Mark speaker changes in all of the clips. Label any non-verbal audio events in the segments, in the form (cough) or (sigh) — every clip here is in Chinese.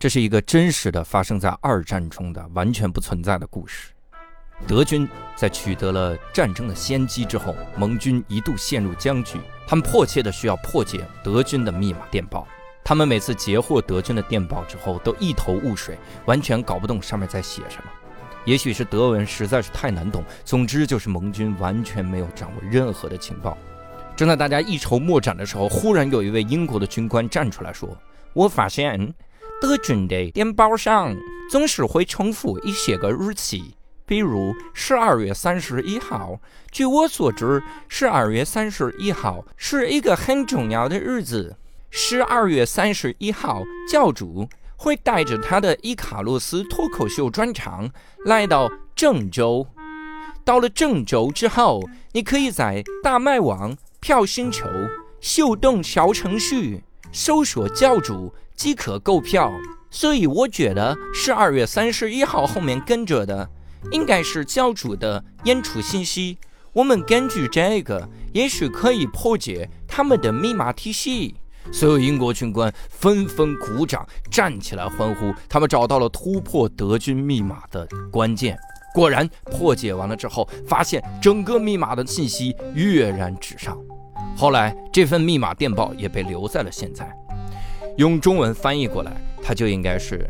Speaker 1: 这是一个真实的发生在二战中的完全不存在的故事。德军在取得了战争的先机之后，盟军一度陷入僵局，他们迫切的需要破解德军的密码电报。他们每次截获德军的电报之后，都一头雾水，完全搞不懂上面在写什么。也许是德文实在是太难懂，总之就是盟军完全没有掌握任何的情报。正在大家一筹莫展的时候，忽然有一位英国的军官站出来说：“我发现德军的电报上总是会重复一些个日期。”比如十二月三十一号，据我所知，十二月三十一号是一个很重要的日子。十二月三十一号，教主会带着他的伊卡洛斯脱口秀专场来到郑州。到了郑州之后，你可以在大麦网、票星球、秀动小程序搜索教主即可购票。所以我觉得十二月三十一号后面跟着的。应该是教主的演出信息。我们根据这个，也许可以破解他们的密码体系。所有英国军官纷纷鼓掌，站起来欢呼。他们找到了突破德军密码的关键。果然，破解完了之后，发现整个密码的信息跃然纸上。后来，这份密码电报也被留在了现在。用中文翻译过来，它就应该是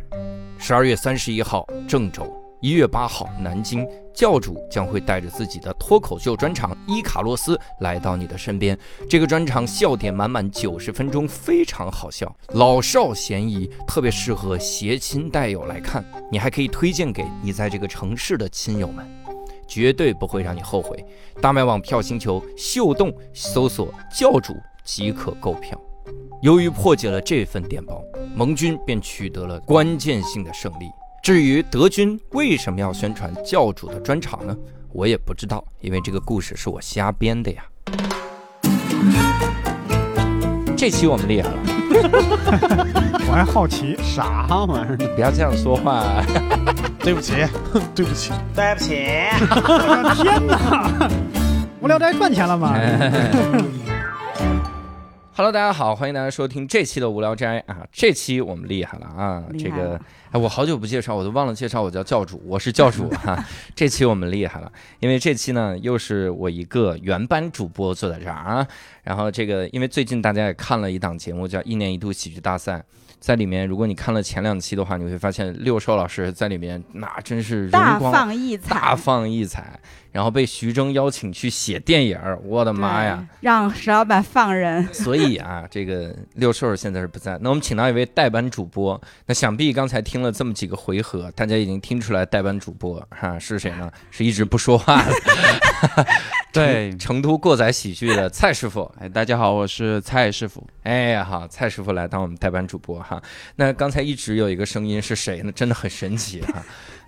Speaker 1: 十二月三十一号郑州。一月八号，南京教主将会带着自己的脱口秀专场《伊卡洛斯》来到你的身边。这个专场笑点满满，九十分钟非常好笑，老少咸宜，特别适合携亲带友来看。你还可以推荐给你在这个城市的亲友们，绝对不会让你后悔。大麦网、票星球、秀动搜索“教主”即可购票。由于破解了这份电报，盟军便取得了关键性的胜利。至于德军为什么要宣传教主的专场呢？我也不知道，因为这个故事是我瞎编的呀。这期我们厉害了，
Speaker 2: 我还好奇，
Speaker 3: 啥玩意儿？
Speaker 1: 你不要这样说话、啊。
Speaker 2: (laughs)
Speaker 3: 对不起，对不起，
Speaker 4: 对不起，
Speaker 2: 哎天哪！无聊斋赚钱了吗？
Speaker 5: 哎
Speaker 1: Hello，大家好，欢迎大家收听这期的无聊斋啊，这期我们厉害了啊，
Speaker 5: 厉
Speaker 1: 这
Speaker 5: 害
Speaker 1: 个
Speaker 5: 了
Speaker 1: 哎，我好久不介绍，我都忘了介绍，我叫教主，我是教主哈、
Speaker 5: (laughs)
Speaker 1: 这期我们厉害了，因为这期呢又是我一个原班主播坐在这儿啊，然后这个因为最近大家也看了一档节目叫一年一度喜剧大赛。在里面，如果你看了前两期的话，你会发现六兽老师在里面那真是容
Speaker 5: 大
Speaker 1: 光
Speaker 5: 放异
Speaker 1: 大
Speaker 5: 彩，
Speaker 1: 放异彩，然后被徐峥邀请去写电影儿，我的妈呀！
Speaker 5: 对！让石老板放人， (laughs)
Speaker 1: 所以啊，这个六兽现在是不在。那我们请到一位代班主播，那想必刚才听了这么几个回合，大家已经听出来代班主播哈、是谁呢？是一直不说话的 (laughs)
Speaker 6: 对，
Speaker 1: 成都过载喜剧的蔡师傅。
Speaker 6: 哎，大家好，我是蔡师傅。
Speaker 1: 哎，好，蔡师傅来当我们代班主播哈。那刚才一直有一个声音是谁呢？真的很神奇哈、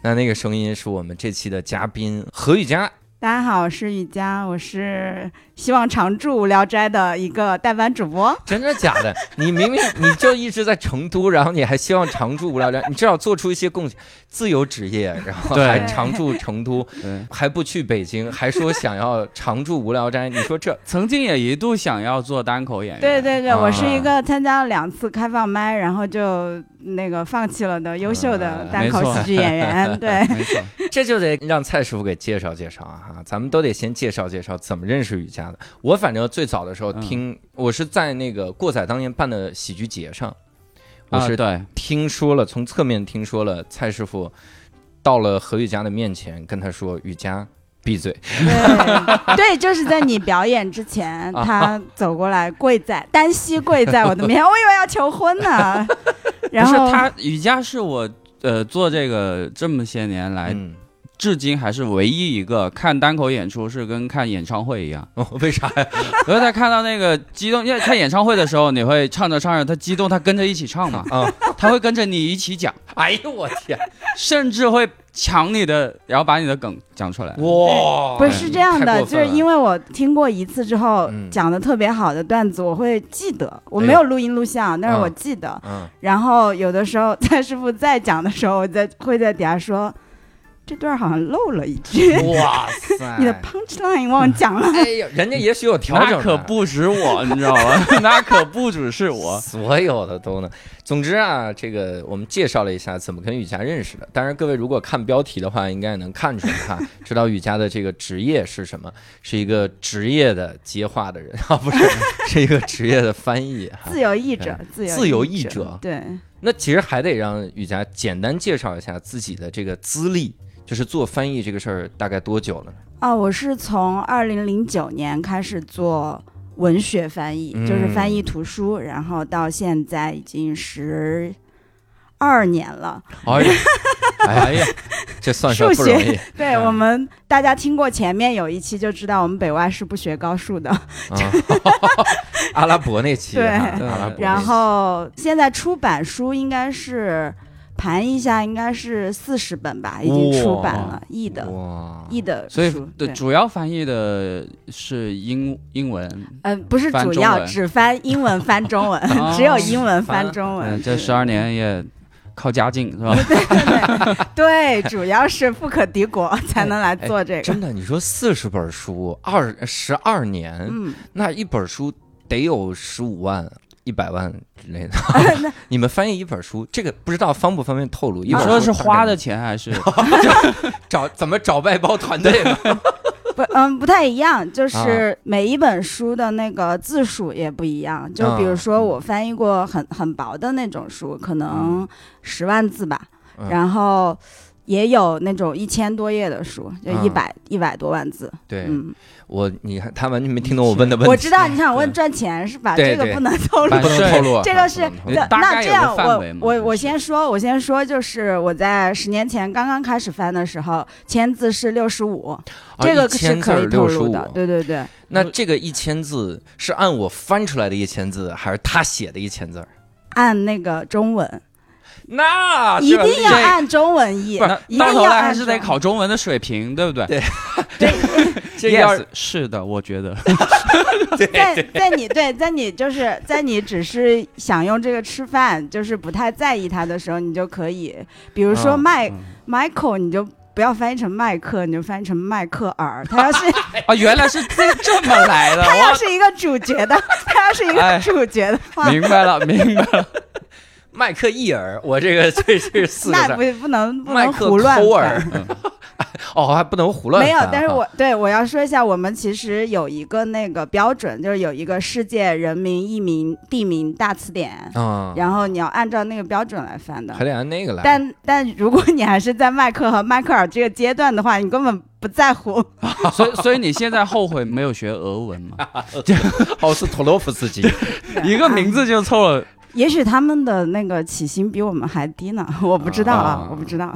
Speaker 1: 那那个声音是我们这期的嘉宾何雨佳。
Speaker 5: 大家好，我是雨佳，我是希望常驻无聊斋的一个代班主播。
Speaker 1: 真的假的？你明明你就一直在成都，然后你还希望常驻无聊斋，你至少做出一些贡献，自由职业，然后
Speaker 6: 对
Speaker 1: 还常驻成都，
Speaker 6: 对，
Speaker 1: 还不去北京，还说想要常驻无聊斋，你说这
Speaker 6: 曾经也一度想要做单口演员。
Speaker 5: 对对对，
Speaker 1: 啊
Speaker 5: 我是一个参加了两次开放麦，然后就那个放弃了的优秀的单口
Speaker 6: 没错
Speaker 5: 喜剧演员。对，
Speaker 1: (laughs)
Speaker 6: 没错，
Speaker 1: 这就得让蔡师傅给介绍介绍啊！哈，咱们都得先介绍介绍怎么认识雨佳的。我反正最早的时候
Speaker 6: 嗯
Speaker 1: 听，我是在那个过载当年办的喜剧节上，我
Speaker 6: 啊
Speaker 1: 是
Speaker 6: 对，
Speaker 1: 听说了，从侧面听说了蔡师傅到了何雨佳的面前，跟他说：“雨佳，闭嘴。”
Speaker 5: 对，对，就是在你表演之前，他走过来跪在单膝跪在我的面前，我以为要求婚呢。然
Speaker 6: 不
Speaker 5: 后
Speaker 6: 是他瑜伽是我呃做这个这么些年来，
Speaker 1: 嗯，
Speaker 6: 至今还是唯一一个看单口演出是跟看演唱会一样。
Speaker 1: 哦 (laughs) 为啥呀？
Speaker 6: 然后他看到那个激动，因为看演唱会的时候，你会唱着唱着，他激动，他跟着一起唱嘛，
Speaker 1: 啊，
Speaker 6: 他会跟着你一起讲，
Speaker 1: 哎呦我
Speaker 6: (laughs)
Speaker 1: 天，
Speaker 6: 甚至会抢你的，然后把你的梗讲出来。
Speaker 1: 哇
Speaker 5: 不是这样
Speaker 1: 哎哦太
Speaker 5: 的，
Speaker 1: 过
Speaker 5: 就
Speaker 1: 分
Speaker 5: 是
Speaker 1: 了
Speaker 5: 因为我听过一次之后
Speaker 1: 嗯
Speaker 5: 讲的特别好的段子，我会记得。我
Speaker 1: 哎
Speaker 5: 没
Speaker 1: 呦
Speaker 5: 有录音录像，但是我
Speaker 1: 嗯
Speaker 5: 记得。
Speaker 1: 嗯，
Speaker 5: (laughs) 然后有的时候蔡师傅再讲的时候，我在会在底下说：“这段好像漏了一
Speaker 1: (laughs)
Speaker 5: 句，
Speaker 1: 哇塞
Speaker 5: (laughs) 你的 punch line 忘讲了。
Speaker 1: 哎呀，人家也许有调整
Speaker 6: 那
Speaker 1: 的，
Speaker 6: 可不止我，你知道吗？ (laughs) 那可不只是我。
Speaker 1: 所有的都能。总之啊，这个我们介绍了一下怎么跟雨佳认识的。当然，各位如果看标题的话，应该也能看出来哈，知道雨佳的这个职业是什么，是一个职业的接话的人啊，不
Speaker 5: (laughs)
Speaker 1: 是，是一个职业的翻译哈。
Speaker 5: 自由译者，自由
Speaker 1: 哎自由译
Speaker 5: 译
Speaker 1: 者
Speaker 5: 对，
Speaker 1: 那其实还得让雨佳简单介绍一下自己的这个资历，就是做翻译这个事儿大概多久了呢？
Speaker 5: 啊，我是从二零零九年开始做文学翻译，就是翻
Speaker 1: 嗯
Speaker 5: 译图书，然后到现在已经十二年了。
Speaker 1: 哎
Speaker 5: (laughs)
Speaker 1: 呀，哎呀，这算算不容易。
Speaker 5: 对、
Speaker 6: 嗯
Speaker 5: 我们大家听过前面有一期就知道，我们北外是不学高数
Speaker 6: (laughs)
Speaker 5: 的。
Speaker 1: 啊， (laughs) 阿拉伯那期哈，啊
Speaker 5: 对
Speaker 1: 阿拉伯那期
Speaker 5: 然后现在出版书应该是盘一下，应该是四十本吧，已经出版了，译的
Speaker 1: 哇，
Speaker 5: 译的
Speaker 6: 所以
Speaker 5: 书，
Speaker 6: 对，
Speaker 5: 对。
Speaker 6: 主要翻译的是英英文，
Speaker 5: 嗯、不是
Speaker 6: 翻
Speaker 5: 主
Speaker 6: 中
Speaker 5: 要，
Speaker 6: 文
Speaker 5: 只翻英文翻中
Speaker 6: (laughs)
Speaker 5: 文 (laughs)
Speaker 6: 哦，
Speaker 5: 只有英文
Speaker 1: 翻
Speaker 5: 翻中文。
Speaker 6: 嗯，这十二年也靠家境是吧？
Speaker 5: (laughs) 对，主要是不可敌
Speaker 6: (laughs) 哎
Speaker 5: 国才能来做这个。
Speaker 1: 真的，你说四十本书，二十二年，
Speaker 5: 嗯，
Speaker 1: 那一本书得有十五万、一百万之类的。
Speaker 5: (laughs)
Speaker 1: (laughs) 你们翻译一本书，这个不知道方不方便透
Speaker 5: 啊
Speaker 1: 露？一
Speaker 6: 你
Speaker 1: 本
Speaker 6: 说
Speaker 1: 书
Speaker 6: 是
Speaker 1: 大概
Speaker 6: 花的钱
Speaker 1: (laughs)
Speaker 6: 还是？
Speaker 1: 找怎么找外包团队
Speaker 5: (laughs)
Speaker 1: 呢？
Speaker 5: 不，嗯，不太一样，就
Speaker 1: 啊
Speaker 5: 是每一本书的那个字数也不一样。就比如说，我翻译过很很薄的那种书，可能十万字吧，
Speaker 1: 嗯
Speaker 5: 然后也有那种一千多页的书，就
Speaker 1: 嗯
Speaker 5: 一百一百多万字。
Speaker 1: 对
Speaker 5: 嗯，
Speaker 1: 我，你看他完全没听懂我问的问题，
Speaker 5: 我知道你想问
Speaker 1: 对
Speaker 5: 赚钱是吧？
Speaker 1: 对
Speaker 5: 这个
Speaker 1: 对
Speaker 5: 不能透露 (laughs)
Speaker 1: 不。能透露，啊
Speaker 5: 这个是
Speaker 1: 不能透露
Speaker 5: 那
Speaker 6: 大
Speaker 5: 那
Speaker 6: 概
Speaker 5: 这
Speaker 6: 有个
Speaker 5: 样，
Speaker 6: 范
Speaker 5: 我
Speaker 6: 围嘛
Speaker 5: 我我
Speaker 6: 就是
Speaker 5: 先说，我先说，就是我在十年前刚刚开始翻的时候，签字是六十五，
Speaker 1: 啊
Speaker 5: 这个是可以透露的。。对对对，
Speaker 1: 那这个一千字是按我翻出来的一千字，还是他写的一千字儿？
Speaker 5: 按那个中文，
Speaker 1: 那
Speaker 5: 一
Speaker 1: 这
Speaker 5: 定要
Speaker 1: 啊这
Speaker 5: 按中文译
Speaker 1: 不是，
Speaker 5: 一
Speaker 6: 到
Speaker 5: 定
Speaker 6: 头
Speaker 5: 要
Speaker 6: 来还
Speaker 5: 按
Speaker 6: 是
Speaker 5: 中
Speaker 6: 得
Speaker 5: 文。
Speaker 6: 考中文的水平，对不对？
Speaker 1: 对这
Speaker 6: 这
Speaker 1: 要
Speaker 6: 要是的，我觉得
Speaker 5: 在在你对在你就是在你只是想用这个吃饭，就是不太在意它的时候，你就可以，比如说
Speaker 1: 嗯
Speaker 5: 麦
Speaker 6: 嗯
Speaker 5: Michael，你就不要翻译成麦克，你就翻译成迈克
Speaker 1: (laughs)
Speaker 5: 尔。他要是
Speaker 1: 哎
Speaker 6: 啊，原来是这这么来的，
Speaker 5: 他要
Speaker 6: 我
Speaker 5: 是一个主角的，他要是一
Speaker 6: 哎
Speaker 5: 个主角的话，
Speaker 6: 明白了，明白了。
Speaker 1: 麦克伊尔，我这个这
Speaker 5: (laughs)
Speaker 1: 是四个字
Speaker 5: 那
Speaker 1: 儿，
Speaker 5: 不不能不
Speaker 1: 麦
Speaker 5: 能
Speaker 1: 克
Speaker 5: 胡乱
Speaker 1: 寇
Speaker 5: 翻。
Speaker 1: 尔， (laughs) 哦，还不能胡乱
Speaker 5: 没有
Speaker 1: 翻，
Speaker 5: 但是
Speaker 1: 哈
Speaker 5: 我对我要说一下，我们其实有一个那个标准，就是有一个世界人民译名地名大词典，
Speaker 1: 啊，
Speaker 5: 然后你要按照那个标准来翻的
Speaker 1: 还。得按那个来，
Speaker 5: 但但如果你还是在麦克和迈克尔这个阶段的话，你根本不在乎。
Speaker 6: (laughs) 所以，所以你现在后悔没有学俄文吗？
Speaker 1: 哦是陀罗夫斯基，
Speaker 6: (laughs) (laughs) 一个名字就凑了，
Speaker 5: (laughs) 也许他们的那个起薪比我们还低呢， (laughs) 我不知道啊
Speaker 1: 啊，
Speaker 5: 我不知道。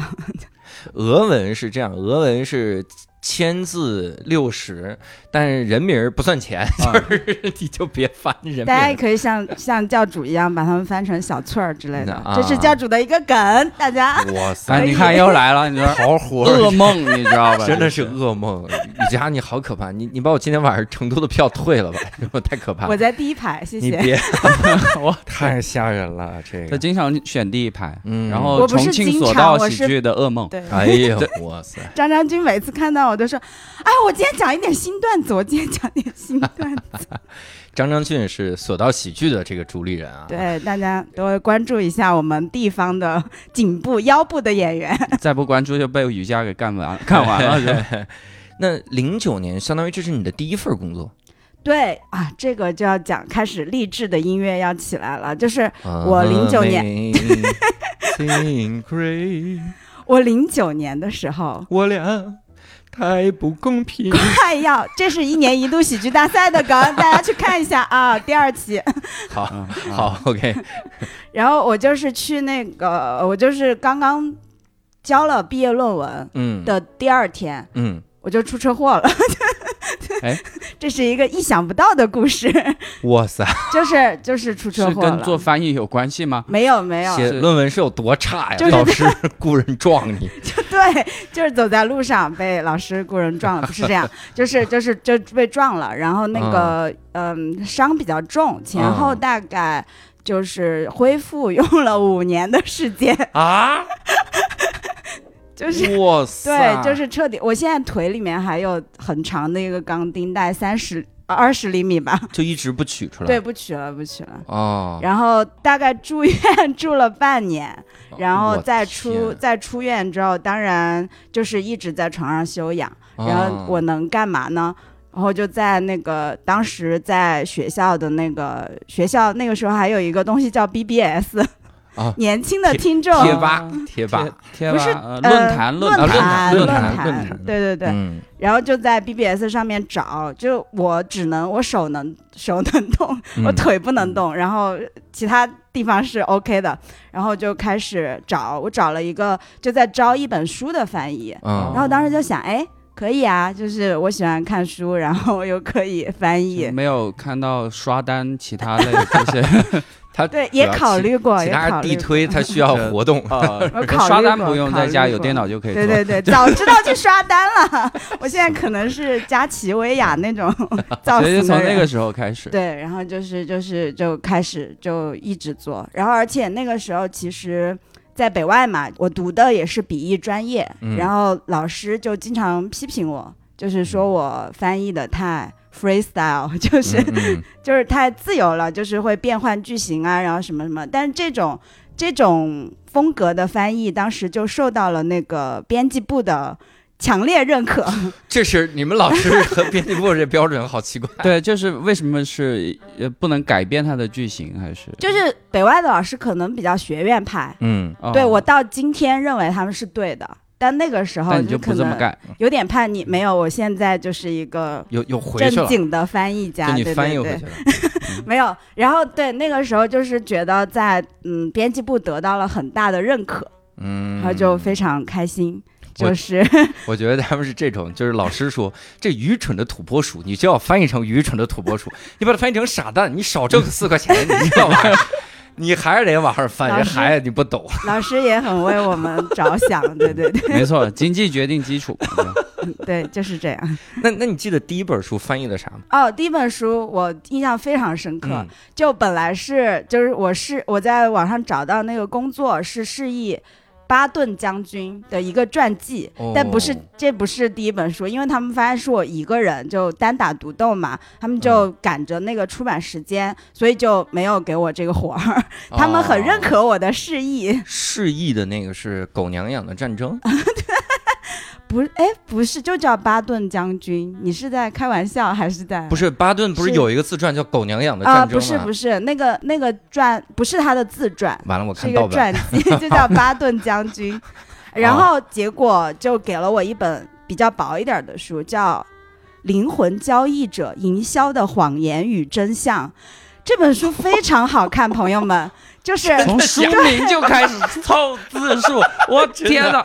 Speaker 1: 俄文是这样，俄文是千字六十，但是人名儿不算钱，
Speaker 5: 啊
Speaker 6: 啊
Speaker 1: 就是你就别 (laughs) 翻人名
Speaker 5: 大家也
Speaker 1: 儿。
Speaker 5: 可以像像教主一样，把他们翻成小翠儿之类的
Speaker 1: 那，
Speaker 5: 这是
Speaker 1: 啊
Speaker 5: 教主的一个梗，大家。
Speaker 1: 哇
Speaker 6: 哎，你看又来了，你说
Speaker 1: 好火
Speaker 6: 噩梦，你知道吧？
Speaker 1: 真的是噩梦，雨佳你好可怕，你你把我今天晚上成都的票退了吧， (laughs) 我太可怕
Speaker 5: (laughs) 我
Speaker 1: 了，
Speaker 5: 在第一排，谢
Speaker 1: 你
Speaker 5: 谢。 (laughs)
Speaker 1: 别，
Speaker 6: (laughs) 我
Speaker 1: 太吓人了这
Speaker 6: 他
Speaker 1: 个，
Speaker 6: 经常选第一排，
Speaker 1: 嗯
Speaker 6: 然后
Speaker 5: 我不是
Speaker 6: 重庆
Speaker 5: 经
Speaker 6: 索
Speaker 5: 常
Speaker 6: 道
Speaker 5: 我
Speaker 6: 喜
Speaker 5: 是
Speaker 6: 剧的噩梦，
Speaker 5: (laughs) 对，
Speaker 1: (laughs) 哎呦哇塞。
Speaker 5: 张张军每次看到我都说：“哎，我今天讲一点新段子，我今天讲一点新段子。
Speaker 1: 张张俊是索道喜剧的这个主理人啊”，
Speaker 5: 对，大家多关注一下我们地方的颈部、腰部的演员。
Speaker 6: (laughs) 再不关注就被雨佳给干完干完了，是吧？
Speaker 1: 那零九年，相当于这是你的第一份工作。
Speaker 5: 对啊，这个就要讲，开始励志的音乐要起来了。就是
Speaker 1: 啊
Speaker 5: 我09年
Speaker 1: Amazing Grace，
Speaker 5: 我零九年的时
Speaker 6: (laughs)
Speaker 5: 候，
Speaker 1: 我俩太不公平。 (laughs)
Speaker 5: 快要，这是一年一度喜剧大赛的梗，大家去看一下啊，第二期。
Speaker 1: (laughs)
Speaker 5: (laughs)
Speaker 1: 好，
Speaker 6: 嗯，
Speaker 1: 好，OK，
Speaker 5: 然后我就是去那个，我就是刚刚交了毕业论文
Speaker 1: 嗯，
Speaker 5: 的第二天，
Speaker 1: 嗯，
Speaker 5: 我就出车祸了。
Speaker 6: 哎，
Speaker 5: (laughs) 这是一个意想不到的故事，
Speaker 1: 哇塞，
Speaker 5: 就是就是出车
Speaker 6: 是
Speaker 5: 祸了。
Speaker 6: 跟做翻译有关系吗？
Speaker 5: 没有没有，
Speaker 1: 写论文是有多差呀？
Speaker 5: 啊就是
Speaker 1: 老师 (laughs) 雇人撞你，
Speaker 5: (laughs) 对，就是走在路上被老师雇人撞了，不是这
Speaker 6: (laughs)
Speaker 5: 样，就是就是就被撞了，然后那个嗯、伤比较重，前后
Speaker 1: 嗯
Speaker 5: 大概就是恢复用了五年的时间。
Speaker 1: 啊？
Speaker 5: 就是
Speaker 6: 哇塞，
Speaker 5: 对，就是彻底。我现在腿里面还有很长的一个钢钉带，三十二十厘米吧。
Speaker 6: 就一直不取出来。
Speaker 5: 对，不取了，不取了。
Speaker 6: 哦，
Speaker 5: 然后大概住院住了半年，然后
Speaker 6: 哦我
Speaker 5: 再
Speaker 6: 天
Speaker 5: 出，再出院之后，当然就是一直在床上休养。
Speaker 1: 哦
Speaker 6: 啊
Speaker 5: 然后我能干嘛呢？然后就在那个当时在学校的那个学校，那个时候还有一个东西叫 BBS，、
Speaker 1: 啊
Speaker 5: (laughs) 年轻的听众
Speaker 1: 贴吧，贴吧，
Speaker 6: 贴贴
Speaker 5: 不是
Speaker 6: 吧呃
Speaker 5: 呃
Speaker 6: 论坛论
Speaker 5: 论
Speaker 1: 坛
Speaker 6: 论
Speaker 1: 坛
Speaker 6: 坛
Speaker 1: 论
Speaker 5: 坛
Speaker 1: 坛
Speaker 5: 对 (laughs) 对对，
Speaker 1: 嗯，
Speaker 5: 然后就在 BBS 上面找，就我只能我手能手能动，
Speaker 1: 嗯
Speaker 5: 我腿不能动，然后其他地方是 OK 的，然后就开始找，我找了一个就在招一本书的翻译，
Speaker 1: 嗯
Speaker 5: 然后当时就想，哎，可以啊，就是我喜欢看书，然后又可以翻译
Speaker 6: 就，没有看到刷单其他类的这
Speaker 1: (laughs)
Speaker 6: 些，
Speaker 1: 他
Speaker 5: 对，也考虑过，
Speaker 1: 其
Speaker 5: 也
Speaker 1: 他
Speaker 5: 考
Speaker 1: 人地
Speaker 5: 虑过。
Speaker 1: 推，他需要活动，
Speaker 6: (laughs) 呃
Speaker 5: 我考虑
Speaker 6: 刷单
Speaker 5: 过
Speaker 6: 不用，
Speaker 5: 考
Speaker 6: 在
Speaker 5: 虑
Speaker 6: 家有
Speaker 5: 过
Speaker 6: 电脑就可以做。
Speaker 5: 对对对，早知道去刷单了。 (laughs) 我现在可能是加奇维亚那种造
Speaker 6: 所以
Speaker 5: 型
Speaker 6: 就从
Speaker 5: 的
Speaker 6: 那个
Speaker 5: 人。
Speaker 6: 时候开始，
Speaker 5: 对，然后就是就是就开始就一直做，然后而且那个时候其实，在北外嘛，我读的也是笔译专业，
Speaker 1: 嗯
Speaker 5: 然后老师就经常批评我，就是说我翻译的太 freestyle，就是 (laughs)
Speaker 1: 嗯
Speaker 5: 就是太自由了，就是会变换句型啊，然后什么什么。但是这种这种风格的翻译，当时就受到了那个编辑部的强烈认可。
Speaker 1: (laughs)
Speaker 5: (laughs)
Speaker 1: 这是你们老师和编辑部这标准好奇怪。
Speaker 6: 对，就是为什么是呃不能改变它的剧情，还是
Speaker 5: 就是北外的老师可能比较学院派，
Speaker 1: 嗯，
Speaker 6: 哦
Speaker 5: 对我到今天认为他们是对的，但那个时候
Speaker 6: 但你就
Speaker 5: 可
Speaker 6: 不这么
Speaker 5: 能
Speaker 6: 干，
Speaker 5: 有点叛逆。没有，我现在就是一个
Speaker 1: 又又回去
Speaker 5: 正
Speaker 1: 了，
Speaker 5: 经的翻译
Speaker 1: 就
Speaker 5: 家，
Speaker 1: 你
Speaker 5: 啊对
Speaker 1: 翻译
Speaker 5: 对
Speaker 1: 回
Speaker 5: 对
Speaker 1: 去，了。
Speaker 5: (laughs) 没有。然后对那个时候就是觉得在嗯编辑部得到了很大的认可。
Speaker 1: 嗯，
Speaker 5: 然后就非常开心，
Speaker 1: 我
Speaker 5: 就是 (laughs)
Speaker 1: 我觉得他们是这种，就是老师说这愚蠢的土拨鼠，你就要翻译成愚蠢的土拨鼠，你把它翻译成傻蛋，你少挣四块钱，你这玩意儿， (laughs) 你还是得往上翻，
Speaker 5: 老
Speaker 1: 人
Speaker 5: 师
Speaker 1: 孩子你不懂。 (laughs)
Speaker 5: 老师也很为我们着想，对对对
Speaker 6: (laughs) 没错，经济决
Speaker 5: (laughs)
Speaker 6: 定基础嘛。对吧
Speaker 5: 对，就是这样。
Speaker 1: 那那你记得第一本书翻译的啥吗？
Speaker 5: 哦，第一本书我印象非常深刻，
Speaker 1: 嗯
Speaker 5: 就本来是就是我是我在网上找到那个工作是示意。巴顿将军的一个传记，
Speaker 1: 哦
Speaker 5: 但不是这不是第一本书，因为他们发现是我一个人就单打独斗嘛，他们就
Speaker 1: 嗯
Speaker 5: 赶着那个出版时间，所以就没有给我这个活儿。他们很认
Speaker 1: 哦
Speaker 5: 可我的示意，
Speaker 1: 释义的那个是《狗娘养的战
Speaker 5: (laughs)
Speaker 1: 争》
Speaker 5: 不是，哎，不是，就叫巴顿将军。你是在开玩笑还是在？
Speaker 1: 不是巴顿不是
Speaker 5: 是
Speaker 1: 有一个自传叫《狗娘养的
Speaker 5: 啊、
Speaker 1: 战争》
Speaker 5: 不是
Speaker 1: 吗
Speaker 5: 不是，那个那个传不是他的自传，
Speaker 1: 完了，我
Speaker 5: 是
Speaker 1: 看
Speaker 5: 一
Speaker 1: 盗
Speaker 5: 个
Speaker 1: 版。
Speaker 5: 传记，就叫巴顿将
Speaker 1: (laughs)
Speaker 5: 军。然后结果就给了我一本比较薄一点的书，叫《灵魂交易者：营销的谎言与真相》。这本书非常好看，朋
Speaker 1: (laughs)
Speaker 5: 友们，就是
Speaker 6: 从书名就开始凑字
Speaker 5: (laughs)
Speaker 6: 数，我天呐！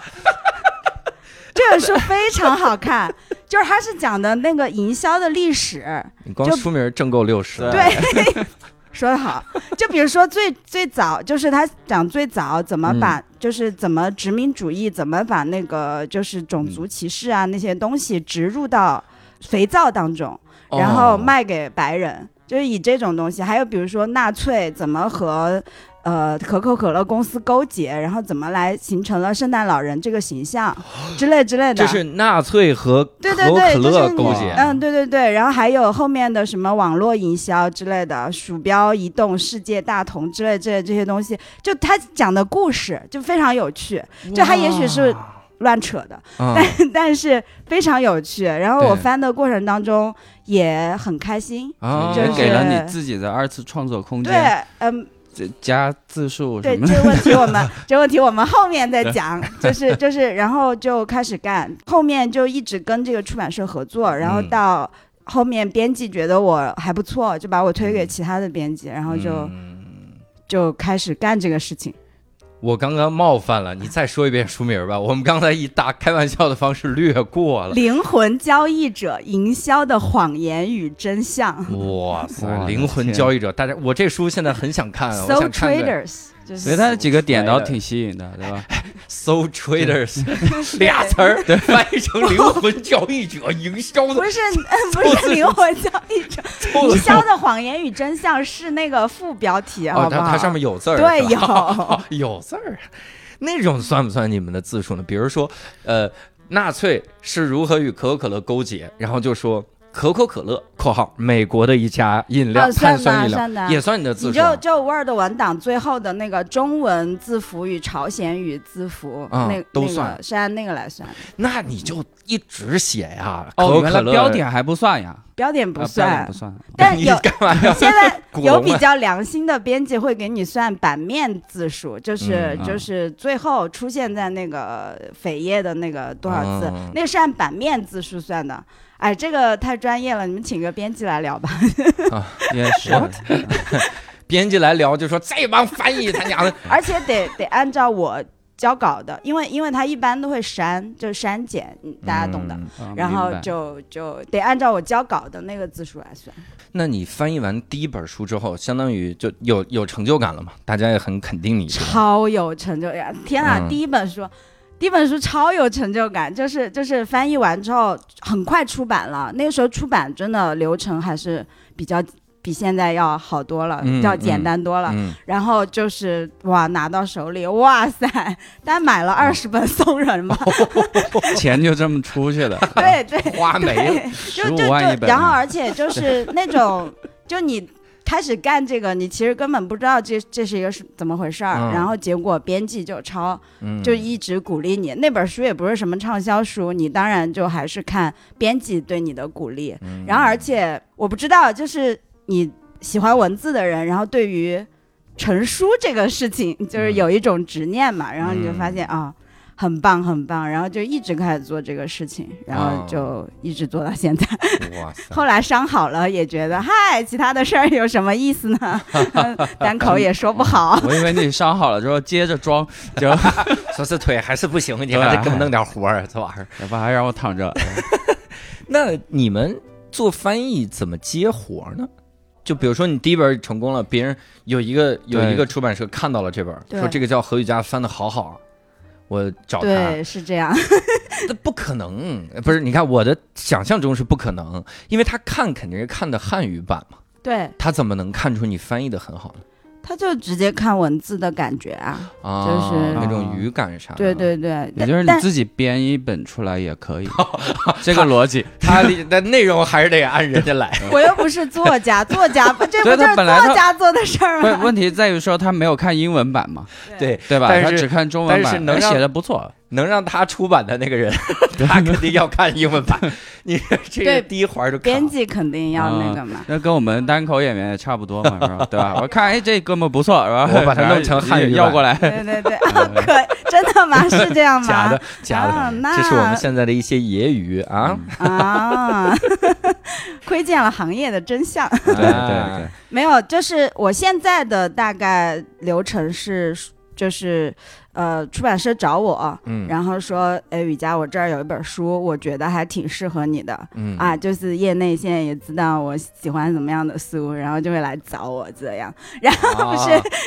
Speaker 5: 这本书非常好看，就是它是讲的那个营销的历史。
Speaker 1: 你光
Speaker 5: 就
Speaker 1: 书名挣够六十，
Speaker 3: 对
Speaker 5: 对， (laughs) 说得好。就比如说最最早，就是他讲最早怎么
Speaker 1: 嗯
Speaker 5: 把，就是怎么殖民主义，怎么把那个就是种族歧视啊、那些东西植入到肥皂当中，
Speaker 1: 哦
Speaker 5: 然后卖给白人，就是以这种东西。还有比如说纳粹怎么和。呃，可口可乐公司勾结，然后怎么来形成了圣诞老人这个形象之类之类的。
Speaker 1: 这哦是纳粹和可
Speaker 5: 对对
Speaker 1: 口
Speaker 5: 对，
Speaker 1: 可
Speaker 5: 就是
Speaker 1: 乐
Speaker 5: 你
Speaker 1: 勾结。
Speaker 5: 嗯，对对对，然后还有后面的什么网络营销之类的，鼠标移动、世界大同之类之类这些东西，就他讲的故事就非常有趣，就他也许是乱扯的， (laughs)
Speaker 1: 嗯
Speaker 5: 但是非常有趣。然后我
Speaker 1: 对
Speaker 5: 翻的过程当中也很开心。
Speaker 1: 啊，
Speaker 5: 就
Speaker 6: 也
Speaker 5: 是
Speaker 6: 给了你自己的二次创作空
Speaker 5: 对
Speaker 6: 间，，
Speaker 5: 嗯，
Speaker 6: 再加字数
Speaker 5: 对
Speaker 6: 什么
Speaker 5: 这
Speaker 6: 的。
Speaker 5: 个问题
Speaker 1: (laughs)
Speaker 5: 我们这个问题我们后面再讲，就是就是，然后就开始干，后面就一直跟这个出版社合作，然后
Speaker 1: 嗯
Speaker 5: 到后面编辑觉得我还不错，就把我推给
Speaker 1: 嗯
Speaker 5: 其他的编辑，然后就、
Speaker 1: 嗯
Speaker 5: 就开始干这个事情。
Speaker 1: 我刚刚冒犯了，你再说一遍书名吧。我们刚才以大开玩笑的方式略过了。
Speaker 5: 灵魂交易者，营销的谎言与
Speaker 1: (laughs)
Speaker 5: 真相
Speaker 1: 哇塞，
Speaker 6: 哇
Speaker 1: 灵魂
Speaker 6: 天
Speaker 1: 交易者，大家，我这书现在很想看啊，我想
Speaker 5: ，So
Speaker 1: 看看
Speaker 5: Traders 就
Speaker 6: (laughs) 所以
Speaker 5: 是
Speaker 6: 它的几个点倒挺吸引的，对吧？
Speaker 1: So Traders (laughs) 俩词儿翻译成灵魂交易者，营销
Speaker 5: 不
Speaker 1: 的
Speaker 5: 是不是灵魂交易
Speaker 1: (laughs)
Speaker 5: 者，
Speaker 1: 错
Speaker 5: 营
Speaker 1: 了。
Speaker 5: 销的谎言与真相是那个副标题，
Speaker 1: 哦
Speaker 5: 好，不
Speaker 1: 它 (laughs)
Speaker 5: 好？
Speaker 1: 它上面有字儿，
Speaker 5: 对
Speaker 1: 是吧
Speaker 5: 有
Speaker 1: 有字儿。啊那种算不算你们的自述呢？比如说，呃，纳粹是如何与可口可乐勾结，然后就说可口可乐（括号美国的一家饮料
Speaker 5: 啊
Speaker 1: 碳酸
Speaker 5: 算吧
Speaker 1: 饮料
Speaker 5: 算）的
Speaker 1: 也算你的啊
Speaker 5: 你
Speaker 1: 自述
Speaker 5: 就
Speaker 1: 吗。
Speaker 5: 就 Word 文档最后的那个中文字符与朝鲜语字符，
Speaker 1: 嗯
Speaker 5: 那
Speaker 1: 都
Speaker 5: 那个
Speaker 1: 算
Speaker 5: 是按那个来算的，
Speaker 1: 那你就一直写呀、可
Speaker 6: 哦，
Speaker 1: 口
Speaker 6: 原
Speaker 1: 可
Speaker 6: 来
Speaker 1: 乐
Speaker 6: 标点还不算呀，
Speaker 5: 标点不
Speaker 6: 啊标点
Speaker 5: 算
Speaker 6: 不。算。
Speaker 1: (laughs)
Speaker 5: 但
Speaker 1: 你
Speaker 5: 有
Speaker 1: 干嘛呀？(laughs)
Speaker 5: 现在
Speaker 1: 古
Speaker 5: 有
Speaker 1: 龙
Speaker 5: 比
Speaker 1: 啊
Speaker 5: 较良心的编辑会给你算版面字数，就是、
Speaker 6: 嗯啊
Speaker 5: 就是最后出现在那个扉页的那个多少字，
Speaker 1: 嗯
Speaker 5: 那个是按版面字数算的。哎，这个太专业了，你们请个编辑来聊
Speaker 1: (laughs)
Speaker 5: 吧。
Speaker 6: 也是，
Speaker 1: 编辑来聊就说这帮翻译他
Speaker 5: (laughs)
Speaker 1: 娘的，
Speaker 5: 而且得得按照我交稿的，因为因为他一般都会删，就删减，嗯大家懂的。
Speaker 1: 嗯
Speaker 5: (laughs)
Speaker 6: 啊
Speaker 5: 然
Speaker 6: 明
Speaker 5: 后
Speaker 6: 白
Speaker 5: 就就得按照我交稿的那个字数来算。
Speaker 1: 那你翻译完第一本书之后，相当于就有有成就感了嘛？大家也很肯定你。对吧
Speaker 5: 超有成就感！天啊，
Speaker 1: 嗯
Speaker 5: 第一本书，第一本书超有成就感，就是就是翻译完之后很快出版了。那个时候出版真的流程还是比较比现在要好多了，
Speaker 1: 嗯
Speaker 5: 要简单多了。 (laughs)
Speaker 1: 嗯，
Speaker 5: 然后就是哇，拿到手里，哇塞！ (laughs) 但买了二十本送人
Speaker 1: (laughs)
Speaker 5: 嘛，
Speaker 6: (laughs) 钱就这么出 (laughs) 去了，
Speaker 5: 对对，
Speaker 1: 花没了。
Speaker 5: 就
Speaker 6: 十
Speaker 5: 就
Speaker 6: 五
Speaker 5: 就
Speaker 6: 万一，本，
Speaker 5: 然后而且就是那种，就你开始干这个，你其实根本不知道这这是一个是怎么回事儿，
Speaker 1: 嗯
Speaker 5: 然后结果编辑就抄，
Speaker 1: 嗯
Speaker 5: 就一直鼓励你。那本书也不是什么畅销书，你当然就还是看编辑对你的鼓励。
Speaker 1: 嗯
Speaker 6: 嗯
Speaker 5: 然后而且我不知道，就是你喜欢文字的人，然后对于成书这个事情，就是
Speaker 1: 嗯
Speaker 5: 有一种执念嘛，然后你就
Speaker 1: 嗯
Speaker 5: 发现啊。很棒，很棒，然后就一直开始做这个事情，然后
Speaker 1: 哦
Speaker 5: 就一直做到现
Speaker 6: (laughs)
Speaker 5: 在。
Speaker 1: 哇塞， (laughs)
Speaker 5: 后来伤好了，也觉得嗨，其他的事儿有什么意思
Speaker 6: (laughs)
Speaker 5: 呢？单口也说不好。
Speaker 6: 我以为你伤好了之后接着装， (laughs) 就
Speaker 1: 说是腿还是不行，你还得给我弄点活儿，这玩意儿。
Speaker 6: 要不还让我躺 (laughs) 着。
Speaker 1: 那你们做翻译怎么接活儿呢？就比如说你第一本成功了，别人有一个有
Speaker 6: 对
Speaker 1: 一个出版社看到了这本，
Speaker 5: 对
Speaker 1: 说这个叫何雨佳翻的好好，我找
Speaker 6: 嗯
Speaker 1: 他。
Speaker 5: 对，是这样。
Speaker 1: 那不可能，不是？你看我的想象中是不可能，因为他看肯定是看的汉语版嘛，
Speaker 5: 对，
Speaker 1: 他怎么能看出你翻译的很好呢？
Speaker 5: 他就直接看文字的感觉啊。
Speaker 1: 啊，
Speaker 5: 就是
Speaker 1: 那种语感啥的。
Speaker 5: 对对对，
Speaker 6: 啊也就是你
Speaker 5: 但
Speaker 6: 自己编一本出来也可以， (laughs) 这个
Speaker 5: (laughs)
Speaker 6: 逻辑。
Speaker 1: 他的那内容还是得按人家来。 (laughs)
Speaker 5: 但我又不是作家，作
Speaker 6: (laughs)
Speaker 5: 家不这不
Speaker 6: 对
Speaker 5: 就
Speaker 6: 他
Speaker 5: 是
Speaker 6: 本来
Speaker 5: 作
Speaker 6: 他
Speaker 5: 家做的事儿
Speaker 6: 问
Speaker 5: 吗？
Speaker 6: 问题在于说他没有看英文版嘛，
Speaker 1: 对，
Speaker 6: 对吧？
Speaker 1: 但
Speaker 6: 他
Speaker 1: 是
Speaker 6: 只看中文
Speaker 1: 但
Speaker 6: 版，
Speaker 1: 是能
Speaker 6: 哎
Speaker 1: 让
Speaker 6: 写的不错。
Speaker 1: 能让他出版的那个人， (laughs) 他肯定要看英
Speaker 5: (laughs)
Speaker 1: 文版。你这个
Speaker 5: 对
Speaker 1: 第一环儿就看
Speaker 5: 编
Speaker 1: 了。
Speaker 5: 辑肯定要那
Speaker 6: 啊
Speaker 5: 个嘛。
Speaker 6: 那跟我们单口演员也差不多嘛，是吧？
Speaker 1: (laughs)
Speaker 6: 对吧？我看哎，这哥们不错，是吧？ (laughs)
Speaker 1: 我把它弄成汉语版
Speaker 6: 要过来，
Speaker 5: 对对对，
Speaker 1: (laughs)
Speaker 5: 啊，可真的吗？是这样吗？
Speaker 1: 假的，假的，
Speaker 5: 啊那嗯
Speaker 1: 这是我们现在的一些揶揄啊。
Speaker 5: 啊， (laughs) 窥见了行业的真相。
Speaker 6: 对对对，
Speaker 5: 没有，就是我现在的大概流程是，就是呃，出版社找我，
Speaker 1: 嗯
Speaker 5: 然后说，哎，雨佳，我这儿有一本书，我觉得还挺适合你的。
Speaker 1: 嗯
Speaker 5: 啊，，就是业内现在也知道我喜欢什么样的书，然后就会来找我这样。 (laughs)
Speaker 1: 不
Speaker 5: 是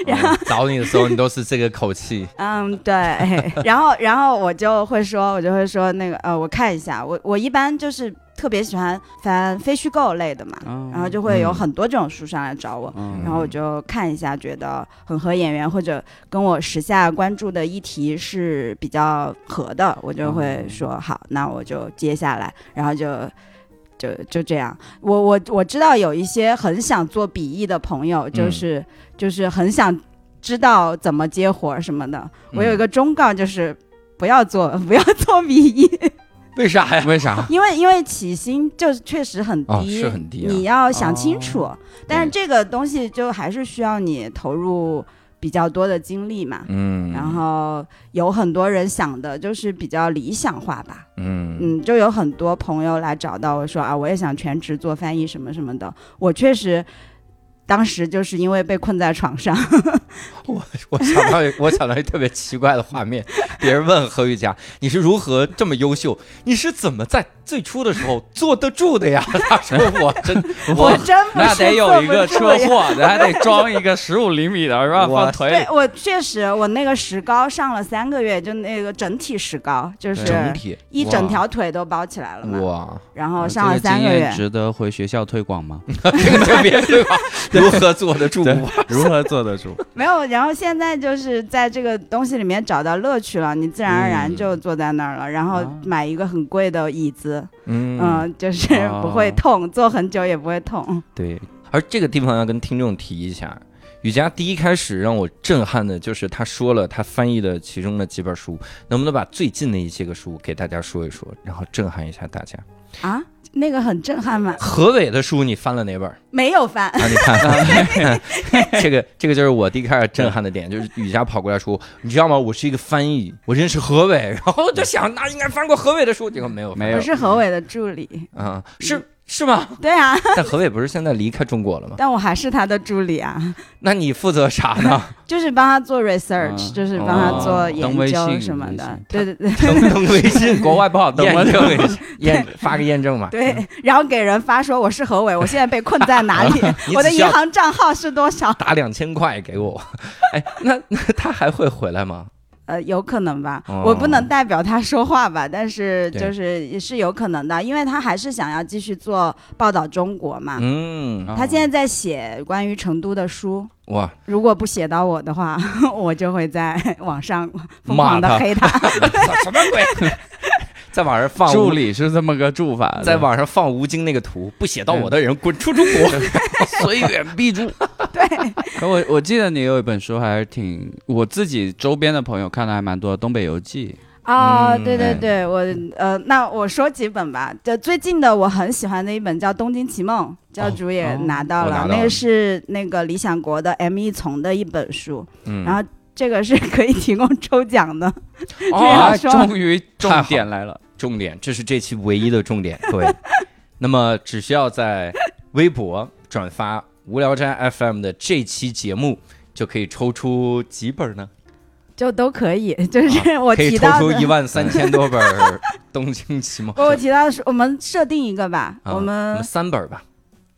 Speaker 1: 然后啊嗯找你的时候，你都是这个口
Speaker 5: (laughs)
Speaker 1: 气。
Speaker 5: 嗯，对。然后，然后我就会说，我就会说那个呃，我看一下，我我一般就是特别喜欢翻非虚构类的嘛，
Speaker 6: 嗯
Speaker 5: 然后就会有
Speaker 1: 嗯
Speaker 5: 很多这种书上来找我。
Speaker 6: 嗯
Speaker 5: 然后我就看一下，觉得很合眼缘，或者跟我时下关注的议题是比较合的，我就
Speaker 1: 哦
Speaker 5: 会说好，那我就接下来，然后就。就就这样，我我我知道有一些很想做笔译的朋友，
Speaker 1: 嗯
Speaker 5: 就是、就是很想知道怎么接活儿什么的。我
Speaker 1: 嗯
Speaker 5: 有一个忠告，就是不要做 (laughs) 不要做笔译，
Speaker 1: 嗯为啥呀？
Speaker 6: 为啥？
Speaker 5: 因为因为起薪就是确实很低，
Speaker 1: 哦是很低啊
Speaker 5: 你要想
Speaker 6: 哦
Speaker 5: 清楚。但是
Speaker 1: 对
Speaker 5: 这个东西就还是需要你投入比较多的精力嘛。
Speaker 1: 嗯
Speaker 5: 然后有很多人想的就是比较理想化吧，
Speaker 1: 嗯
Speaker 5: 嗯，就有很多朋友来找到我说啊，我也想全职做翻译什么什么的。我确实当时就是因为被困在床上，
Speaker 1: 我想到一我想到一特别奇怪的画面，别人问何雨佳，你是如何这么优秀？你是怎么在最初的时候坐得住的呀？ (laughs) 他说我真
Speaker 5: 我真不
Speaker 6: (laughs) 那
Speaker 5: 是
Speaker 6: 得有一个
Speaker 5: 坐
Speaker 6: 车
Speaker 5: 不住呀
Speaker 6: 祸，哎那还得装一个十五厘米的，是吧？
Speaker 1: 我
Speaker 6: 放腿
Speaker 5: 对
Speaker 6: 里。
Speaker 5: 我确实，我那个石膏上了三个月，就那个整体石膏，就是
Speaker 1: 整体
Speaker 5: 一整条腿都包起来了嘛。
Speaker 1: 哇，
Speaker 5: 然后
Speaker 6: 这
Speaker 5: 哦上了
Speaker 6: 个
Speaker 5: 三
Speaker 6: 经
Speaker 5: 个月
Speaker 6: (laughs) 验，值得回学校推广吗？
Speaker 1: 这个特别对吧？如何坐得住？啊
Speaker 4: 如何坐得住？
Speaker 5: 没有，然后现在就是在这个东西里面找到乐趣了，你自然而然
Speaker 6: 嗯
Speaker 5: 就坐在那儿了，然后
Speaker 6: 啊
Speaker 5: 买一个很贵的椅子，
Speaker 1: 嗯
Speaker 5: 嗯、 (laughs) 就是
Speaker 6: 哦
Speaker 5: 不会痛，坐很久也不会痛。
Speaker 1: 对，而这个地方要跟听众提一下，雨佳第一开始让我震撼的就是他说了他翻译的其中的几本书，能不能把最近的一些个书给大家说一说，然后震撼一下大家？
Speaker 5: 啊，那个很震撼嘛，
Speaker 1: 何伟的书你翻了哪本？
Speaker 5: 没有翻，
Speaker 1: 啊，你看，啊这个这个就是我第一开始震撼的点，就是雨佳跑过来说，你知道吗？我是一个翻译，我认识何伟，然后我就想，那应该翻过何伟的书，结果没有翻，
Speaker 6: 没有
Speaker 5: 我是何伟的助理。
Speaker 1: 啊，是是吗？
Speaker 5: 对
Speaker 6: (laughs)
Speaker 5: 啊，
Speaker 1: 但何伟不是现在离开中国了吗？
Speaker 5: 但我还是他的助理啊，
Speaker 1: 那你负责啥呢？
Speaker 5: 就是帮他做 research，、
Speaker 6: 啊
Speaker 5: 就是帮他做
Speaker 6: 哦
Speaker 5: 研
Speaker 6: 登微
Speaker 5: 究
Speaker 6: 信
Speaker 5: 什么的
Speaker 6: 微信。
Speaker 5: 对对对
Speaker 1: 登登微 (laughs) 信，
Speaker 6: 国 (laughs) 外不好登，
Speaker 1: 验证一下，验发个验证码。
Speaker 5: 对， (laughs) 然后给人发说我是何伟，我现在被困在哪
Speaker 6: (laughs)
Speaker 5: 里
Speaker 1: 你只，
Speaker 5: 我的
Speaker 1: 需
Speaker 5: 银
Speaker 1: 要
Speaker 5: 行账号是多少？
Speaker 1: 打两千块给我，哎，那那他还会回来吗？
Speaker 5: 呃，有可能吧，
Speaker 1: 哦
Speaker 5: 我不能代表他说话吧，但是
Speaker 1: 对
Speaker 5: 就是也是有可能的，因为他还是想要继续做报道中国嘛。
Speaker 1: 嗯，
Speaker 5: 他现在在写关于成都的书，
Speaker 1: 哇， (laughs)
Speaker 5: 如果不写到我的话， (laughs) 我就会在网上疯
Speaker 1: 骂
Speaker 5: 狂的
Speaker 1: 他 (laughs)
Speaker 5: 黑他。
Speaker 1: 什么鬼？ (laughs) 在网上放
Speaker 6: 助理是这么个住法，
Speaker 1: 在网上放吴京那个图，不写到我的人滚出中国！ (laughs)
Speaker 6: 虽远必诛。
Speaker 5: 对，
Speaker 6: 可我我记得你有一本书还是挺，我自己周边的朋友看的还蛮多，《东北游记
Speaker 5: 哦，
Speaker 1: 嗯
Speaker 5: 对
Speaker 6: 哎
Speaker 5: 对对，我呃，那我说几本吧。就最近的我很喜欢的一本叫《东京奇梦》，教主也
Speaker 6: 哦
Speaker 5: 拿到
Speaker 1: 我
Speaker 5: 了，
Speaker 1: 拿到
Speaker 5: 那
Speaker 1: 了
Speaker 5: 个是那个理想国的 M 一丛的一本书，
Speaker 1: 嗯
Speaker 5: 然后这个是 (laughs) 可以提供抽奖的。》(laughs)
Speaker 6: 哦，
Speaker 5: 这样说
Speaker 6: 终于重
Speaker 1: 太
Speaker 6: 点来了，
Speaker 1: 重点，这是这期唯一的重点，各位。那么只需要在微博转发《无聊斋 FM》的这期节目，就可以抽出几本呢？
Speaker 5: 就都可以，就是我
Speaker 1: 啊可以
Speaker 5: 提
Speaker 1: 抽
Speaker 5: 到
Speaker 1: 出
Speaker 5: 的，
Speaker 1: 一万三千多本
Speaker 5: (laughs)
Speaker 1: 《东京奇梦》
Speaker 5: 我提到的是我们设定一个吧，
Speaker 1: 啊。
Speaker 5: 我们
Speaker 1: 三本吧，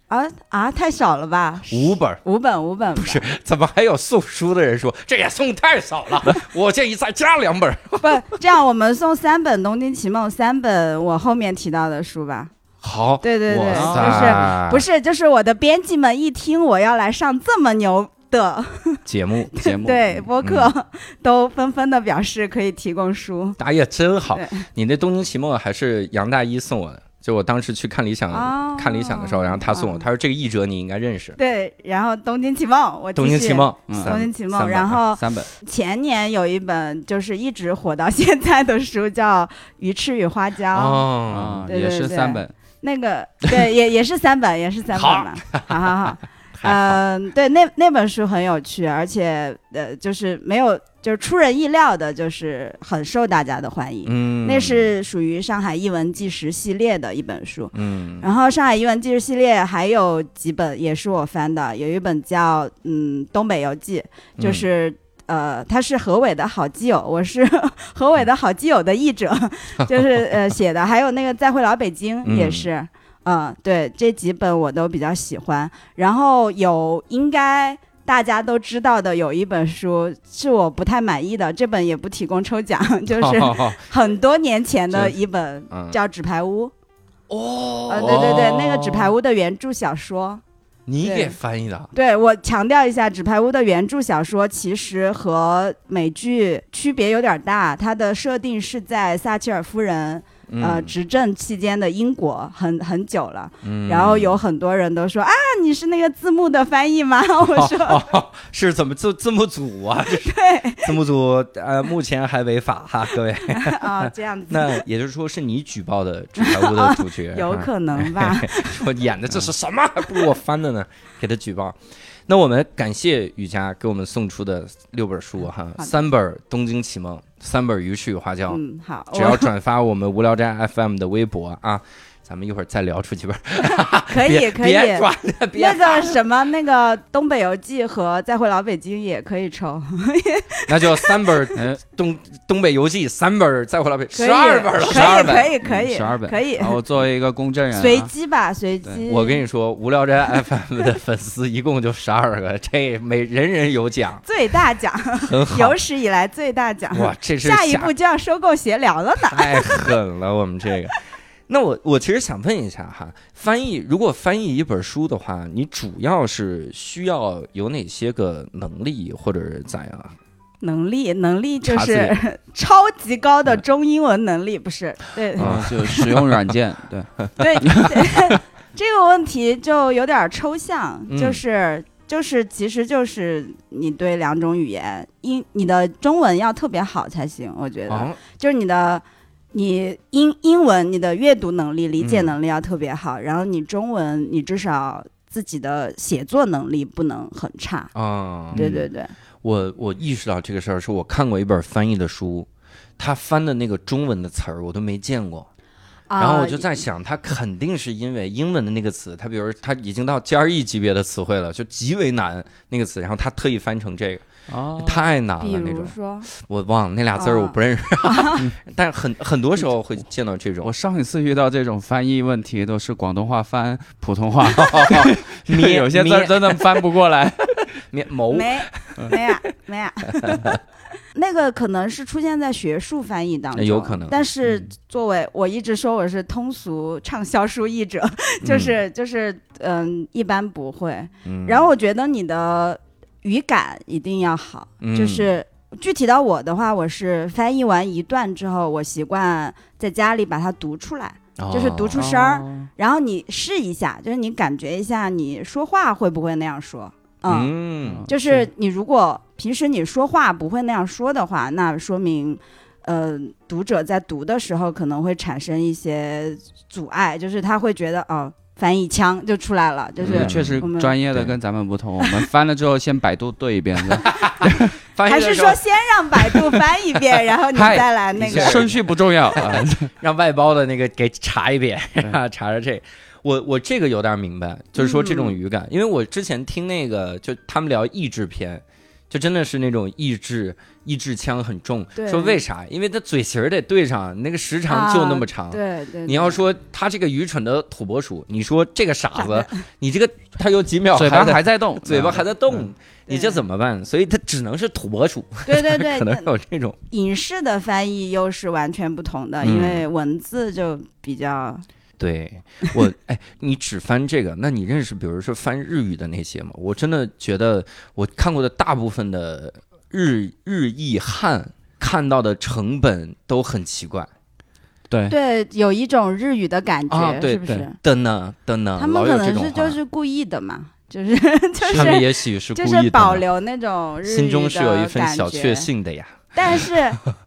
Speaker 5: 啊啊太少了吧，
Speaker 1: 五本，
Speaker 5: 五本五本不是
Speaker 1: 怎么还有送书的人说这也送太少
Speaker 5: (laughs)
Speaker 1: 了？我建议再加两本。
Speaker 5: 不这样，我们送三本《东京奇梦》，三本我后面提到的书吧。
Speaker 1: 好，
Speaker 5: 对对对，
Speaker 1: 哇
Speaker 5: 就是
Speaker 1: 塞，
Speaker 5: 不是，就是我的编辑们一听我要来上这么牛的
Speaker 1: 节目，嗯
Speaker 6: 节目
Speaker 5: 对播客， (laughs) 都纷纷的表示可以提供书。
Speaker 1: 打野真好
Speaker 5: 对。
Speaker 1: 你那《东京奇梦》还是杨大一送我的，就我当时去看理想、
Speaker 5: 哦
Speaker 1: 看理想的时候，然后他送我，
Speaker 5: 哦
Speaker 1: 他说这个译者你应该认识，《
Speaker 5: 对，然后《东京奇梦》，我继
Speaker 1: 东京
Speaker 5: 续
Speaker 1: 奇梦》
Speaker 6: 嗯
Speaker 1: 三
Speaker 5: 东京奇梦
Speaker 1: 三哦本啊
Speaker 5: 然后
Speaker 6: 三本，
Speaker 5: 前年有一本就是一直火到现在的书，叫《鱼翅与花椒》，
Speaker 1: 哦，
Speaker 6: 啊，
Speaker 5: 对
Speaker 6: 也
Speaker 5: 对
Speaker 6: 是
Speaker 5: 对
Speaker 6: 三本，
Speaker 5: 那个对，也也是三本，也是三本
Speaker 1: 好 (laughs)
Speaker 5: 嘛。好好好，
Speaker 1: 太好了
Speaker 5: 嗯、对，那那本书很有趣，而且呃，就是没有就是出人意料的，就是很受大家的欢迎。
Speaker 1: 嗯，
Speaker 5: 那是属于上海译文纪实系列的一本书。
Speaker 1: 嗯
Speaker 5: 然后上海译文纪实系列还有几本也是我翻的，有一本叫嗯《东北游记》，
Speaker 1: 嗯
Speaker 5: 就是。呃，他是何伟的好基友，我是 (laughs) 何伟的好基友的译者， (laughs) 就是呃写的，还有那个《再会老北京》也是，嗯、对，这几本我都比较喜欢。然后有应该大家都知道的，有一本书是我不太满意的，这本也不提供抽奖， (laughs) (laughs) 就是
Speaker 1: 好好好
Speaker 5: 很多年前的
Speaker 1: 这
Speaker 5: 一本
Speaker 1: (laughs) 嗯
Speaker 5: 叫《纸牌屋》。
Speaker 1: 哦
Speaker 5: 呃，对对对，那个《纸牌屋》的原著小说，
Speaker 1: 你
Speaker 5: 对呃
Speaker 1: 给翻译的，
Speaker 5: 对我强调一下，《纸牌屋》的原著小说其实和美剧区别有点大，它的设定是在撒切尔夫人呃
Speaker 1: 嗯
Speaker 5: 执政期间的英国，很很久了。
Speaker 1: 嗯
Speaker 5: 然后有很多人都说啊，你是那个字幕的翻译吗？ (laughs) 我
Speaker 1: (laughs)
Speaker 5: 说、
Speaker 1: 哦，是怎么字字幕组
Speaker 5: (laughs)
Speaker 1: 啊？这是字幕组呃，目前还违法哈，各位。
Speaker 5: (laughs) 啊，这样子，
Speaker 1: 那也就是说，是你举报的《纸牌屋》的主
Speaker 5: (laughs)，
Speaker 1: 角
Speaker 5: 有
Speaker 1: 啊
Speaker 5: 可能
Speaker 1: (laughs)
Speaker 5: 吧？
Speaker 1: 我演的这是什 (laughs) 么？还不如我翻的呢，给他举报。那我们感谢雨佳给我们送出的六本书哈，
Speaker 5: 的
Speaker 1: 三本《东京启蒙》，三本《鱼翅与花椒》
Speaker 5: 嗯，好，
Speaker 1: 只要
Speaker 5: 我
Speaker 1: 转发我们无聊斋 FM 的微博啊，咱们一会儿再聊出几本。
Speaker 5: 可以
Speaker 1: 别
Speaker 5: 可以。
Speaker 1: 别转了，别
Speaker 5: 那个什么，那个《东北游记》和《再回老北京》也可以抽，
Speaker 1: 那就三本《
Speaker 6: 嗯，
Speaker 1: (laughs) 东东北游记》，三本《再回来北》，
Speaker 5: 可以
Speaker 1: 十二本嗯了。
Speaker 5: 可以可
Speaker 6: 12本
Speaker 5: 以可以
Speaker 6: 十二本
Speaker 5: 可以
Speaker 6: 啊我作为一个公证人啊，
Speaker 5: 随机吧，随机。
Speaker 1: 我跟你说，无聊斋 FM 的粉丝一共就十二个，这每人人有奖，
Speaker 5: 最大奖，
Speaker 1: 很好
Speaker 5: 有。史以来最大奖。
Speaker 1: 哇，这是
Speaker 5: 下一步就要收购闲聊了呢。
Speaker 1: 太狠了，我们这个。那我我其实想问一下哈，翻译如果翻译一本书的话，你主要是需要有哪些个能力或者是咋样啊？
Speaker 5: 能力，能力就
Speaker 1: 查资料
Speaker 5: 是 (laughs) 超级高的中英文能力，不是？对
Speaker 1: 啊
Speaker 6: 就使用软件，
Speaker 1: (laughs)
Speaker 6: 对，
Speaker 5: 对，对 (laughs) 这个问题就有点抽象，
Speaker 1: 嗯
Speaker 5: 就是就是，其实就是你对两种语言，英你的中文要特别好才行，我觉得，
Speaker 1: 啊，
Speaker 5: 就是你的。你英英文你的阅读能力、理解能力要特别好，然后你中文你至少自己的写作能力不能很差。
Speaker 1: 啊
Speaker 5: 对对对，
Speaker 1: 我我意识到这个事儿，是我看过一本翻译的书，他翻的那个中文的词儿我都没见过，然后我就
Speaker 5: 啊
Speaker 1: 在想，他肯定是因为英文的那个词，他比如他已经到 GRE 级别的词汇了，就极为难那个词，然后他特意翻成这个，
Speaker 6: 哦
Speaker 1: 太难
Speaker 5: 比
Speaker 1: 了那
Speaker 5: 如
Speaker 1: 种，
Speaker 5: 说，
Speaker 1: 我忘了那俩字
Speaker 5: 啊
Speaker 1: 儿我不认识， (laughs) 嗯但很很多时候会见到这种
Speaker 6: 我上一次遇到这种翻译问题，都是广东话翻普通
Speaker 5: (laughs)
Speaker 6: 话，
Speaker 1: 咩
Speaker 6: 有些字儿真的翻不过来。
Speaker 1: 面谋
Speaker 5: 没没啊
Speaker 1: (laughs)
Speaker 5: 没啊，那个可能是出现在学术翻译当中，
Speaker 1: 哎有可能
Speaker 5: 但是
Speaker 6: 嗯
Speaker 5: 作为我一直说我是通俗畅销书译者，就是就是嗯，一般不会。
Speaker 1: 嗯
Speaker 5: 然后我觉得你的语感一定要好，
Speaker 1: 嗯
Speaker 5: 就是。具体到我的话，我是翻译完一段之后，我习惯在家里把它读出来，
Speaker 1: 哦
Speaker 5: 就是读出声儿，
Speaker 6: 哦
Speaker 5: 然后你试一下，就是你感觉一下你说话会不会那样说，嗯
Speaker 1: 嗯
Speaker 5: 就是你如果平时你说话不会那样说的话，那说明，呃，读者在读的时候可能会产生一些阻碍，就是他会觉得哦，翻译腔就出来了，就是、
Speaker 1: 嗯
Speaker 6: 确实
Speaker 5: 我们
Speaker 6: 专业的
Speaker 1: 对
Speaker 6: 跟咱们不同，我们翻了之后先百度对
Speaker 5: (laughs)
Speaker 6: 一遍，是吧
Speaker 1: 翻译
Speaker 5: 还
Speaker 1: 的
Speaker 5: 是
Speaker 1: 时候 (laughs)
Speaker 5: 说先让百度翻一遍，然后你
Speaker 6: 嗨
Speaker 5: 再来那
Speaker 1: 一下
Speaker 5: 个。
Speaker 6: 顺序不
Speaker 5: (laughs)
Speaker 6: 重要啊。
Speaker 1: 让外包的那个给查一遍， (laughs)
Speaker 6: 对
Speaker 1: 查查这。我我这个有点明白，就是说这
Speaker 5: 嗯
Speaker 1: 种语感，因为我之前听那个就他们聊意志片，就真的是那种意志意志腔很重。
Speaker 5: 对
Speaker 1: 说为啥？因为他嘴型儿得对上，那个时长就那么长。
Speaker 5: 啊对对，对
Speaker 1: 你要说他这个愚蠢的土拨鼠，你说这个傻子，
Speaker 5: (laughs)
Speaker 1: 你这个他有几秒
Speaker 6: 嘴巴
Speaker 1: 在
Speaker 6: 还在嗯动，啊
Speaker 1: 嘴巴还在动，你这
Speaker 5: 对
Speaker 1: 怎么办？所以他只能是土拨鼠，
Speaker 5: 对对
Speaker 1: (laughs)
Speaker 5: 对，
Speaker 1: 可能
Speaker 5: 那
Speaker 1: 有这种。
Speaker 5: 影视的翻译又是完全不同的，
Speaker 1: 嗯
Speaker 5: 因为文字就比较
Speaker 1: 对我，哎，你只翻这个，那你认识，比如说翻日语的那些吗？我真的觉得我看过的大部分的日日译汉看到的成本都很奇怪。
Speaker 6: 对，
Speaker 5: 对，有一种日语的感觉，
Speaker 1: 哎啊对
Speaker 5: 是不
Speaker 6: 对
Speaker 5: 是？
Speaker 1: 的呢的呢，
Speaker 5: 他们
Speaker 1: 老
Speaker 5: 可
Speaker 1: 有这
Speaker 5: 能
Speaker 1: 种
Speaker 5: 是就
Speaker 1: 话
Speaker 5: 是故意的嘛，就
Speaker 1: (laughs)
Speaker 5: 是就
Speaker 1: 他们
Speaker 5: 是
Speaker 1: 也许是故
Speaker 5: 就
Speaker 1: 意的
Speaker 5: 是
Speaker 1: 呢，
Speaker 5: 保留那种日
Speaker 1: 心中
Speaker 5: 语
Speaker 1: 是有
Speaker 5: 的
Speaker 1: 一份
Speaker 5: 感
Speaker 1: 小
Speaker 5: 觉
Speaker 1: 确。幸的呀。(laughs)
Speaker 5: 但是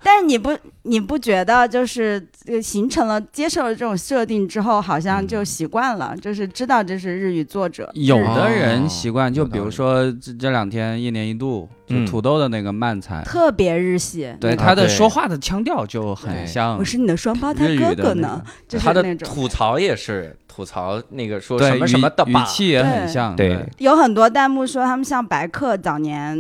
Speaker 5: 但是你不你不觉得就是呃形成了接受了这种设定之后，好像
Speaker 1: 嗯
Speaker 5: 就习惯了，就是知道这是日语作者。
Speaker 6: 有
Speaker 5: 日语
Speaker 6: 的人习惯，
Speaker 1: 哦有
Speaker 6: 就
Speaker 1: 道
Speaker 6: 比如
Speaker 1: 理
Speaker 6: 说这这两天一年一度，就
Speaker 1: 嗯
Speaker 6: 土豆的那个漫才，
Speaker 5: 特别日系，
Speaker 6: 对
Speaker 5: 那种
Speaker 1: 啊
Speaker 6: 他的
Speaker 1: 对
Speaker 6: 说话的腔调就
Speaker 1: 对
Speaker 6: 很像
Speaker 5: 我是你的双胞胎
Speaker 6: 日
Speaker 5: 哥
Speaker 6: 语
Speaker 5: 哥
Speaker 6: 的那
Speaker 5: 呢
Speaker 6: 个，，
Speaker 5: 就是
Speaker 1: 他
Speaker 5: 那
Speaker 1: 的
Speaker 5: 种。
Speaker 1: 吐槽也是吐槽那个说
Speaker 6: 对
Speaker 1: 什么什
Speaker 6: 语
Speaker 1: 么的
Speaker 6: 语
Speaker 1: 吧，嗯
Speaker 6: 气也很
Speaker 5: 对
Speaker 6: 像，
Speaker 1: 对
Speaker 5: 有很多弹幕说他们像白客早年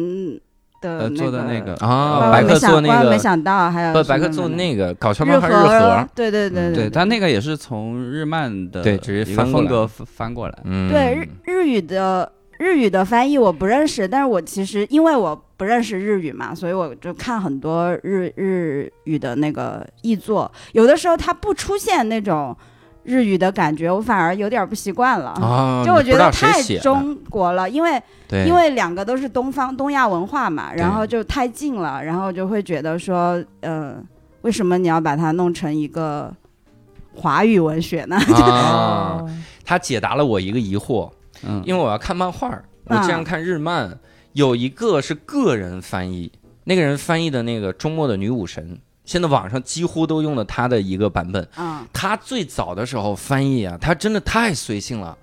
Speaker 5: 的
Speaker 6: 呃做的那个
Speaker 1: 啊，
Speaker 5: 万万
Speaker 1: 白
Speaker 5: 没
Speaker 1: 客
Speaker 5: 想
Speaker 1: 做那
Speaker 5: 万万
Speaker 1: 个
Speaker 5: 没想到还有
Speaker 1: 不，
Speaker 5: 什
Speaker 1: 白客
Speaker 5: 么
Speaker 1: 做
Speaker 5: 什么
Speaker 1: 那个嗯搞笑
Speaker 5: 日
Speaker 1: 漫画日和，
Speaker 5: 对对对
Speaker 6: 对
Speaker 5: 对
Speaker 6: 他那个也是从日漫的
Speaker 1: 对直接
Speaker 6: 一个
Speaker 1: 翻过
Speaker 6: 风
Speaker 1: 来
Speaker 6: 格翻翻过来，
Speaker 1: 嗯，
Speaker 5: 对日日语的日语的翻译我不认识，但是我其实因为我不认识日语嘛，所以我就看很多日日语的那个译作，有的时候它不出现那种日语的感觉，我反而有点不习惯了。
Speaker 1: 啊，
Speaker 5: 就我
Speaker 1: 你不
Speaker 5: 觉
Speaker 1: 知道
Speaker 5: 得
Speaker 1: 谁
Speaker 5: 太
Speaker 1: 写的，
Speaker 5: 中国了，因为
Speaker 1: 对，
Speaker 5: 因为两个都是东方东亚文化嘛，然后
Speaker 1: 对
Speaker 5: 就太近了，然后就会觉得说，呃，为什么你要把它弄成一个华语文
Speaker 1: (laughs)
Speaker 5: 学呢？ (laughs)
Speaker 1: 啊，他解答了我一个疑惑，
Speaker 6: 嗯，
Speaker 1: 因为我要看漫画儿，我这
Speaker 5: 嗯
Speaker 1: 样看日漫，有一个是个人翻译，那个人翻译的那个《周末的女武神》，现在网上几乎都用了他的一个版本。
Speaker 5: 嗯，
Speaker 1: 他最早的时候翻译啊，他真的太随性了。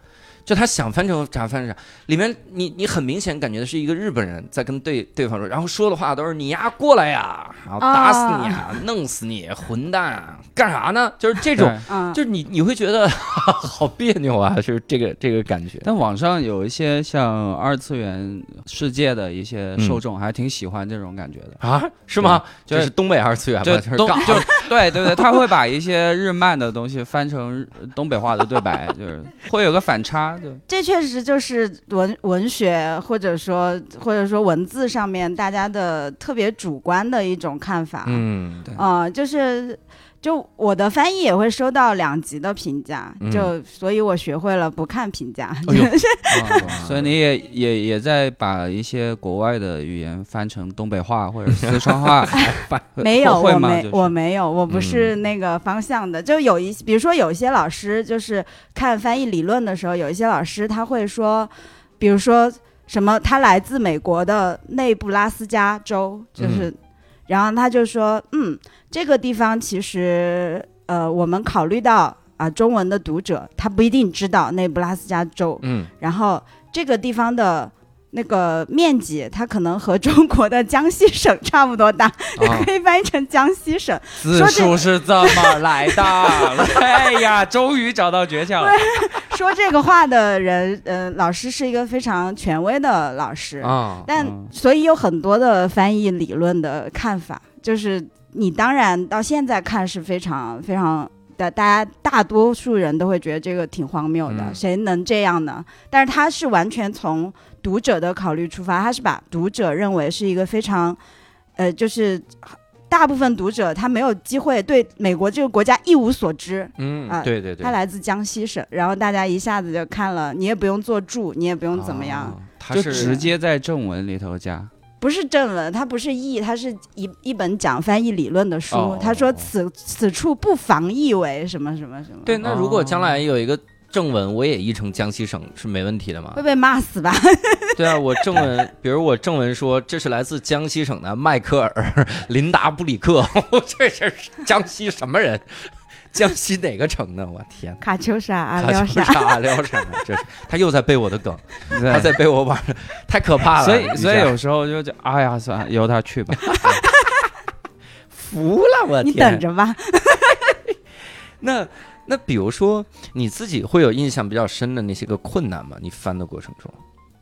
Speaker 1: 就他想翻成啥翻成啥，里面你你很明显感觉的是一个日本人在跟对对方说，然后说的话都是你呀过来 (laughs) 呀，然后打死你呀，弄死你，混蛋啊，干啥呢？就是这
Speaker 6: 这
Speaker 1: (laughs) 种，
Speaker 5: 嗯，
Speaker 1: 就是你你会觉得好别扭啊，就是这个这个感觉。
Speaker 6: 但网上有一些像二次元世界的一
Speaker 1: 嗯
Speaker 6: 些受众，还挺喜欢这种感觉的。
Speaker 1: 啊，是吗？
Speaker 6: 对
Speaker 1: 这是东北二次元吧？
Speaker 6: 就
Speaker 1: 就是 (laughs)
Speaker 6: 东
Speaker 1: 杠
Speaker 6: 就 (laughs) 对对对，他会把一些日漫的东西翻成日东北话的对白，就是会有个反差。对，
Speaker 5: 这确实就是文文学或者说或者说文字上面大家的特别主观的一种看法。
Speaker 1: 嗯， (laughs)
Speaker 5: 啊、就是就我的翻译也会收到两级的评价，
Speaker 1: 嗯
Speaker 5: 就所以我学会了不看评价。
Speaker 1: 哎呦
Speaker 6: 所以你也也也在把一些国外的语言翻成东北话或者四川
Speaker 1: (laughs)
Speaker 6: 话，
Speaker 5: 没有，
Speaker 6: 会
Speaker 5: 我
Speaker 6: 呃吗
Speaker 5: 没，
Speaker 6: 就是嗯
Speaker 5: 我没有，我不是那个方向的。就有一，比如说有一些老师，就是看翻译理论的时候，有一些老师他会说，比如说什么，他来自美国的内布拉斯加州，就是，
Speaker 6: 嗯
Speaker 5: 然后他就说，嗯，这个地方其实，呃，我们考虑到啊、中文的读者他不一定知道内布拉斯加州，
Speaker 1: 嗯
Speaker 5: 然后这个地方的。那个面积，它可能和中国的江西省差不多大，
Speaker 1: (laughs)
Speaker 5: (laughs)
Speaker 6: 啊
Speaker 5: 可以翻译成江西省。
Speaker 6: 字
Speaker 5: 说这
Speaker 6: 数是怎么来
Speaker 5: (laughs)
Speaker 6: 的？哎呀，终于找到诀窍了。
Speaker 5: 说这个话的人，呃，老师是一个非常权威的老师，
Speaker 1: 啊，
Speaker 5: 但
Speaker 6: 嗯
Speaker 5: 所以有很多的翻译理论的看法，就是你当然到现在看是非常非常。的，大家大多数人都会觉得这个挺荒谬的，
Speaker 1: 嗯
Speaker 5: 谁能这样呢？但是他是完全从读者的考虑出发，他是把读者认为是一个非常，呃，就是大部分读者他没有机会对美国这个国家一无所知，
Speaker 1: 嗯
Speaker 5: 啊
Speaker 1: 对对对
Speaker 5: 他，来自江西省，然后大家一下子就看了，你也不用做注，你也不用怎么样，
Speaker 1: 啊？他
Speaker 6: 就是直接在正文里头加。
Speaker 5: 不是正文，它不是译，它是一一本讲翻译理论的书。
Speaker 1: 哦
Speaker 5: 他说此此处不妨译为什么什么什么，
Speaker 1: 对。那如果将来有一个正文，我也译成江西省是没问题
Speaker 5: (laughs)
Speaker 1: 的吗
Speaker 5: 会？被骂死吧？
Speaker 1: 对啊，我正文，比如我正文说这是来自江西省的迈克尔·琳达布里克， (laughs) 这是江西什么人？江西哪个城的？我天哪！
Speaker 5: 卡秋莎、阿
Speaker 1: 他
Speaker 5: 廖
Speaker 1: 就是
Speaker 5: 莎，
Speaker 1: 阿廖沙，这是他又在背我的梗，他
Speaker 6: 对。
Speaker 1: 在背我玩，太可怕了。
Speaker 6: 所以，所以
Speaker 1: 一下
Speaker 6: 有时候就就哎呀，算了，由他去吧。
Speaker 1: 服了，我
Speaker 5: 你
Speaker 1: 天！
Speaker 5: 等着吧。
Speaker 1: (laughs) 那那比如说你自己会有印象比较深的那些个困难吗？你翻的过程中，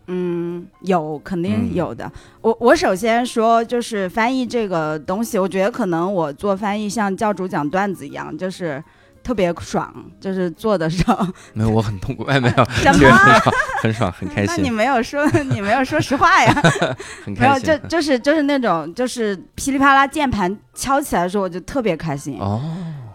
Speaker 5: 嗯，有肯定
Speaker 1: 嗯
Speaker 5: 有的。我我首先说，就是翻译这个东西，我觉得可能我做翻译像教主讲段子一样，就是特别爽，就是做的时候
Speaker 1: 没有，我很痛苦，哎，没有，
Speaker 5: 什
Speaker 1: 其实
Speaker 5: 么
Speaker 1: 很爽，很爽，很开
Speaker 5: 那你
Speaker 1: 心，
Speaker 5: 没有说， (laughs) 你没有说实话呀？
Speaker 1: 很
Speaker 5: 没有，
Speaker 1: 开
Speaker 5: 就
Speaker 1: 心。
Speaker 5: 就是就是那种，就是噼里啪啦键盘敲起来的时候，我就特别开心。
Speaker 1: 哦，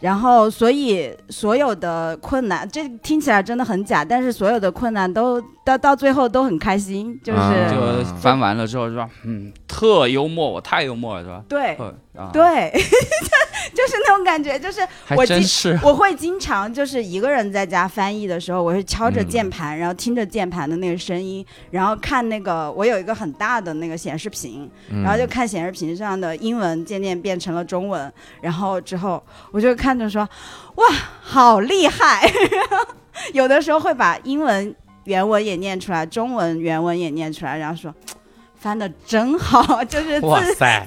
Speaker 5: 然后，所以所有的困难，这听起来真的很假，但是所有的困难都到到最后都很开心，就是、
Speaker 1: 啊
Speaker 6: 就翻完了之后是吧？嗯，特幽默，我太幽默了是吧？
Speaker 5: 对
Speaker 6: 呃啊，，
Speaker 5: 对， (laughs) 就是那种感觉，就是
Speaker 6: 还
Speaker 5: 我
Speaker 6: 真
Speaker 5: 记
Speaker 6: 是。
Speaker 5: 我会经常就是一个人在家翻译的时候，我是敲着
Speaker 1: 嗯
Speaker 5: 键盘，然后听着键盘的那个声音，然后看那个我有一个很大的那个显示屏，
Speaker 1: 嗯
Speaker 5: 然后就看显示屏上的英文渐渐变成了中文，然后之后我就看着说，哇，好厉害！ (laughs) 有的时候会把英文原文也念出来，中文原文也念出来，然后说。翻的真好，就是
Speaker 1: 哇
Speaker 5: 自
Speaker 1: 塞，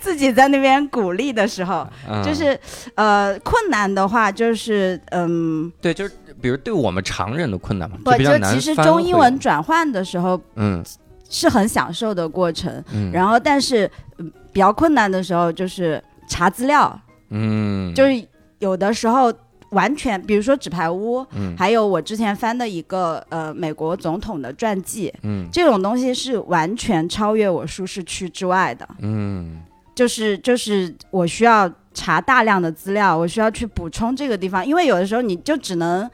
Speaker 5: 自己在那边鼓励的时候，
Speaker 1: 嗯
Speaker 5: 就是呃困难的话，就是嗯，
Speaker 1: 对，就是比如对我们常人的困难嘛，
Speaker 5: 不
Speaker 1: 就比较
Speaker 5: 就
Speaker 1: 难
Speaker 5: 其实
Speaker 1: 翻
Speaker 5: 中英
Speaker 1: 会
Speaker 5: 文，转换的时候
Speaker 1: 嗯
Speaker 5: 是很享受的过程，
Speaker 1: 嗯，
Speaker 5: 然后但是、呃比较困难的时候就是查资料，
Speaker 1: 嗯
Speaker 5: 就是有的时候完全，比如说《纸牌屋》，
Speaker 1: 嗯
Speaker 5: 还有我之前翻的一个呃美国总统的传记，
Speaker 1: 嗯
Speaker 5: 这种东西是完全超越我舒适区之外的，
Speaker 1: 嗯
Speaker 5: 就是就是我需要查大量的资料，我需要去补充这个地方，因为有的时候你就只能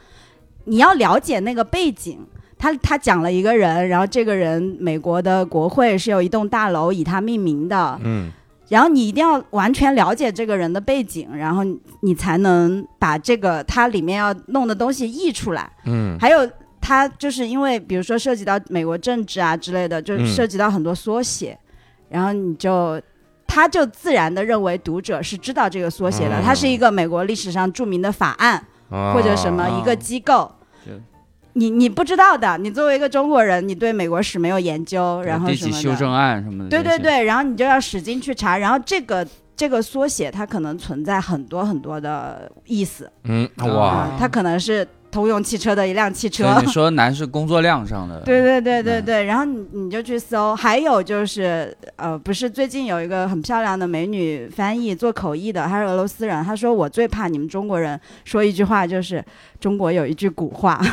Speaker 5: 你要了解那个背景。他他讲了一个人，然后这个人美国的国会是有一栋大楼以他命名的，
Speaker 1: 嗯
Speaker 5: 然后你一定要完全了解这个人的背景，然后你你才能把这个它里面要弄的东西译出来。
Speaker 1: 嗯
Speaker 5: 还有，它就是因为比如说涉及到美国政治啊之类的，就
Speaker 1: 嗯
Speaker 5: 涉及到很多缩写，然后你就。他就自然的认为读者是知道这个缩写的，
Speaker 1: 哦
Speaker 5: 它是一个美国历史上著名的法案
Speaker 1: 嗯，
Speaker 5: 或者什
Speaker 6: 啊
Speaker 5: 么一个机构
Speaker 6: 对，
Speaker 5: 你你不知道的，你作为一个中国人，你对美国史没有研究，然后
Speaker 6: 第
Speaker 5: 什
Speaker 6: 几
Speaker 5: 么的
Speaker 6: 修正案什么的这
Speaker 5: 对
Speaker 6: 些，
Speaker 5: 对对，然后你就要使劲去查，然后这个这个缩写它可能存在很多很多的意思
Speaker 1: 嗯
Speaker 5: 啊
Speaker 1: 哇，
Speaker 5: 它可能是通用汽车的一辆汽
Speaker 6: 所
Speaker 5: 车
Speaker 6: 以。你说难是工作量上的，
Speaker 5: 对对对对对，然后你你就去搜，还有就是呃，不是最近有一个很漂亮的美女翻译做口译的，她是俄罗斯人，她说我最怕你们中国人说一句话，就是中国有一句古话， (laughs)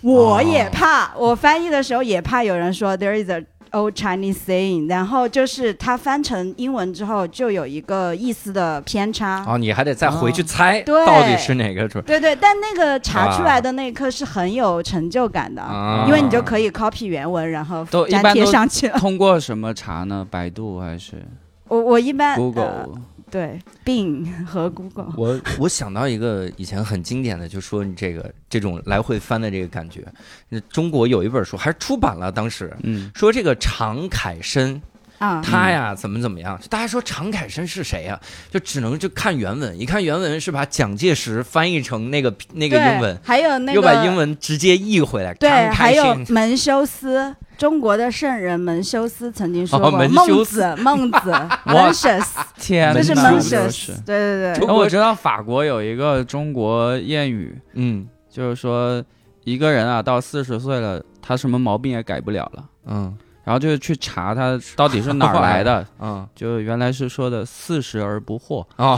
Speaker 5: 我也怕，我翻译的时候也怕有人说 there is a old Chinese saying，然后就是它翻成英文之后就有一个意思的偏差。
Speaker 1: 哦，你还得再回去猜
Speaker 5: 啊对
Speaker 1: 到底是哪个准
Speaker 5: 对对，但那个查出来的那一刻是很有成就感的，
Speaker 1: 啊
Speaker 5: 因为你就可以 copy 原文，然后
Speaker 6: 都一
Speaker 5: 粘
Speaker 6: 般
Speaker 5: 贴
Speaker 6: 都
Speaker 5: 上去
Speaker 6: (laughs)
Speaker 5: 了。
Speaker 6: 通过什么查呢？百度还是
Speaker 5: (laughs) 我我一般呃
Speaker 6: Google？
Speaker 5: 对 Bing 和
Speaker 1: (laughs)
Speaker 5: Google，
Speaker 1: 我我想到一个以前很经典的，就说你这个这种来回翻的这个感觉。那中国有一本书还是出版了，当时
Speaker 6: 嗯，
Speaker 1: 说这个常凯申
Speaker 5: 啊，
Speaker 1: 他呀怎么怎么样，大家说常凯申是谁呀、就只能就看原文，一看原文是把蒋介石翻译成那个那
Speaker 5: 那
Speaker 1: 个英文，
Speaker 5: 还有那个
Speaker 1: 又把英文直接译回来。
Speaker 5: 对，
Speaker 1: 常凯
Speaker 5: 还有
Speaker 1: 申
Speaker 5: 门修斯。中国的圣人门修斯曾经说过：“
Speaker 1: 哦门
Speaker 5: 孟
Speaker 1: 修
Speaker 5: 子，
Speaker 1: (laughs)
Speaker 5: 孟子，Mencius，
Speaker 6: 天
Speaker 5: 这是
Speaker 1: 门
Speaker 6: 哪，
Speaker 1: 修斯
Speaker 5: Mencius
Speaker 6: 是。。
Speaker 5: 对对对，
Speaker 1: 中
Speaker 6: 那
Speaker 1: 国
Speaker 6: 我知道法国有一个中国谚语，
Speaker 1: 嗯
Speaker 6: 就是说一个人啊，到四十岁了，他什么毛病也改不了了，
Speaker 1: 嗯
Speaker 6: 然后就是去查他到底是哪儿来 (laughs) 的，
Speaker 1: 嗯
Speaker 6: 就原来是说的四十而不惑，
Speaker 1: 哦，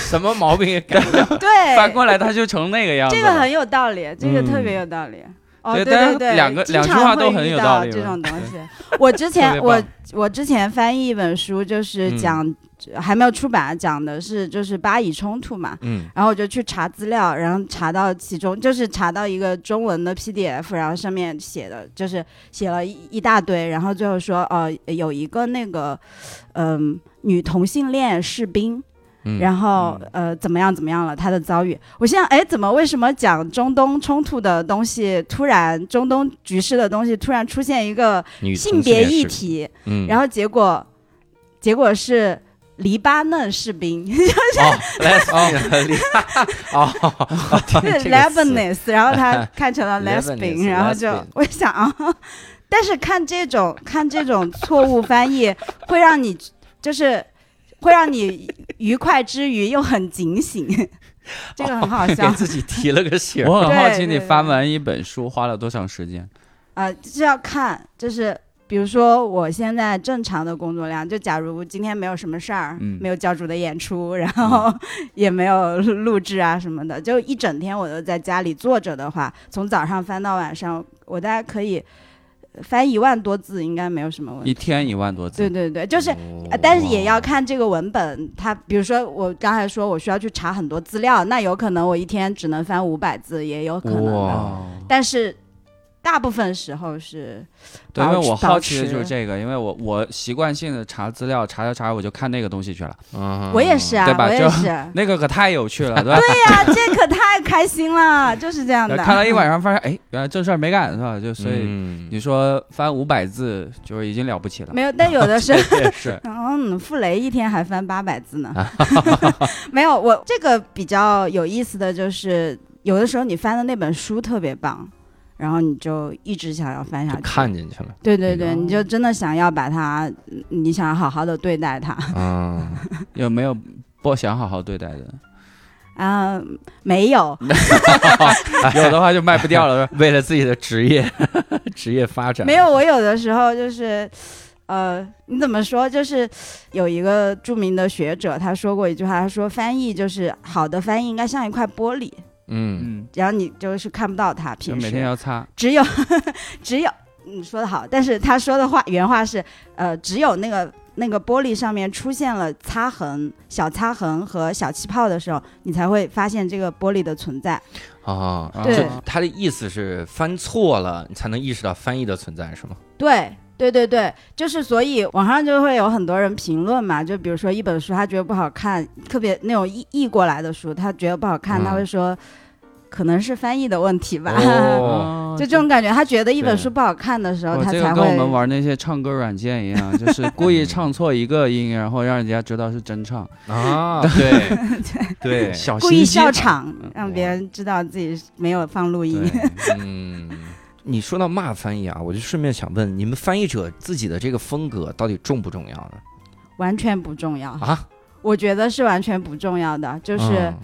Speaker 1: 什么毛病也改不了。
Speaker 6: 反
Speaker 5: 对，
Speaker 6: 过来他就成那哎个样子
Speaker 5: 这
Speaker 6: 了。
Speaker 5: 个
Speaker 6: (laughs)
Speaker 5: 很有道理，这个特别
Speaker 1: 嗯
Speaker 5: 有道理。哦，
Speaker 6: 对
Speaker 5: 对
Speaker 6: 但
Speaker 5: 对
Speaker 6: 是
Speaker 5: 对，
Speaker 6: 两个
Speaker 5: 经
Speaker 6: 两句
Speaker 5: 常
Speaker 6: 话都
Speaker 5: 会
Speaker 6: 很
Speaker 5: 遇
Speaker 6: 有
Speaker 5: 到
Speaker 6: 道理
Speaker 5: 这
Speaker 6: 吧
Speaker 5: 种东
Speaker 6: (laughs)
Speaker 5: 西。我之前
Speaker 6: 特别棒
Speaker 5: 我我之前翻译一本书，就是
Speaker 1: 嗯
Speaker 5: 讲、还没有出版，讲的是就是巴以冲突嘛。
Speaker 1: 嗯
Speaker 5: 然后我就去查资料，然后查到其中就是查到一个中文的 PDF，然后上面写的就是写了一一大堆，然后最后说呃有一个那个嗯、女同性恋士兵，
Speaker 1: 嗯，
Speaker 5: 然后呃怎么样怎么样了她的遭遇。我现在哎怎么为什么讲中东冲突的东西，突然中东局势的东西突然出现一个
Speaker 1: 女
Speaker 5: 性
Speaker 1: 同
Speaker 5: 别
Speaker 1: 也
Speaker 5: 议
Speaker 1: 是，
Speaker 5: 题，
Speaker 1: 嗯，
Speaker 5: 然后结果结果是黎巴嫩
Speaker 1: (laughs)
Speaker 5: 士兵。
Speaker 1: 哦，来
Speaker 6: (laughs)
Speaker 1: 哦，厉害哦，这
Speaker 5: 是
Speaker 1: 个词
Speaker 5: Lebanese，然后他看成了
Speaker 1: (laughs) Lebanese，
Speaker 5: lesbian，然后就
Speaker 1: lesbian
Speaker 5: 我想啊，但是看这种看这种错误翻译， (laughs) 会让你就是会让你愉快之余又很警醒， (laughs) 这个很好
Speaker 1: 给 (laughs)
Speaker 5: 笑。
Speaker 1: 自己提了个醒儿。
Speaker 6: 我很好奇
Speaker 5: 对对
Speaker 6: 你翻完一本书花了多长时间？
Speaker 5: 呃，就是要看，就是比如说我现在正常的工作量，就假如今天没有什么事儿，
Speaker 6: 嗯
Speaker 5: 没有教主的演出，然后 (laughs) 也没有录制啊什么的，就一整天我都在家里坐着的话，从早上翻到晚上，我大概可以翻一万多字，应该没有什么问题。
Speaker 6: 一天一万多字
Speaker 5: 对，对对，就是
Speaker 1: 哦
Speaker 5: 呃，但是也要看这个文本，它比如说我刚才说我需要去查很多资料，那有可能我一天只能翻五百字，也有可能啊的。
Speaker 1: 哇，
Speaker 5: 但是大部分时候是
Speaker 6: 对，因
Speaker 5: 保
Speaker 6: 为
Speaker 5: 持
Speaker 6: 我好奇的就
Speaker 5: 保
Speaker 6: 是
Speaker 5: 持
Speaker 6: 这个，因为我我习惯性的查资料，查着查着我就看那个东西去了，
Speaker 1: 嗯
Speaker 5: 我也是啊， (laughs)
Speaker 6: 对吧
Speaker 5: 我也。
Speaker 6: 就是那个可太有趣
Speaker 5: (laughs)
Speaker 6: 了，对吧？
Speaker 5: 对呀、这可太开心了，就是这样的。
Speaker 6: 看了一晚上，发现哎，原来这事儿没干是吧？就所以
Speaker 1: 嗯
Speaker 6: 你说翻五百字就是已经了不起了，
Speaker 5: 没有，但有的是，
Speaker 6: (laughs) 也是
Speaker 5: 嗯，傅雷一天还翻八百字呢。
Speaker 6: (laughs)
Speaker 5: (laughs) 没有，我这个比较有意思的就是，有的时候你翻的那本书特别棒，然后你就一直想要翻下
Speaker 1: 就
Speaker 5: 去。
Speaker 1: 看进去了，
Speaker 5: 对对对，
Speaker 6: 嗯
Speaker 5: 你就真的想要把它，嗯你想要好好的对待它。
Speaker 1: 嗯，
Speaker 6: 有没有不想好好对待的？
Speaker 5: 啊、没有，
Speaker 6: 有的话就卖不掉了，是吧
Speaker 1: 为了自己的职业 (laughs) 职业发展，
Speaker 5: 没有，我有的时候就是，呃，你怎么说？就是有一个著名的学者，他说过一句话，他说翻译就是好的翻译应该像一块玻璃，
Speaker 1: 嗯，
Speaker 6: 嗯，
Speaker 5: 然后你就是看不到它，
Speaker 6: 就
Speaker 5: 平
Speaker 6: 每天
Speaker 5: 时
Speaker 6: 要擦，
Speaker 5: 只有 (laughs) 只有你说的好，但是他说的话原话是，呃，只有那个。那个玻璃上面出现了擦痕、小擦痕和小气泡的时候，你才会发现这个玻璃的存在。
Speaker 1: 哦，
Speaker 5: 对
Speaker 1: 就他的意思是翻错了，你才能意识到翻译的存在，是吗？
Speaker 5: 对对对对，就是所以网上就会有很多人评论嘛，就比如说一本书他觉得不好看，特别那种译译过来的书，他觉得不好看，
Speaker 1: 嗯
Speaker 5: 他会说可能是翻译的问题吧。
Speaker 1: 哦，
Speaker 5: (laughs) 就这种感觉，他觉得一本
Speaker 1: 对
Speaker 5: 书不好看的时候，
Speaker 6: 我
Speaker 5: 他
Speaker 6: 哦这个
Speaker 5: 才
Speaker 6: 跟我们
Speaker 5: 会。
Speaker 6: 玩那些唱歌软件一样，就是故
Speaker 1: 嗯
Speaker 6: 意唱错一个音，然后让人家知道是真唱。
Speaker 1: (laughs) 啊，对对，
Speaker 6: 小
Speaker 5: 故意
Speaker 6: 心机
Speaker 5: 笑场，让
Speaker 1: 哇
Speaker 5: 别人知道自己没有放录音。
Speaker 6: 对
Speaker 1: 嗯，你说到骂翻译啊，我就顺便想问，你们翻译者自己的这个风格到底重不重要呢？
Speaker 5: (laughs) 完全不重要
Speaker 1: 啊，
Speaker 5: 我觉得是完全不重要的。就是、
Speaker 1: 嗯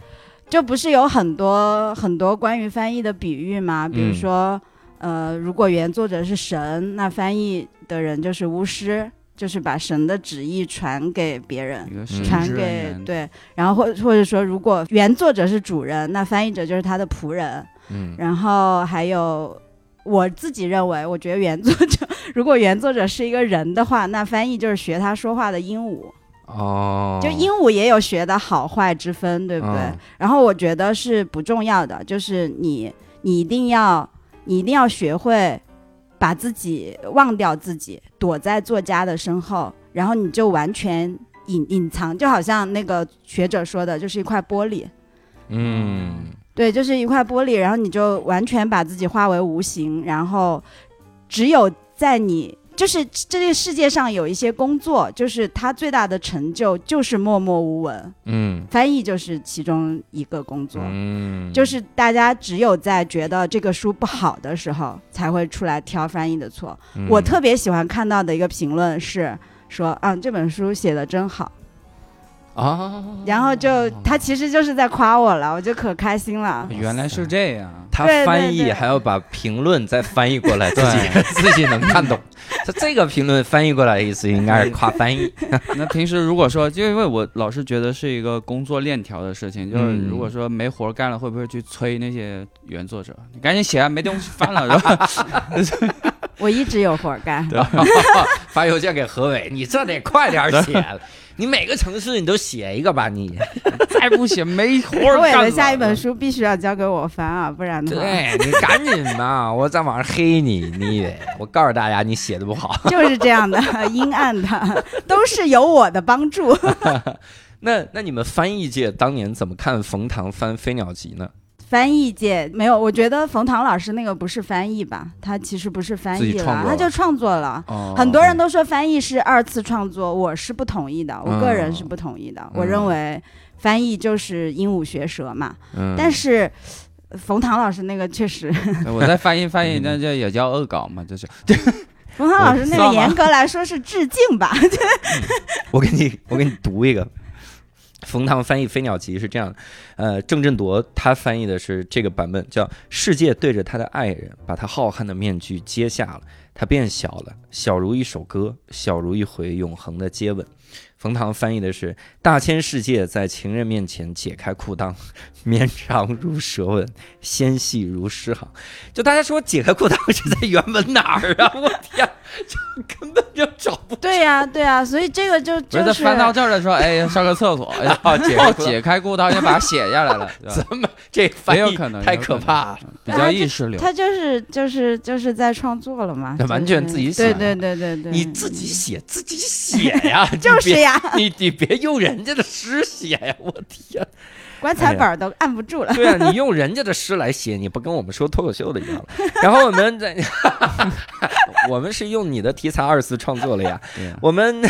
Speaker 5: 就不是有很多很多关于翻译的比喻嘛？
Speaker 6: 嗯
Speaker 5: 比如说，呃，如果原作者是神，那翻译的人就是巫师，就是把神的旨意传给别人
Speaker 6: 一。个嗯神
Speaker 5: 传
Speaker 6: 职人
Speaker 5: 给
Speaker 6: 员，
Speaker 5: 对，然后或或者说，如果原作者是主人，那翻译者就是他的仆人。
Speaker 1: 嗯
Speaker 5: 然后还有我自己认为，我觉得原作者 (laughs) 如果原作者是一个人的话，那翻译就是学他说话的鹦鹉。
Speaker 1: 哦，
Speaker 5: 就鹦鹉也有学的好坏之分，对不对？
Speaker 1: 嗯
Speaker 5: 然后我觉得是不重要的，就是你你一定要你一定要学会把自己忘掉自己，躲在作家的身后，然后你就完全隐隐藏，就好像那个学者说的，就是一块玻璃。
Speaker 1: 嗯
Speaker 5: 对，就是一块玻璃，然后你就完全把自己化为无形，然后只有在你就是这个世界上有一些工作，就是他最大的成就就是默默无闻，
Speaker 1: 嗯
Speaker 5: 翻译就是其中一个工作，
Speaker 1: 嗯，
Speaker 5: 就是大家只有在觉得这个书不好的时候，才会出来挑翻译的错。
Speaker 1: 嗯
Speaker 5: 我特别喜欢看到的一个评论是说，啊，这本书写的真好。
Speaker 1: 啊，
Speaker 5: 然后就他其实就是在夸我了，我就可开心了。
Speaker 1: 哎
Speaker 6: 原来是这样。
Speaker 1: 他
Speaker 5: 对对
Speaker 1: 翻译
Speaker 5: 对
Speaker 1: 还要把评论再翻译过 (laughs) 来，自己
Speaker 6: 对
Speaker 1: 自己能看懂。他这个评论翻译过来的意思应该是夸翻译，
Speaker 6: 那平时如果说，就因为我老是觉得是一个工作链条的事情，就是
Speaker 1: 嗯
Speaker 6: 如果说没活儿干了，会不会去催那些原作者？你赶紧写啊，没东西翻了，然后
Speaker 5: 我一直有活儿干。
Speaker 1: (laughs) 发邮件给何伟，你这得快点儿写了，你每个城市你都写一个吧，你
Speaker 6: 再不写没活儿
Speaker 5: 我伟
Speaker 6: 干
Speaker 5: 的
Speaker 6: 了。
Speaker 5: 下一本书必须要交给我翻啊，不然的话
Speaker 1: 对你赶紧吧，我在网上黑你，你以为我告诉大家你写的不
Speaker 5: (laughs)
Speaker 1: 好？
Speaker 5: 就是这样的阴暗的，都是有我的帮助。
Speaker 1: 那那你们翻译界当年怎么看冯唐翻《飞鸟集》呢？
Speaker 5: 翻译界没有，我觉得冯唐老师那个不是翻译吧？他其实不是翻
Speaker 1: 自己
Speaker 5: 译
Speaker 1: 创
Speaker 5: 了，
Speaker 1: 作
Speaker 5: 他就创作了。
Speaker 6: 哦
Speaker 5: 很多人都说翻译是二次创作，我是不同意的，我
Speaker 1: 嗯
Speaker 5: 个人是不同意的。我认为翻译就是鹦鹉学舌嘛，
Speaker 1: 嗯
Speaker 5: 但是呃冯唐老师那个确实， (laughs)
Speaker 6: 我再翻译翻译，那这也叫恶搞嘛，就是
Speaker 5: 冯唐老师那个
Speaker 6: 我知道吗
Speaker 5: 严格来说是致敬
Speaker 1: (laughs)
Speaker 5: 吧？
Speaker 1: 我给你，我给你读一个。冯唐翻译《飞鸟集》是这样的，呃，郑振铎他翻译的是这个版本，叫“世界对着他的爱人，把他浩瀚的面具揭下了，他变小了，小如一首歌，小如一回永恒的接吻。”冯唐翻译的是“大千世界在情人面前解开裤裆， (laughs) 绵长如舌吻，纤细如诗行。”就大家说解开裤裆是在原文哪儿啊？我天，就根本就找不
Speaker 5: 对呀、对呀、所以这个就就
Speaker 6: 不是他
Speaker 5: 是
Speaker 6: 翻到这儿的时候，哎，上个厕所，哎呀，
Speaker 1: 到解
Speaker 6: (laughs) 哦，
Speaker 1: 开裤裆
Speaker 6: 解开裤裆就把它写下来了，对吧
Speaker 1: 怎么 (laughs) 这翻
Speaker 6: 也
Speaker 1: 译
Speaker 6: 有可能
Speaker 1: 太
Speaker 6: 有可
Speaker 1: 可嗯
Speaker 6: 能
Speaker 1: 怕了？
Speaker 6: 比较意识流。
Speaker 5: 他就是就是就是在创作了嘛，
Speaker 1: 他
Speaker 5: 就是
Speaker 1: 完全自己写
Speaker 5: 对对对对对，
Speaker 1: 你自己写自己写呀，你
Speaker 5: (laughs) 就是
Speaker 1: 别
Speaker 5: 呀，
Speaker 1: 你你别用人家的诗写呀！我天，
Speaker 5: 棺材板儿都按不住了。
Speaker 1: (laughs) 对啊，你用人家的诗来写，你不跟我们说脱口秀的一样了。然后我们在， (laughs) 我们是用你的题材二次创作了
Speaker 5: (laughs)
Speaker 1: 呀。
Speaker 6: 对啊
Speaker 1: 我们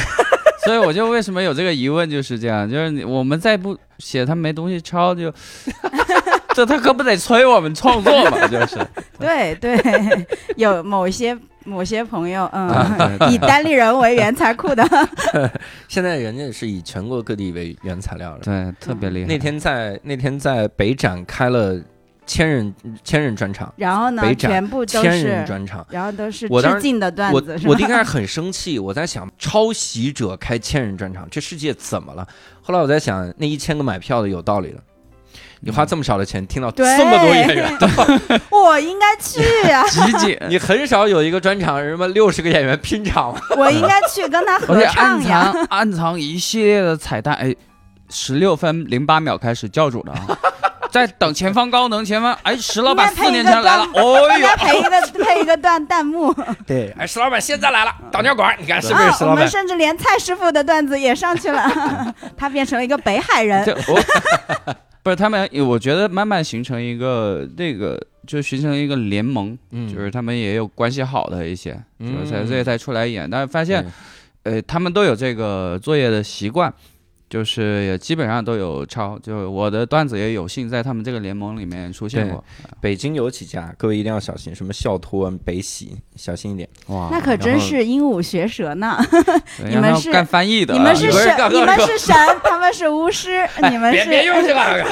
Speaker 6: 所以我就为什么有这个疑问，就是这样，就是你我们再不写，他没东西抄，就 (laughs) 这他可不得催我们创作
Speaker 1: (laughs)
Speaker 6: 嘛，就是。
Speaker 5: 对对，有某些 (laughs) 某些朋友，
Speaker 1: 啊
Speaker 5: 嗯，
Speaker 6: 对对
Speaker 5: 以单立人为原材
Speaker 1: (laughs)
Speaker 5: 库的，
Speaker 1: 现在人家是以全国各地为原材料了。
Speaker 6: 对，特别厉害。
Speaker 1: 那天在那天在北展开了千人千人专场，
Speaker 5: 然后呢，
Speaker 1: 北展
Speaker 5: 全部都
Speaker 1: 千人
Speaker 5: 是，
Speaker 1: 专场。
Speaker 5: 然后都是
Speaker 1: 我当时
Speaker 5: 致敬的段
Speaker 1: 我
Speaker 5: 子，是
Speaker 1: 我
Speaker 5: 吧
Speaker 1: 一？开始很生气，我在想抄袭者开千人专场，这世界怎么了？后来我在想，那一千个买票的有道理了。你
Speaker 4: 嗯
Speaker 1: 花这么少的钱，听到
Speaker 5: 对
Speaker 1: 这么多演员，
Speaker 5: (laughs) 我应该去
Speaker 1: (laughs)
Speaker 5: 啊，
Speaker 6: 集锦，
Speaker 1: 你很少有一个专场什么六十个演员拼场嘛？
Speaker 5: 我应该去跟他
Speaker 6: 而
Speaker 5: 合
Speaker 6: 且暗
Speaker 5: 唱
Speaker 6: 藏
Speaker 5: 呀。
Speaker 6: 暗藏一系列的彩蛋，哎，十六分零八秒开始教主了
Speaker 1: (laughs)
Speaker 6: 啊，在等前方高能，前方哎，石老板
Speaker 5: 应该配一
Speaker 6: 四年
Speaker 5: 个
Speaker 6: 前来了，哦
Speaker 5: 应
Speaker 6: 呦
Speaker 5: 该，配一个 (laughs) 配一个段弹幕，
Speaker 1: 对， (laughs) 哎，石老板现在来了，导尿管，你看是不是
Speaker 5: 啊，
Speaker 1: 石
Speaker 5: 我
Speaker 1: 老板
Speaker 5: 们？甚至连蔡师傅的段子也上去
Speaker 1: (laughs)
Speaker 5: 了，他变成了一个北海人。
Speaker 6: 这我 (laughs) 不是他们，我觉得慢慢形成一个这个，就形成一个联盟，
Speaker 1: 嗯
Speaker 6: 就是他们也有关系好的一些，
Speaker 1: 嗯
Speaker 6: 就是才所以才出来演，但是发
Speaker 1: 对
Speaker 6: 现呃，他们都有这个作业的习惯。就是也基本上都有抄，就我的段子也有幸在他们这个联盟里面出现过。
Speaker 4: 北京有几家，各位一定要小心，什么校托、北喜，小心一点。
Speaker 6: 哇
Speaker 5: 那可真
Speaker 4: 然后
Speaker 5: 是鹦鹉学舌呢。
Speaker 1: (laughs)
Speaker 6: 对
Speaker 5: 你
Speaker 6: 让
Speaker 5: 们
Speaker 6: 他
Speaker 5: 是
Speaker 6: 干翻译的啊，
Speaker 5: 你们是
Speaker 1: 不是
Speaker 5: 神，
Speaker 1: 刚
Speaker 5: 你
Speaker 1: 刚
Speaker 5: 们
Speaker 1: 说
Speaker 5: 是神，他们是巫师，你们
Speaker 1: 哎别别
Speaker 5: 是
Speaker 1: 用这个，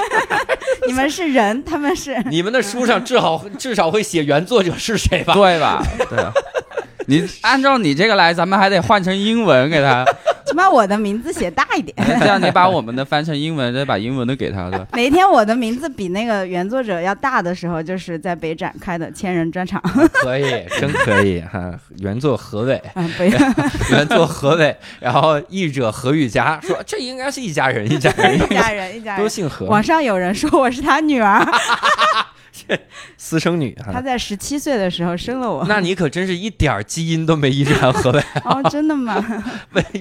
Speaker 5: (laughs) 你们是人，他们是
Speaker 1: 你们的书上至少 (laughs) 至少会写原作者是谁吧？
Speaker 6: 对吧？
Speaker 1: (laughs)
Speaker 6: 对啊， (laughs) 你按照你这个来，咱们还得换成英文给他，
Speaker 5: (laughs)
Speaker 6: (laughs)
Speaker 5: 起码我的名字写大一 (laughs) 点。
Speaker 6: 这样你把我们的翻成英文，再把英文的给他，对吧？
Speaker 5: 哪一天我的名字比那个原作者要大的时候，就是在北展开的千人专 (laughs) 场。
Speaker 1: 可以，
Speaker 4: 真可以哈，原作何伟，
Speaker 5: 嗯，不要，
Speaker 1: 原作何伟， (laughs) 然后译者何玉佳说这应该是一家
Speaker 5: (laughs)
Speaker 1: 人，一家人。
Speaker 5: 一家人，一家
Speaker 4: 都
Speaker 5: 人。
Speaker 4: 姓何
Speaker 5: 网，上有人说我是他女儿，
Speaker 4: 私生女
Speaker 5: 他
Speaker 4: 哈。
Speaker 5: 在十七岁的时候生 (laughs) 了我。
Speaker 1: 那你可真是一点儿基因都没遗传，何伟 (laughs)
Speaker 5: 哦，真的吗？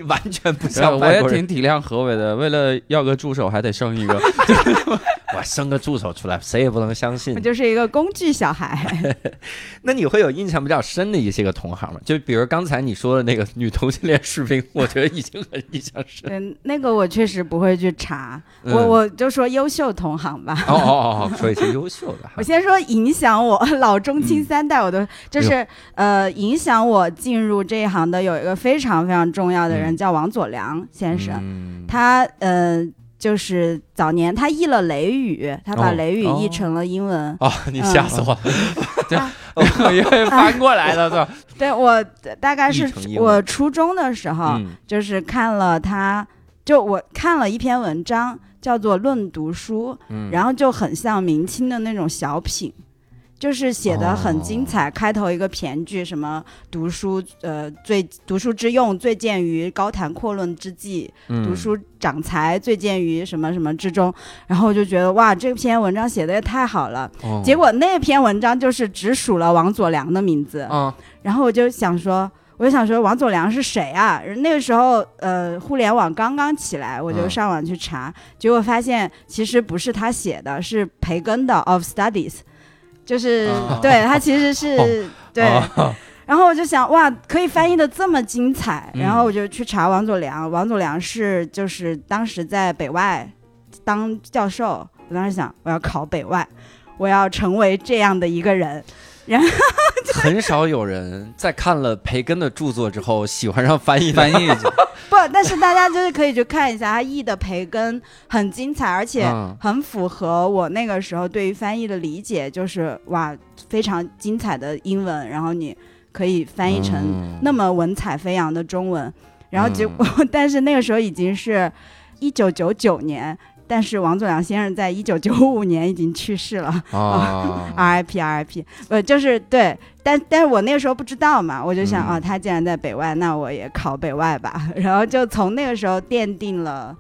Speaker 1: 完全不 (laughs)
Speaker 6: 对
Speaker 1: 像
Speaker 6: 我
Speaker 1: 外
Speaker 6: 也
Speaker 1: 国人。
Speaker 6: 挺体谅何伟的，为了要个助手还得生
Speaker 1: (laughs)
Speaker 6: 一个。
Speaker 4: 我生个助手出来，谁也不能相信
Speaker 5: 我。就是一个工具小孩。
Speaker 4: 那你会有印象比较深的一些个同
Speaker 1: 同行嘛，就比如刚才你说的那个女同性恋士
Speaker 5: (laughs)
Speaker 1: 兵，我觉得已经很印象深。
Speaker 5: 对，嗯那个我确实不会去查，
Speaker 1: 嗯
Speaker 5: 我我就说优秀同行吧。
Speaker 1: 哦哦哦，说一些优秀的哈
Speaker 5: 我。先说影响我 (laughs) 老中
Speaker 4: 嗯
Speaker 5: 青三代，我都
Speaker 4: 哎
Speaker 5: 就是、呃影响我进入这一行的有一个非常非常重要的
Speaker 4: 嗯
Speaker 5: 人，叫王佐良先生，
Speaker 1: 嗯，
Speaker 5: 他呃就是早年他译了《雷雨》，他把
Speaker 1: 哦
Speaker 5: 《雷雨》
Speaker 1: 哦
Speaker 5: 译成了英文。啊
Speaker 1: 哦，你吓死我
Speaker 5: 嗯
Speaker 1: 了！
Speaker 6: 因为翻过来的，对吧？
Speaker 5: 对我大概是
Speaker 4: 哎译成英文
Speaker 5: 我初中的时候，
Speaker 4: 嗯
Speaker 5: 就是看了他，就我看了一篇文章，叫做《论读书》，
Speaker 4: 嗯
Speaker 5: 然后就很像明清的那种小品，就是写的很精彩。开头一个骈句，什么读书，呃，最读书之用，最见于高谈阔论之际；
Speaker 1: 嗯
Speaker 5: 读书长才，最见于什么什么之中。然后我就觉得哇，这篇文章写的也太好了。
Speaker 1: 哦
Speaker 5: 结果那篇文章就是只数了王佐良的名字。
Speaker 1: 啊，
Speaker 5: 然后我就想说，我就想说王佐良是谁啊？那个时候，呃，互联网刚刚起来，我就
Speaker 1: 嗯
Speaker 5: 上网去查，结果发现其实不是他写的，是培根的《Of Studies》，就是、
Speaker 1: 嗯
Speaker 6: 哦
Speaker 5: 对他其实是、
Speaker 1: 哦
Speaker 5: 对。然后我就想，哇，可以翻译的这么精彩。
Speaker 1: 嗯
Speaker 5: 然后我就去查王佐良，王佐良是就是当时在北外当教授。我当时想，我要考北外，我要成为这样的一个人。
Speaker 1: 很少有人在看了培根的著作之后喜欢上翻译的
Speaker 6: (laughs) 翻译一下，
Speaker 5: 不，但是大家就是可以去看一下，他 E 译的培根很精彩，而且
Speaker 1: 嗯
Speaker 5: 很符合我那个时候对于翻译的理解，就是哇，非常精彩的英文，然后你可以翻译成
Speaker 1: 嗯
Speaker 5: 那么文采飞扬的中文，然后结果， (laughs) 但是那个时候已经是一九九九年。但是王佐良先生在一九九五年已经去世了、
Speaker 1: 啊
Speaker 5: r i p RIP，呃，就是对，但但是我那个时候不知道嘛，我就想
Speaker 1: 嗯
Speaker 5: 啊，他既然在北外，那我也考北外吧。 (laughs) 然后就从那个时候奠定了，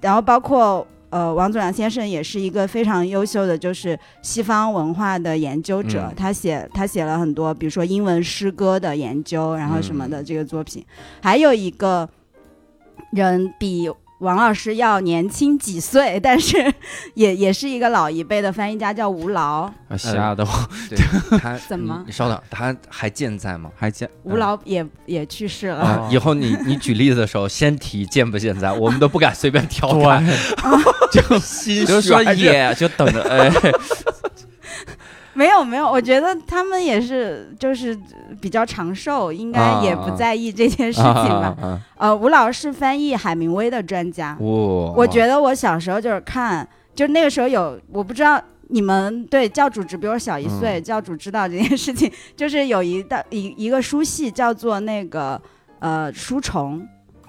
Speaker 5: 然后包括呃，王祖良先生也是一个非常优秀的，就是西方文化的研究者，
Speaker 1: 嗯
Speaker 5: 他写他写了很多，比如说英文诗歌的研究，然后什么的
Speaker 1: 嗯
Speaker 5: 这个作品。还有一个人比。王老师要年轻几岁，但是 (laughs) 也也是一个老一辈的翻译家，叫吴劳。
Speaker 6: 啊吓得我
Speaker 1: 他
Speaker 5: 怎么
Speaker 1: 你稍等，他还健在吗？
Speaker 6: 还见
Speaker 5: 吴劳也、也去世了。
Speaker 1: (laughs) 啊，以后你你举例子的时候，先提健不健在，我们都不敢随便
Speaker 6: (laughs)
Speaker 1: 调侃，就心
Speaker 6: 嗯就说
Speaker 1: 虚
Speaker 6: 也就等着， (laughs) 哎，
Speaker 5: 没有没有，我觉得他们也是就是比较长寿，应该也不在意这件事情 (laughs) 吧。
Speaker 1: 啊
Speaker 5: 呃，吴老师翻译海明威的专家，
Speaker 1: 我
Speaker 5: 我觉得我小时候就是看，就那个时候有，我不知道你们对教主只比我小一岁，教主知道这件事情，就是有一道一一个书系叫做那个呃书虫，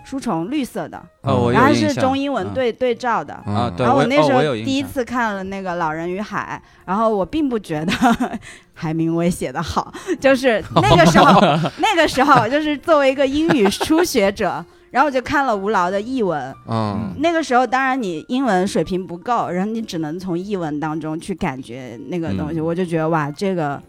Speaker 5: 书虫绿色的，
Speaker 1: 啊
Speaker 6: 哦我有
Speaker 5: 然后
Speaker 6: 印
Speaker 5: 是
Speaker 6: 象
Speaker 5: 中英文
Speaker 6: 嗯
Speaker 5: 对、对照的，
Speaker 1: 嗯
Speaker 6: 啊，对，
Speaker 5: 然后
Speaker 6: 我
Speaker 5: 我那时
Speaker 6: 哦
Speaker 5: 候
Speaker 6: 我有印
Speaker 5: 第一
Speaker 6: 象
Speaker 5: 次看了那个《老人与海》，然后我并不觉得 (laughs) 海明威写的好，
Speaker 6: (laughs)
Speaker 5: 就是那个时候，那个时候就是作为一个英语初学者，然后我就看了吴劳的译文。
Speaker 1: 嗯
Speaker 5: 那个时候，当然你英文水平不够，然后你只能从译文当中去感觉那个东西。
Speaker 1: 嗯
Speaker 5: 我就觉得哇，这个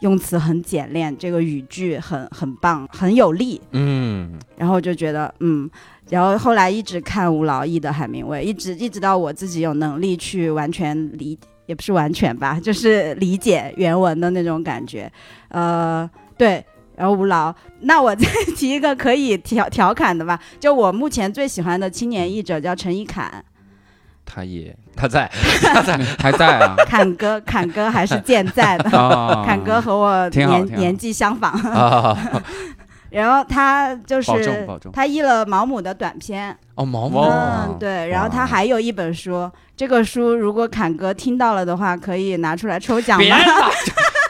Speaker 5: 用词很简练，这个语句很很棒，很有力。
Speaker 1: 嗯，
Speaker 5: 然后我就觉得嗯，然后后来一直看吴劳义的海明威，一直一直到我自己有能力去完全理，也 (laughs) 不是完全吧，就是理解原文的那种感觉，呃，对。然后无劳，那我再提一个可以调调侃的吧，就我目前最喜欢的青年译者叫陈一侃， (laughs)
Speaker 1: 他也他在，
Speaker 6: (laughs) 还在啊，
Speaker 5: 侃哥，侃哥还是健在的
Speaker 6: (laughs) 啊，
Speaker 5: 侃哥和我
Speaker 6: 挺好
Speaker 5: 年
Speaker 6: 挺好
Speaker 5: 年纪相仿，
Speaker 1: 啊，
Speaker 5: (laughs) 然后他就
Speaker 6: 保重
Speaker 5: 是
Speaker 6: 保重
Speaker 5: 他译了毛姆的短篇，
Speaker 1: 哦，毛
Speaker 6: 哦
Speaker 1: 毛
Speaker 5: 嗯，对，然后他还有一本书，这个书如果侃哥听到了的话，可以拿出来抽奖
Speaker 1: 别
Speaker 5: 吗？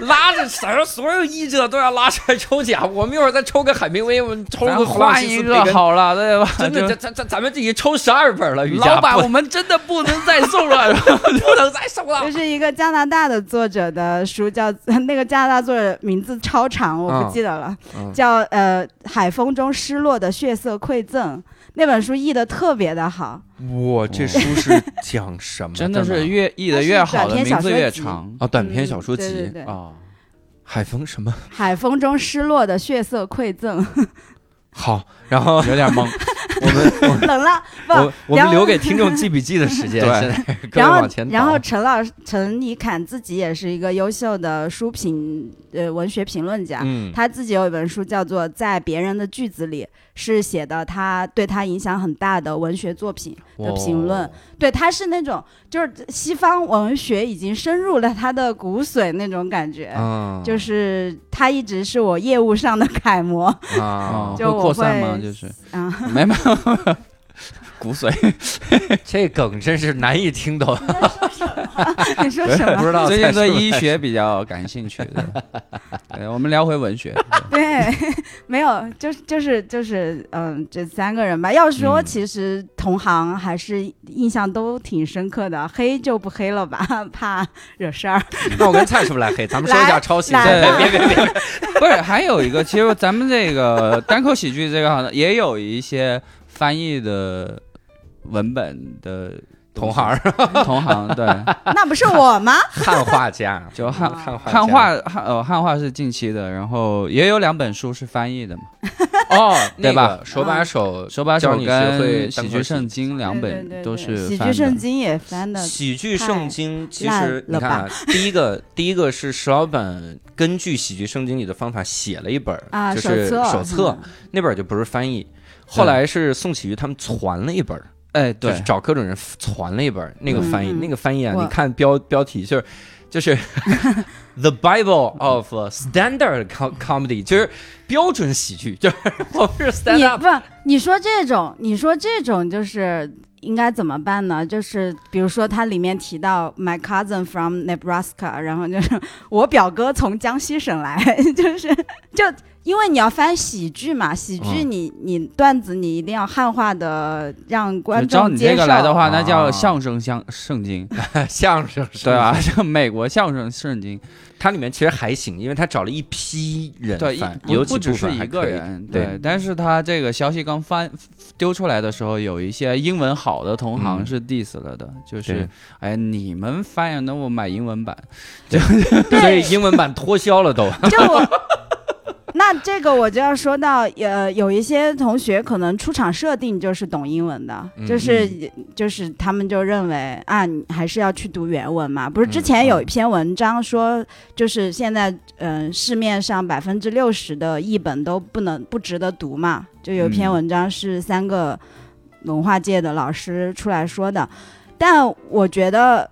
Speaker 1: 拉拉着 (laughs) 所有所有译者都要拉出来抽奖，我们一会儿再抽个海明威，我们抽
Speaker 6: 咱
Speaker 1: 个弗朗
Speaker 6: 换
Speaker 1: 西
Speaker 6: 一
Speaker 1: 斯
Speaker 6: 个
Speaker 1: 培根
Speaker 6: 好了，对 (laughs) 吧？
Speaker 1: 真的，
Speaker 6: 就
Speaker 1: 咱咱咱咱们已经抽十二本了，瑜伽
Speaker 6: 老板，
Speaker 1: 不
Speaker 6: 我们真的不能再送了。
Speaker 1: 不能再送了
Speaker 5: (laughs) 就。是一个加拿大的作者的书，叫 (laughs) 那个加拿大作者名字超长，我
Speaker 1: 嗯
Speaker 5: 不记得了，
Speaker 1: 嗯
Speaker 5: 叫呃《海风中失落的血色馈赠》那本书译的特别的好，
Speaker 1: 哇，这书是讲什么啊
Speaker 6: (laughs) 真的是
Speaker 1: 吗
Speaker 6: 越译的越好的名字越 (laughs) 长
Speaker 1: 哦，短篇小说
Speaker 5: 嗯对对
Speaker 1: 集，
Speaker 5: 对
Speaker 6: 啊，
Speaker 1: 海风什么
Speaker 5: 海风中失落的血色馈赠， (laughs)
Speaker 1: 好？然后
Speaker 6: 有点懵。
Speaker 1: 我们
Speaker 5: 冷了
Speaker 1: 我
Speaker 5: 不？
Speaker 1: 我
Speaker 5: (laughs)
Speaker 1: 们
Speaker 5: 然后
Speaker 1: 留给听众记笔记的时间，
Speaker 6: 对
Speaker 1: 现在 (laughs) 各位
Speaker 5: 然后
Speaker 1: 往前，倒
Speaker 5: 然后陈老师陈以侃自己也是一个优秀的书评呃文学评论家，
Speaker 1: 嗯，
Speaker 5: 他自己有一本书叫做《在别人的句子里》，是写的他对他影响很大的文学作品的评论。
Speaker 1: 哦
Speaker 5: 对，他是那种就是西方文学已经深入了他的骨髓那种感觉。
Speaker 1: 嗯，
Speaker 5: 呃就是他一直是我业务上的楷模， (laughs)
Speaker 1: 啊
Speaker 6: 哦，
Speaker 5: 就
Speaker 6: 会
Speaker 5: 我
Speaker 6: 扩散
Speaker 5: 会
Speaker 6: 吗？就是
Speaker 5: 啊，
Speaker 1: (laughs)
Speaker 6: 没没没， (laughs) 骨髓。
Speaker 1: 这梗真是难以听懂。
Speaker 5: 你说什么？
Speaker 1: 知道
Speaker 6: 最近对医学比较感兴趣的。 (laughs) 对我们聊回文学。
Speaker 5: (laughs) 对，没有，就是就是就是，嗯，这三个人吧。要说
Speaker 1: 嗯
Speaker 5: 其实同行还是印象都挺深刻的，黑就不黑了吧， (laughs) 怕惹事
Speaker 1: (laughs)
Speaker 5: 儿。
Speaker 1: 那我跟蔡师傅来黑，咱们说一下抄袭。
Speaker 5: 来
Speaker 1: 对
Speaker 6: 来吧
Speaker 1: 别别别别，
Speaker 6: 不是，还有一个，其实咱们这个单口喜剧这个行当也有一些翻译的文本的
Speaker 1: 同行儿
Speaker 6: 同行，对，
Speaker 5: 那不是我吗？
Speaker 1: 汉化家，嗯
Speaker 6: 就汉
Speaker 1: 汉化
Speaker 6: 汉
Speaker 1: 家
Speaker 6: 化汉呃汉化是近期的，然后也有两本书是翻译的嘛，
Speaker 1: 哦，
Speaker 6: 对吧
Speaker 1: 那个手把手
Speaker 6: 手把
Speaker 1: 教
Speaker 6: 手
Speaker 1: 你学会
Speaker 6: 跟
Speaker 1: 单
Speaker 6: 喜
Speaker 1: 口
Speaker 6: 剧圣经两
Speaker 5: 对对
Speaker 6: 本
Speaker 5: 对
Speaker 6: 都
Speaker 5: 对
Speaker 6: 是
Speaker 5: 喜
Speaker 6: 翻
Speaker 5: 剧
Speaker 6: 的
Speaker 5: 圣经也翻的，
Speaker 1: 喜剧圣经其
Speaker 5: 太
Speaker 1: 实你
Speaker 5: 烂了
Speaker 1: 看啊，第一个第一个是石老板根据喜剧圣经里的方法写了一本儿
Speaker 5: 啊
Speaker 1: 就是
Speaker 5: 手册
Speaker 1: 手册那本儿就不是翻译，后来是宋启瑜他们传了一本儿，
Speaker 6: 哎
Speaker 1: 就
Speaker 6: 对
Speaker 1: 是，找各种人传了一本儿那个翻译，
Speaker 5: 嗯嗯
Speaker 1: 那个翻译啊，
Speaker 5: 我
Speaker 1: 你看标标题就是就是 The Bible of Standard Com- Comedy，就是标准喜剧，就是我们是 Stand
Speaker 5: 你
Speaker 1: Up
Speaker 5: 不，你说这种，你说这种就是应该怎么办呢？就是比如说它里面提到 my cousin from Nebraska，然后就是 (laughs) 我表哥从江西省来，就是就因为你要翻喜剧嘛，喜剧
Speaker 1: 嗯
Speaker 5: 你、你段子你一定要汉化的让观
Speaker 6: 就照
Speaker 5: 众
Speaker 6: 你
Speaker 5: 接
Speaker 6: 这
Speaker 5: 受
Speaker 6: 个。来的话，那
Speaker 1: 啊
Speaker 6: 叫相声相圣经，
Speaker 1: (laughs) 相声，
Speaker 6: 对啊吧？？像美国相声圣经，
Speaker 1: 它里面其实还行，因为他找了一批人
Speaker 6: 对，一
Speaker 1: 翻，
Speaker 6: 不
Speaker 1: 有几
Speaker 6: 不只
Speaker 1: 部
Speaker 6: 是
Speaker 1: 分
Speaker 6: 一
Speaker 1: 还
Speaker 6: 个
Speaker 1: 可以。
Speaker 6: 人，
Speaker 1: 对
Speaker 6: 对。但是他这个消息刚翻丢出来的时候，有一些英文好的同行
Speaker 1: 嗯
Speaker 6: 是 diss 了的，就
Speaker 1: 对
Speaker 6: 是哎，你们翻译，那我买英文版。
Speaker 1: (laughs) 所以英文版脱销了都。
Speaker 5: 就我。那这个我就要说到，呃，有一些同学可能出场设定就是懂英文的，
Speaker 1: 嗯
Speaker 5: 就是就是他们就认为啊，你还是要去读原文嘛。不
Speaker 6: 嗯
Speaker 5: 是之前有一篇文章说，就是现在嗯、呃市面上百分之六十的译本都不能不值得读嘛，就有一篇
Speaker 1: 嗯
Speaker 5: 文章是三个文化界的老师出来说的，但我觉得。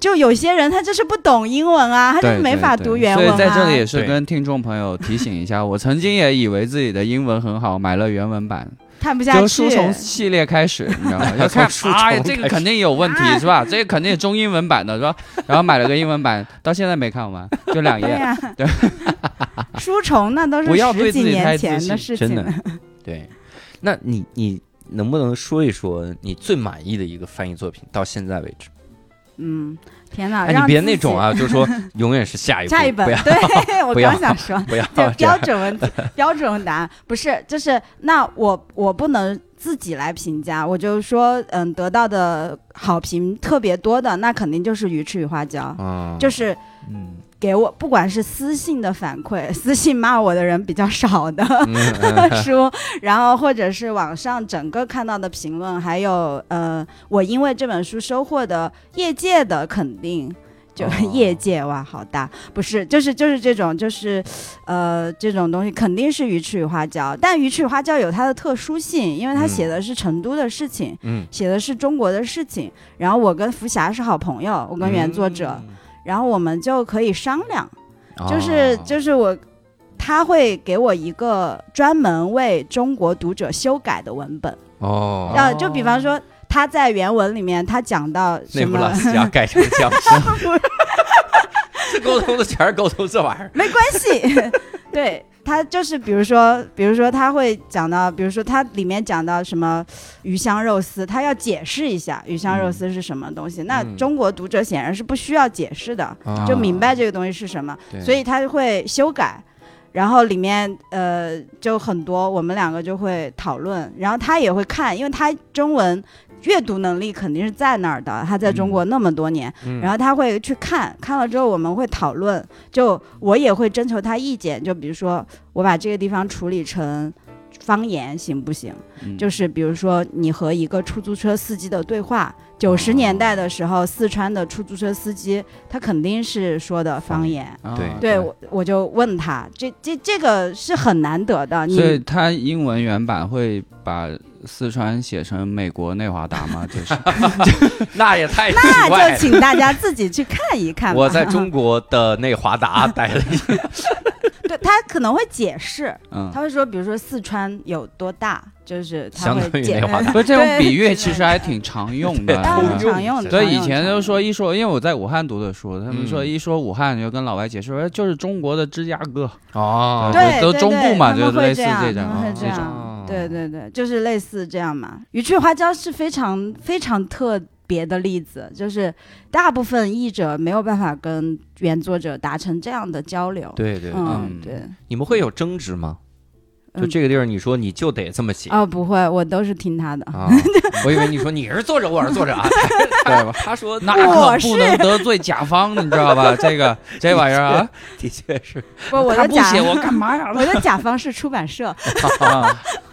Speaker 5: 就有些人他就是不懂英文啊， (laughs) 他就是
Speaker 6: 对
Speaker 5: 没
Speaker 6: 对
Speaker 5: 法
Speaker 6: 对
Speaker 5: 读原
Speaker 6: 所
Speaker 5: 文啊。
Speaker 6: 以在这里也是
Speaker 1: 对
Speaker 6: 跟听众朋友提醒一下，我曾经也以为自己的英文很好，买了原文版，
Speaker 5: 看不下去。
Speaker 6: 就书虫系列开始，你知
Speaker 1: (laughs)
Speaker 6: 道吗？就
Speaker 1: 从
Speaker 6: 看
Speaker 1: 书，虫
Speaker 6: 哎
Speaker 1: 开，
Speaker 6: 这
Speaker 1: 始
Speaker 6: 个肯定有问
Speaker 5: 啊
Speaker 6: 题是吧？这个肯定是中英文版的是吧？然后买了个英文版，到现在没看完，就两
Speaker 5: (laughs) 对
Speaker 6: 页。
Speaker 5: 呀、
Speaker 1: (laughs)
Speaker 6: 对
Speaker 5: (laughs) 书虫那都是
Speaker 6: 不要对
Speaker 5: 十几
Speaker 6: 自己
Speaker 5: 年
Speaker 6: 太自
Speaker 5: 前的
Speaker 6: 信
Speaker 5: 事
Speaker 1: 真
Speaker 5: 情
Speaker 1: 的
Speaker 5: 了。
Speaker 1: 对，那你你能不能说一说你最满意的一个翻译作品到现在为止？
Speaker 5: (laughs) 嗯，天哪，
Speaker 1: 哎，
Speaker 5: 让
Speaker 1: 你别
Speaker 5: 自
Speaker 1: 那种
Speaker 5: 己
Speaker 1: 啊，就是说永远是下一步，
Speaker 5: (laughs) 下一本
Speaker 1: 不要，
Speaker 5: 对我
Speaker 1: 不要
Speaker 5: 刚想说，
Speaker 1: (laughs) 不要
Speaker 5: 就
Speaker 1: 这
Speaker 5: 标
Speaker 1: 样。
Speaker 5: 准问题，标准答案不是，就是那我我不能自己来评价，我就说，嗯，得到的好评特别多的，那肯定就是《鱼翅与花椒》
Speaker 1: 嗯，
Speaker 5: 就是
Speaker 1: 嗯
Speaker 5: 给我不管是私信的反馈，私信骂我的人比较少的，
Speaker 1: 嗯
Speaker 5: 书，然后或者是网上整个看到的评论，还有呃，我因为这本书收获的业界的肯定。就
Speaker 1: 哦
Speaker 5: (laughs) 业界哇，好大，不是，就是就是这种，就是，呃，这种东西肯定是《鱼翅与花椒》，但《鱼翅与花椒》有它的特殊性，因为它
Speaker 1: 嗯
Speaker 5: 写的是成都的事情，
Speaker 1: 嗯，
Speaker 5: 写的是中国的事情。然后我跟福霞是好朋友，我跟原作
Speaker 1: 嗯
Speaker 5: 者，然后我们就可以商量，
Speaker 1: 哦
Speaker 5: 就是就是我，他会给我一个专门为中国读者修改的文本，
Speaker 1: 哦，
Speaker 5: 呃，就比方说。他在原文里面，他讲到什
Speaker 1: 内布
Speaker 5: 么
Speaker 1: 拉？斯加改成僵尸，这沟通的全是沟通这玩意儿。
Speaker 5: (laughs) 没关系， (laughs) 对他就是比如说，比如说他会讲到，比如说他里面讲到什么鱼香肉丝，他要解释一下鱼香肉丝是什么东西。那
Speaker 1: 嗯啊
Speaker 5: 中国读者显然是不需要解释的，就明白这个东西是什么，
Speaker 1: 对
Speaker 5: 所以他就会修改。然后里面呃就很多，我们两个就会讨论，然后他也会看，因为他中文阅读能力肯定是在那儿的，他在中国那么多年，
Speaker 1: 嗯
Speaker 5: 然后他会去看，看了之后我们会讨论，就我也会征求他意见，就比如说我把这个地方处理成方言行不行？
Speaker 6: 嗯
Speaker 5: 就是比如说你和一个出租车司机的对话，
Speaker 1: 哦
Speaker 5: 九十年代的时候，四川的出租车司机他肯定是说的方言。
Speaker 6: 啊
Speaker 1: 对
Speaker 5: 对我，我就问他，这这这个是很难得的。
Speaker 6: 所以 (laughs)
Speaker 5: 你
Speaker 6: 他英文原版会把四川写成美国内华达吗？就是 (laughs)
Speaker 1: 那也太奇怪
Speaker 5: 那就
Speaker 1: 了。
Speaker 5: 请大家自己去看一看吧。
Speaker 1: 我在中国的内华
Speaker 5: (laughs)
Speaker 1: 达待了一，
Speaker 5: 对他可能会解释，
Speaker 6: 嗯
Speaker 5: 他，会说，比如说四川有多大，就是他
Speaker 1: 相
Speaker 5: 会
Speaker 1: 当于
Speaker 5: 解
Speaker 1: 内
Speaker 5: (laughs)
Speaker 1: 华达
Speaker 6: 不。是这种
Speaker 5: 对
Speaker 6: 比喻其实还挺常用的啊
Speaker 1: 对
Speaker 5: 当然
Speaker 1: 通
Speaker 6: (laughs)
Speaker 1: 用
Speaker 5: 常用的。
Speaker 6: 所以以
Speaker 5: 常用
Speaker 6: 前
Speaker 5: 常
Speaker 6: 就
Speaker 5: 用
Speaker 6: 说一说，因为我在武汉读的书，他们说
Speaker 1: 嗯
Speaker 6: 一说武汉就跟老外解释说就是中国的芝加
Speaker 5: (laughs)
Speaker 6: 哥，
Speaker 1: 哦
Speaker 5: 对，
Speaker 6: 都
Speaker 5: 对
Speaker 6: 中部嘛
Speaker 5: 对他们
Speaker 6: 就
Speaker 5: 会
Speaker 6: 类似
Speaker 5: 样
Speaker 6: 这种
Speaker 5: 他们会
Speaker 6: 哦
Speaker 5: 这
Speaker 6: 这
Speaker 5: 样
Speaker 1: 种，
Speaker 5: 对对对，就是类似这样嘛。鱼翅花椒是非常非常特别的例子，就是大部分译者没有办法跟原作者达成这样的交流。
Speaker 1: 对对，
Speaker 5: 嗯，
Speaker 6: 嗯
Speaker 5: 对，
Speaker 1: 你们会有争执吗？
Speaker 5: 嗯
Speaker 1: 就这个地儿，你说你就得这么写
Speaker 5: 啊、不会，我都是听他的。
Speaker 1: 啊？我以为你说你是作者，我是作者
Speaker 5: (laughs)
Speaker 1: 啊。
Speaker 6: 对吧？
Speaker 1: 他说
Speaker 6: 那
Speaker 5: 我
Speaker 6: 可
Speaker 5: 是
Speaker 6: 不能得罪甲方，你知道吧？这
Speaker 5: (laughs)
Speaker 6: 个这玩意儿啊，
Speaker 1: 的确是，
Speaker 5: 不，我
Speaker 6: 他
Speaker 5: 的
Speaker 6: 不
Speaker 5: 甲
Speaker 6: 写
Speaker 5: (laughs)
Speaker 6: (laughs) 我干嘛呀？
Speaker 5: 我的甲方是出版社，
Speaker 6: 啊好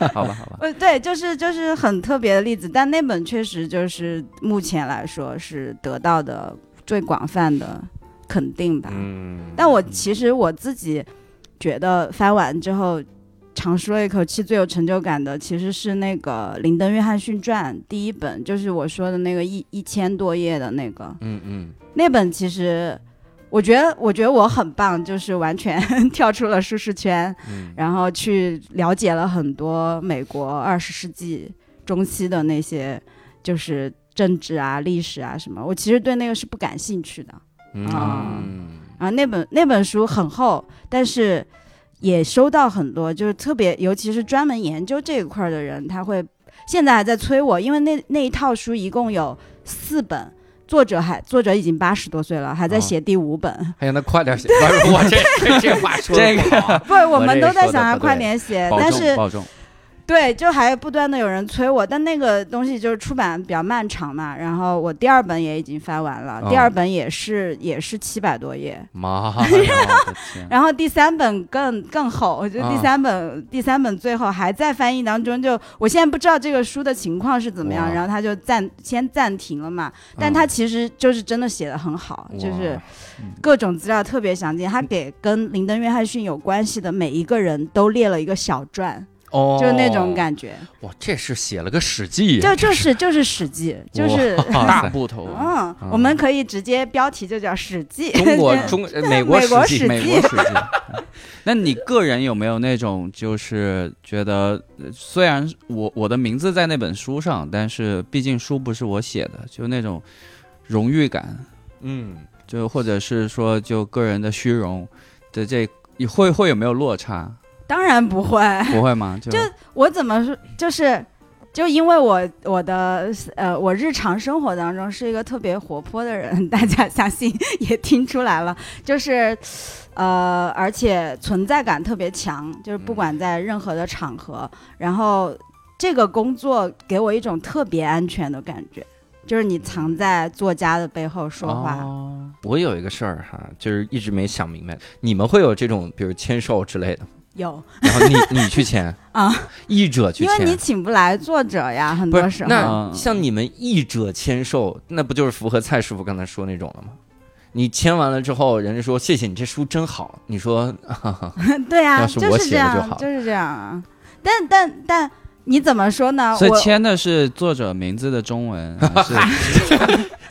Speaker 6: 吧，好吧，
Speaker 5: 呃，对，就是就是很特别的例子，但那本确实就是目前来说是得到的最广泛的肯定吧。
Speaker 1: 嗯
Speaker 5: 但我其实我自己觉得翻完之后，长舒了一口气，最有成就感的其实是那个林登·约翰逊传第一本，就是我说的那个一一千多页的那个
Speaker 1: 嗯嗯，
Speaker 5: 那本，其实。我觉得，我觉得我很棒，就是完全 (laughs) 跳出了舒适圈，
Speaker 1: 嗯
Speaker 5: 然后去了解了很多美国二十世纪中期的那些，就是政治啊、历史啊什么。我其实对那个是不感兴趣的，啊
Speaker 1: 嗯
Speaker 5: 啊，那本那本书很厚，但是也收到很多，就是特别，尤其是专门研究这一块儿的人，他会现在还在催我，因为那那一套书一共有四本，作者还作者已经八十多岁了，还在
Speaker 1: 哦
Speaker 5: 写第五本。 (laughs)
Speaker 1: 哎呀，那快点写！不是我这这这话说的不好啊
Speaker 5: 不，我们
Speaker 1: 这
Speaker 5: 都在
Speaker 1: 说得
Speaker 5: 想要
Speaker 1: 不
Speaker 5: 快
Speaker 1: 对
Speaker 5: 点写，
Speaker 6: 保
Speaker 5: 但
Speaker 6: 重，
Speaker 5: 是 (laughs)
Speaker 6: 保重。
Speaker 5: 对，就还不断的有人催我，但那个东西就是出版比较漫长嘛。然后我第二本也已经翻完了，第
Speaker 1: 哦
Speaker 5: 二本也是也是七百多页。
Speaker 1: 妈
Speaker 5: (laughs)
Speaker 6: 哎呦我的天
Speaker 5: 然后第三本更更厚，我觉得第
Speaker 1: 啊
Speaker 5: 三本、第三本最后还在翻译当中就，我现在不知道这个书的情况是怎么样，
Speaker 1: 哇嗯
Speaker 5: 然后他就暂先暂停了嘛，但他其实就是真的写的很好，就是
Speaker 1: 哇嗯
Speaker 5: 各种资料特别详尽，他给跟林登·约翰逊有关系的每一个人都列了一个小传，
Speaker 1: 哦，
Speaker 5: 就是那种感觉，
Speaker 1: 哇，这是写了个《史记》
Speaker 5: 就就是就是《史记》，
Speaker 1: (laughs)
Speaker 5: 就是。
Speaker 6: 大部头，啊
Speaker 5: 嗯，我们可以直接标题就叫《史记》，
Speaker 1: 中
Speaker 5: (laughs)
Speaker 1: 国中呃美国
Speaker 5: 美国
Speaker 1: 史
Speaker 5: 史
Speaker 1: 记，
Speaker 6: 美国史 (laughs) 记。啊嗯那你个人有没有那种就是觉得，呃虽然我我的名字在那本书上，但是毕竟书不是我写的，就那种荣誉感，
Speaker 1: 嗯，
Speaker 6: 就或者是说就个人的虚荣的这，你会会有没有落差？
Speaker 5: 当然不会，
Speaker 6: 不会吗？就哦
Speaker 5: 就我怎么说，就是就因为我我的呃，我日常生活当中是一个特别活泼的人，大家相信也听出来了，就是呃，而且存在感特别强，就是不管在任何的场合，然后这个工作给我一种特别安全的感觉。就是你藏在作家的背后说话，
Speaker 1: 啊
Speaker 6: 哦
Speaker 4: 我有一个事儿哈，就是一直没想明白，你们会有这种比如签售之类的，
Speaker 5: 有，
Speaker 4: 然后你你去签
Speaker 5: 啊，
Speaker 4: 译者去
Speaker 5: 因为你
Speaker 4: 签。
Speaker 5: 请不来作者呀，很
Speaker 4: 啊不
Speaker 5: 多
Speaker 4: 是，
Speaker 1: 嗯
Speaker 5: 时候。
Speaker 4: 那像你们译者签售，那不就是符合蔡师傅刚才说那种了吗？
Speaker 1: 你签完了之后，人家说谢谢你这书真好，你说
Speaker 5: 对啊，
Speaker 1: 要是
Speaker 5: 就
Speaker 1: 我
Speaker 5: 是这
Speaker 1: 写的就
Speaker 5: 样，
Speaker 1: 好
Speaker 5: 是这样啊。但但但你怎么说呢？
Speaker 6: 所以
Speaker 5: 我
Speaker 6: 签的是作者名字的中 (laughs) 文，还是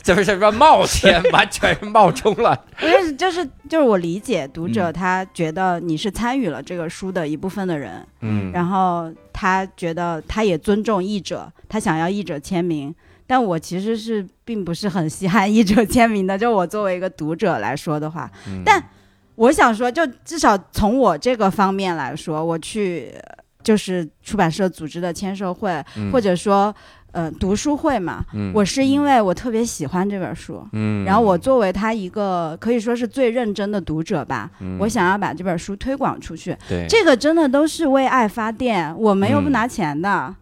Speaker 1: 这不是说冒签，完全是 (laughs) 冒充了。
Speaker 5: 不是，就是就是我理解读者
Speaker 1: 嗯
Speaker 5: 他觉得你是参与了这个书的一部分的人，
Speaker 1: 嗯，
Speaker 5: 然后他觉得他也尊重译者，他想要译者签名。但我其实是并不是很稀罕译者签名的，就我作为一个读者来说的话，
Speaker 1: 嗯
Speaker 5: 但我想说，就至少从我这个方面来说，我去呃就是出版社组织的签售会，或者说呃读书会嘛，
Speaker 1: 嗯
Speaker 5: 我是因为我特别喜欢这本书，
Speaker 1: 嗯，
Speaker 5: 然后我作为他一个可以说是最认真的读者吧，
Speaker 1: 嗯
Speaker 5: 我想要把这本书推广出去，
Speaker 1: 对
Speaker 5: 这个真的都是为爱发电，我们又不
Speaker 1: 嗯
Speaker 5: 拿钱的，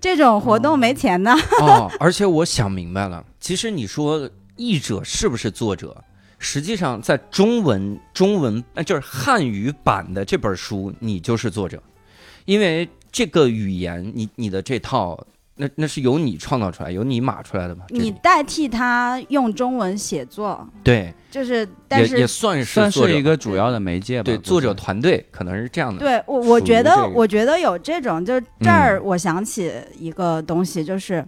Speaker 5: 这种活动没钱的，
Speaker 1: 哦，而且我想明白了，其实你说译者是不是作者，实际上在中文中文呃就是汉语版的这本书，你就是作者，因为这个语言，你你的这套。那那是由你创造出来，由你码出来的嘛？这
Speaker 5: 你代替他用中文写作，
Speaker 1: 对，
Speaker 5: 就是但
Speaker 1: 也
Speaker 5: 是
Speaker 1: 也算是
Speaker 6: 算
Speaker 1: 作者
Speaker 6: 是一个主要的媒介吧？
Speaker 1: 对
Speaker 6: 不是
Speaker 1: 作者团队可能是这样的。
Speaker 5: 对我，我
Speaker 1: 属于
Speaker 5: 觉
Speaker 1: 这
Speaker 5: 得，
Speaker 1: 个嗯
Speaker 5: 我觉得有这种，就是这儿，我想起一个东西，就是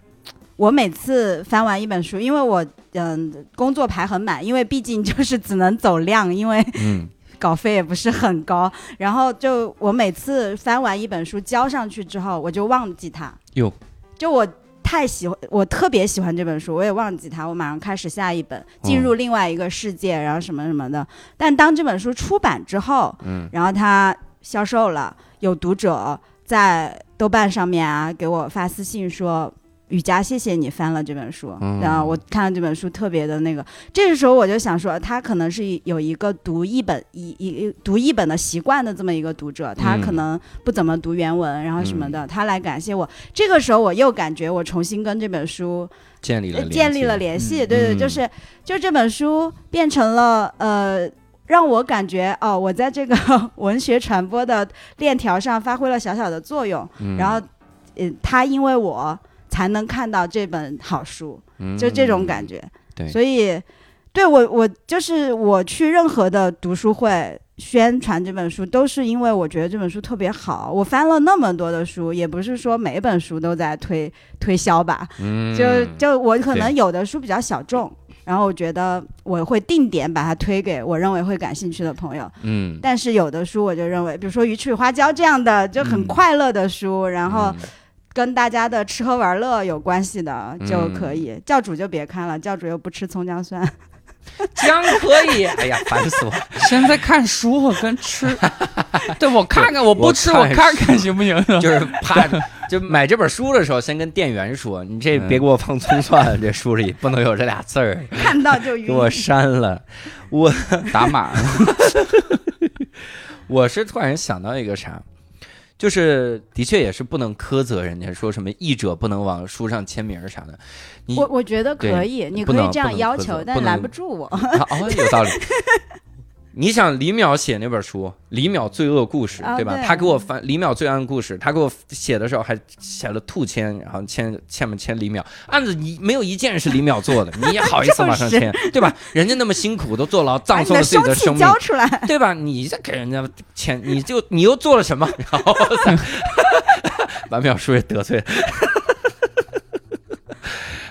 Speaker 5: 我每次翻完一本书，因为我嗯工作排很满，因为毕竟就是只能走量，因为
Speaker 1: 嗯，
Speaker 5: 稿费也不是很高。 (laughs) 然后就我每次翻完一本书交上去之后，我就忘记它。
Speaker 1: 哟，
Speaker 5: 就我太喜欢，我特别喜欢这本书，我也忘记它，我马上开始下一本，
Speaker 1: 嗯
Speaker 5: 进入另外一个世界，然后什么什么的。但当这本书出版之后，
Speaker 1: 嗯，
Speaker 5: 然后它销售了，有读者在豆瓣上面啊给我发私信说。雨佳，谢谢你翻了这本书，
Speaker 1: 嗯
Speaker 5: 然后我看了这本书特别的那个，这个时候我就想说，他可能是有一个读一本一一读一本的习惯的这么一个读者，他可能不怎么读原文，然后什么的，他来感谢我。这个时候我又感觉我重新跟这本书
Speaker 1: 建立了
Speaker 5: 呃
Speaker 1: 联
Speaker 5: 建立
Speaker 1: 系
Speaker 5: 了联系，对对，
Speaker 1: 嗯
Speaker 5: 就是就这本书变成了呃。让我感觉哦，我在这个 (laughs) 文学传播的链条上发挥了小小的作用，
Speaker 1: 嗯
Speaker 5: 然后，呃，他因为我才能看到这本好书，就这种感
Speaker 1: 觉。
Speaker 5: 觉。
Speaker 1: 嗯对
Speaker 5: 所以对我我就是我去任何的读书会宣传这本书，都是因为我觉得这本书特别好。我翻了那么多的书，也不是说每本书都在推推销吧，
Speaker 1: 嗯，
Speaker 5: 就就我可能
Speaker 1: 对
Speaker 5: 有的书比较小众。然后我觉得我会定点把它推给我认为会感兴趣的朋友，
Speaker 1: 嗯，
Speaker 5: 但是有的书我就认为，比如说《鱼翅与花椒》这样的就很
Speaker 6: 嗯
Speaker 5: 快乐的书，然后
Speaker 1: 嗯 (laughs)
Speaker 5: 跟大家的吃喝玩乐有关系的就可以，教主就别看了，教主又不吃葱姜蒜。 (laughs)
Speaker 1: 姜可以，哎呀，烦死我！
Speaker 6: 现在看书我跟 (laughs) 吃，对我看看，我不吃
Speaker 1: 我
Speaker 6: 我
Speaker 1: 看
Speaker 6: 看看行不 (laughs) 行？
Speaker 1: 就是怕，就买这本书的时候，先跟店员说，你这
Speaker 6: 嗯
Speaker 1: 别给我放葱蒜，这书里不能有这俩字儿，
Speaker 5: 看到就晕
Speaker 1: 给。我删
Speaker 6: (laughs)
Speaker 1: 了。我
Speaker 6: 打码，
Speaker 1: (laughs) 我是突然想到一个啥，就是的确也是不能苛责人家说什么译者不能往书上签名儿啥的。你
Speaker 5: 我我觉得可以，你可以这样要
Speaker 1: 不
Speaker 5: 求，
Speaker 1: 能
Speaker 5: 但拦不住
Speaker 1: (laughs)
Speaker 5: 我。
Speaker 1: 啊哦，有道理。你想李淼写那本书《李淼罪恶故事》，
Speaker 5: 啊
Speaker 1: 对吧？
Speaker 5: 对
Speaker 1: 他给我翻《李淼罪案故事》，他给我写的时候还写了兔签，然后签签不签李淼案子你没有一件是李淼做的，你也好意思往上签，对吧？人家那么辛苦都坐牢，
Speaker 5: 把
Speaker 1: 葬
Speaker 5: 你
Speaker 1: 送
Speaker 5: 的
Speaker 1: 了自己的生
Speaker 5: 凶器
Speaker 1: 命
Speaker 5: 交，出来， (laughs)
Speaker 1: 对吧？你这给人家签，你就你又做了什
Speaker 5: (laughs)
Speaker 1: 么？ (laughs) 然后把淼叔也得罪了。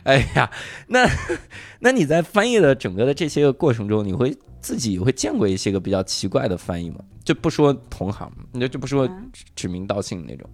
Speaker 1: (laughs) 哎呀，那那你在翻译的整个的这些个过程中，你会自己会见过一些个比较奇怪的翻译吗？就不说同行，你就就不说
Speaker 5: 嗯
Speaker 1: 指指名道姓
Speaker 5: (laughs)
Speaker 1: 那种，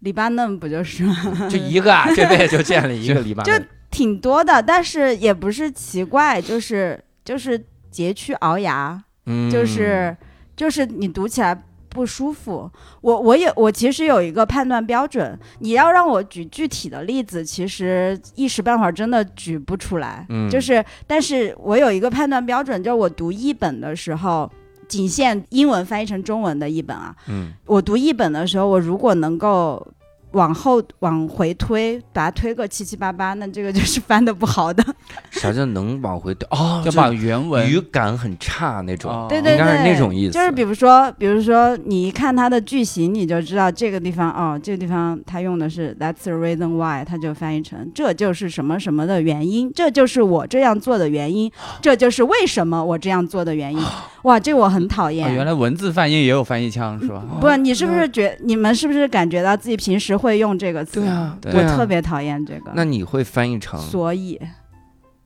Speaker 5: 黎巴嫩不就是吗？
Speaker 1: 就一个啊，这辈子就见了一个黎巴嫩。
Speaker 5: 挺多的，但是也不是奇怪，就是就是佶屈聱牙，
Speaker 1: 嗯
Speaker 5: 就是就是你读起来不舒服。我我也我其实有一个判断标准，你要让我举具体的例子，其实一时半会儿真的举不出来。
Speaker 1: 嗯
Speaker 5: 就是但是我有一个判断标准，就是我读译本的时候。仅限英文翻译成中文的译本啊，
Speaker 1: 嗯，
Speaker 5: 我读译本的时候，我如果能够往后往回推，把它推个七七八八，那这个就是翻的不好的。
Speaker 1: 啥叫能往回调？哦，
Speaker 6: 要
Speaker 1: 就
Speaker 6: 把原文
Speaker 1: 语感很差那种。
Speaker 6: 哦
Speaker 5: 对对
Speaker 1: 应该
Speaker 5: 对，
Speaker 1: 是那种意思
Speaker 5: 就是比如说，比如说，你一看它的句型，你就知道这个地方哦，这个地方它用的是 "That's the reason why"，它就翻译成这就是什么什么的原因，这就是我这样做的原因，
Speaker 1: 啊
Speaker 5: 这就是为什么我这样做的原因。哇，这个我很讨
Speaker 6: 哦
Speaker 1: 啊
Speaker 5: 厌。
Speaker 6: 原来文字翻译也有翻译腔是吧？哦
Speaker 5: 不，你是不是觉你们是不是感觉到自己平时会用这个词？
Speaker 1: 啊对，啊，
Speaker 6: 对
Speaker 1: 对
Speaker 5: 我
Speaker 1: 啊
Speaker 5: 特别讨厌这个。
Speaker 1: 那你会翻译成
Speaker 5: 所以，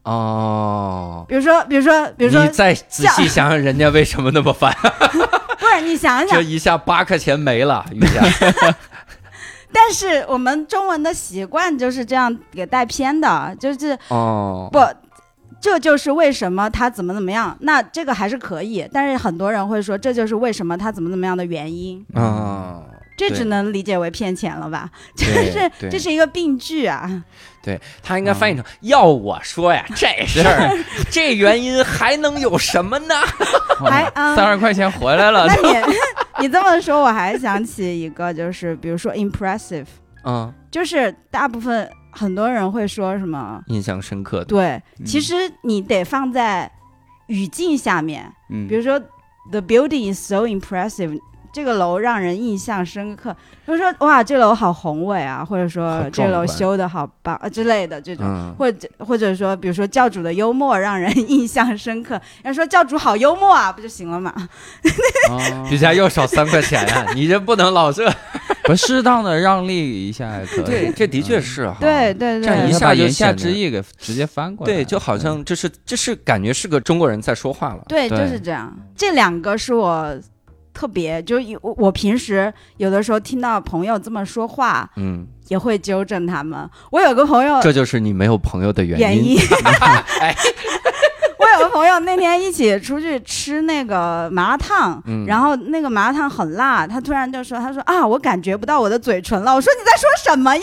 Speaker 1: 哦？
Speaker 5: 比如说，比如说，比如说
Speaker 1: 你，再仔细想想，人家为什么那么烦？
Speaker 5: 不是你想一想
Speaker 1: 这，一下八块钱没了，雨佳。
Speaker 5: 但是我们中文的习惯就是这样给带偏的，就是
Speaker 1: 哦，
Speaker 5: 不，这就是为什么他怎么怎么样。那这个还是可以，但是很多人会说这就是为什么他怎么怎么样的原因，
Speaker 1: 啊，
Speaker 5: 这
Speaker 1: 对
Speaker 5: 只能理解为骗钱了吧？这
Speaker 1: 对
Speaker 5: 是
Speaker 1: 对
Speaker 5: 这是一个病句啊！
Speaker 1: 他应该翻译成：要我说呀，这事儿，这原因还能有什么呢？
Speaker 5: 还嗯
Speaker 6: 三十块钱回来了
Speaker 5: 那，你 (laughs) 你这么说，我还想起一个，就是比如说 impressive，
Speaker 1: 嗯，
Speaker 5: 就是大部分很多人会说什么？
Speaker 1: 印象深刻的，
Speaker 5: 对，其
Speaker 6: 嗯
Speaker 5: 实你得放在语境下面。
Speaker 6: (laughs) 嗯
Speaker 5: 比如说，the building is so impressive，这个楼让人印象深刻。比如说，哇，这楼好宏伟啊，或者说
Speaker 1: 好
Speaker 5: 这
Speaker 1: 壮
Speaker 5: 楼
Speaker 1: 观
Speaker 5: 修的好棒啊之类的这种。
Speaker 1: 嗯，
Speaker 5: 或者或者说，比如说教主的幽默让人印象深刻，人家说教主好幽默啊，不就行了嘛？
Speaker 6: 哦
Speaker 1: 雨佳又少三块钱呀，你这不能老是。
Speaker 6: 不适当的让利一下也可以。嗯
Speaker 1: 这的确是哈。嗯
Speaker 5: 对对
Speaker 1: 这样
Speaker 5: 对
Speaker 1: 一，
Speaker 6: 一
Speaker 1: 下
Speaker 6: 下
Speaker 1: 就
Speaker 6: 言下
Speaker 1: 显得
Speaker 6: 之意给直接翻过来，
Speaker 1: 对，就好像这是这是感觉是个中国人在说话了。
Speaker 5: 对，
Speaker 6: 对
Speaker 5: 就是这样。这两个是我特别，就是有我我平时有的时候听到朋友这么说话，
Speaker 1: 嗯，
Speaker 5: 也会纠正他们。我有个朋友
Speaker 1: 这就是你没有朋友的
Speaker 5: 呃原
Speaker 1: 因。 (laughs) 哎
Speaker 5: 因。 (laughs) 我有个朋友那天一起出去吃那个麻辣烫，
Speaker 1: 嗯
Speaker 5: 然后那个麻辣烫很辣，他突然就说：“他说啊，我感觉不到我的嘴唇了。”我说：“你在说什么呀？”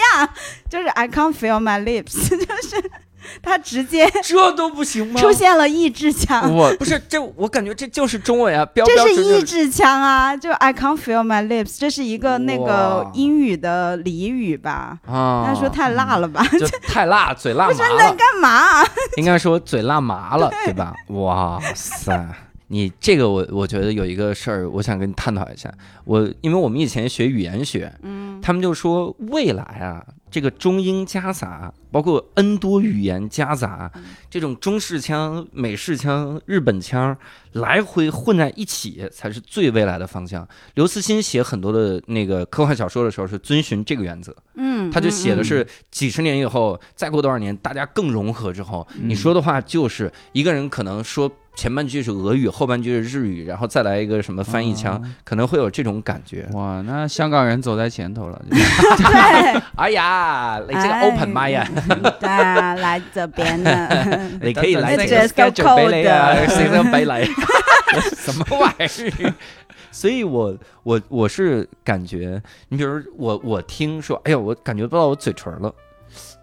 Speaker 5: (laughs) 就是 I can't feel my lips，就是 (laughs) 他直接
Speaker 1: 这都不行吗
Speaker 5: (laughs) 出现了抑制腔，
Speaker 1: 啊我不是这，我感觉这就是中文啊，标标
Speaker 5: 这
Speaker 1: 准
Speaker 5: 是
Speaker 1: 准
Speaker 5: 抑制腔啊，就 I can't feel my lips，这是一个那个
Speaker 1: 哇
Speaker 5: 英语的俚语吧。
Speaker 1: 啊。
Speaker 5: 他说太辣了吧，
Speaker 1: 就太辣，嘴辣麻
Speaker 5: (laughs) 那
Speaker 1: 了，
Speaker 5: 干嘛啊、
Speaker 1: (laughs) 应该说嘴辣麻了，对吧？哇塞！你这个我我觉得有一个事儿，我想跟你探讨一下。我因为我们以前学语言学，
Speaker 5: 嗯，
Speaker 1: 他们就说未来啊，这个中英夹杂，包括 N 多语言夹杂，这种中式腔、美式腔、日本腔来回混在一起，才是最未来的方向。刘慈欣写很多的那个科幻小说的时候，是遵循这个原则，
Speaker 5: 嗯，
Speaker 1: 他就写的
Speaker 5: 嗯
Speaker 1: 是几十年以后，再过多少年，大家更融合之后，
Speaker 6: 嗯
Speaker 1: 你说的话就是一个人可能说。前半句是俄语，后半句是日语，然后再来一个什么翻译
Speaker 5: 哦
Speaker 1: 腔，
Speaker 6: 啊
Speaker 1: 可能会有这种感觉。
Speaker 6: 哦哇，那香港人走在前头了，
Speaker 5: (laughs) 嗯对。
Speaker 1: 哎呀，你这个 open 麦呀，
Speaker 5: 哎 (laughs) 对啊，来这
Speaker 1: (laughs)
Speaker 5: 边呢。
Speaker 1: 你可以来
Speaker 5: 等
Speaker 1: 这
Speaker 5: 等
Speaker 1: 个
Speaker 5: 这
Speaker 1: schedule 俾你啊，
Speaker 5: 是够的
Speaker 1: 谁都俾
Speaker 5: (laughs)
Speaker 1: 你，什么玩意儿？ (laughs) 所以我我我是感觉，你比如我我听说，哎呀，我感觉不到我嘴唇了，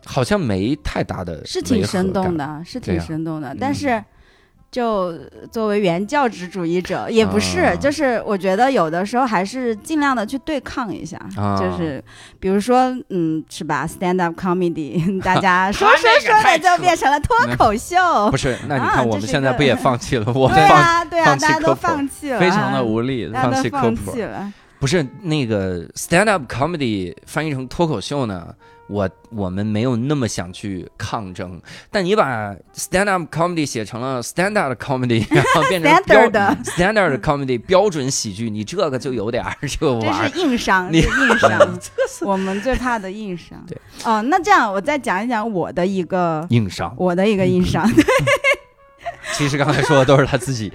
Speaker 1: 好像没太大的
Speaker 5: 是挺生动
Speaker 1: 违和感，
Speaker 5: 的，是
Speaker 1: 对
Speaker 5: 挺
Speaker 1: 啊
Speaker 5: 生动的，
Speaker 6: 嗯
Speaker 5: 但是。就作为原教旨主义者，也不是，
Speaker 1: 啊
Speaker 5: 就是我觉得有的时候还是尽量的去对抗一下，
Speaker 1: 啊
Speaker 5: 就是比如说，嗯，是吧？stand up comedy，
Speaker 1: (laughs)
Speaker 5: 大家说
Speaker 1: 他
Speaker 5: 说
Speaker 1: 那个
Speaker 5: 说
Speaker 1: 太
Speaker 5: 的就
Speaker 1: 扯
Speaker 5: 变成了脱
Speaker 1: (laughs)
Speaker 5: 口秀，
Speaker 1: 不是？那你
Speaker 5: 啊
Speaker 1: 看我
Speaker 5: 这
Speaker 1: 们
Speaker 5: 是
Speaker 1: 现在
Speaker 5: 一个
Speaker 1: 不也放弃
Speaker 5: (laughs)
Speaker 1: 了？我
Speaker 5: 对
Speaker 1: 放
Speaker 5: 啊，对啊，
Speaker 1: 放弃
Speaker 5: 大家
Speaker 1: 科普
Speaker 5: 都放弃了啊，
Speaker 6: 非常的无力。
Speaker 5: 大家
Speaker 1: 放
Speaker 5: 都
Speaker 1: 弃科
Speaker 5: 放
Speaker 1: 普
Speaker 5: 弃了，
Speaker 1: 不是那个 stand up comedy 翻译成脱口秀呢？我我们没有那么想去抗争，但你把 stand up comedy 写成了 standard
Speaker 5: (laughs)
Speaker 1: comedy，然后变成标
Speaker 5: Standard
Speaker 1: (laughs) standard comedy 标准喜剧，你这个就有点儿就
Speaker 5: 这
Speaker 1: 玩儿
Speaker 5: 是硬
Speaker 1: (laughs)
Speaker 5: 伤，
Speaker 1: 你
Speaker 5: 这是硬伤， (laughs) 我们最怕的硬伤。
Speaker 1: 对，
Speaker 5: 哦，那这样我再讲一讲我的一个
Speaker 1: 硬伤。
Speaker 5: 我的一个
Speaker 1: (laughs)
Speaker 5: 硬伤。
Speaker 1: 其实刚才说的都是他
Speaker 5: (laughs)
Speaker 1: 自己，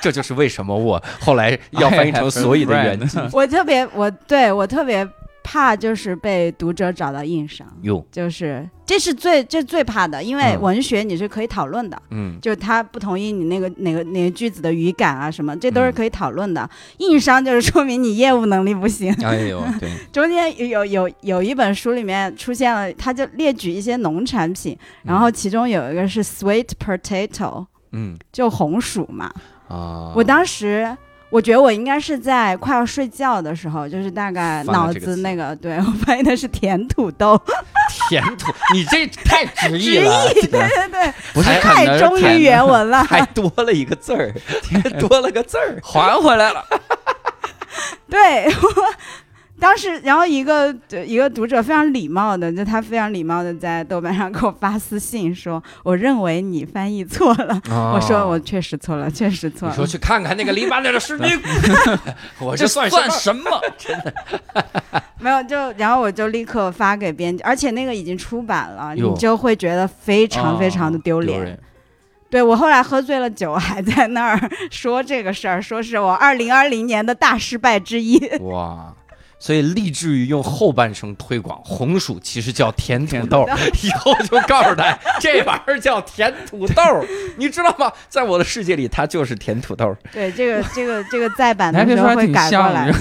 Speaker 1: 这就是为什么我后来 (laughs) 要翻译
Speaker 5: 哎
Speaker 1: 成所以的原因。
Speaker 5: 我特别，我对我特别怕就是被读者找到硬伤，
Speaker 1: 哟，
Speaker 5: 就是这是最这最怕的，因为
Speaker 1: 嗯
Speaker 5: 文学你是可以讨论的。
Speaker 1: 嗯，
Speaker 5: 就是他不同意你那个哪个哪个句子的语感啊什么，这都
Speaker 1: 嗯
Speaker 5: 是可以讨论的。硬伤就是说明你业务能力不行， (laughs)
Speaker 1: 哎呦，对，
Speaker 5: 中间有有有有一本书里面出现了，他就列举一些农产品，然后其中有一个是 sweet potato，
Speaker 1: 嗯
Speaker 5: 就红薯嘛。
Speaker 1: 啊，
Speaker 5: 我当时我觉得我应该是在快要睡觉的时候，就是大概
Speaker 1: 翻了
Speaker 5: 脑
Speaker 1: 这个
Speaker 5: 子
Speaker 1: 词
Speaker 5: 那个，对 (laughs) 我发现它是甜土
Speaker 1: (laughs)
Speaker 5: 豆，
Speaker 1: 甜土，你这太直译了，
Speaker 5: 对
Speaker 1: (laughs)
Speaker 5: 对，
Speaker 1: 不是
Speaker 5: 太忠于原
Speaker 1: (laughs)
Speaker 5: 文了。
Speaker 1: 还多了一个字儿，多了个字儿，
Speaker 6: 还回来了。
Speaker 5: 对， (laughs) 我当时，然后一个一个读者非常礼貌的，就他非常礼貌的在豆瓣上给 (laughs) 我发私信说，我认为你翻译错了。
Speaker 1: 哦啊
Speaker 5: 我说我确实错了，确实错
Speaker 7: 你说
Speaker 5: 了。
Speaker 7: 去看看那个黎巴嫩的士兵，
Speaker 1: 我
Speaker 7: 这算
Speaker 1: 算
Speaker 7: 什么？
Speaker 5: 没有，就然后我就立刻发给编辑，而且那个已经出版了，
Speaker 1: 哟
Speaker 5: 你就会觉得非常非常的丢
Speaker 6: 哦
Speaker 5: 脸。对我后来喝醉了酒，还在那儿说这个事儿，说是我二零二零年的大失败之一。
Speaker 1: 哇！所以立志于用后半生推广红薯，其实叫甜土豆。以后就告诉他，这玩意儿叫甜土豆，你知道吗？在我的世界里，它就是甜土豆。
Speaker 5: (laughs) 对，这个这个这个再版
Speaker 6: 哎
Speaker 5: 的
Speaker 6: 别
Speaker 5: 时候
Speaker 6: 说还
Speaker 5: 会
Speaker 6: 挺
Speaker 5: 改过
Speaker 6: 像
Speaker 5: 来
Speaker 6: 的。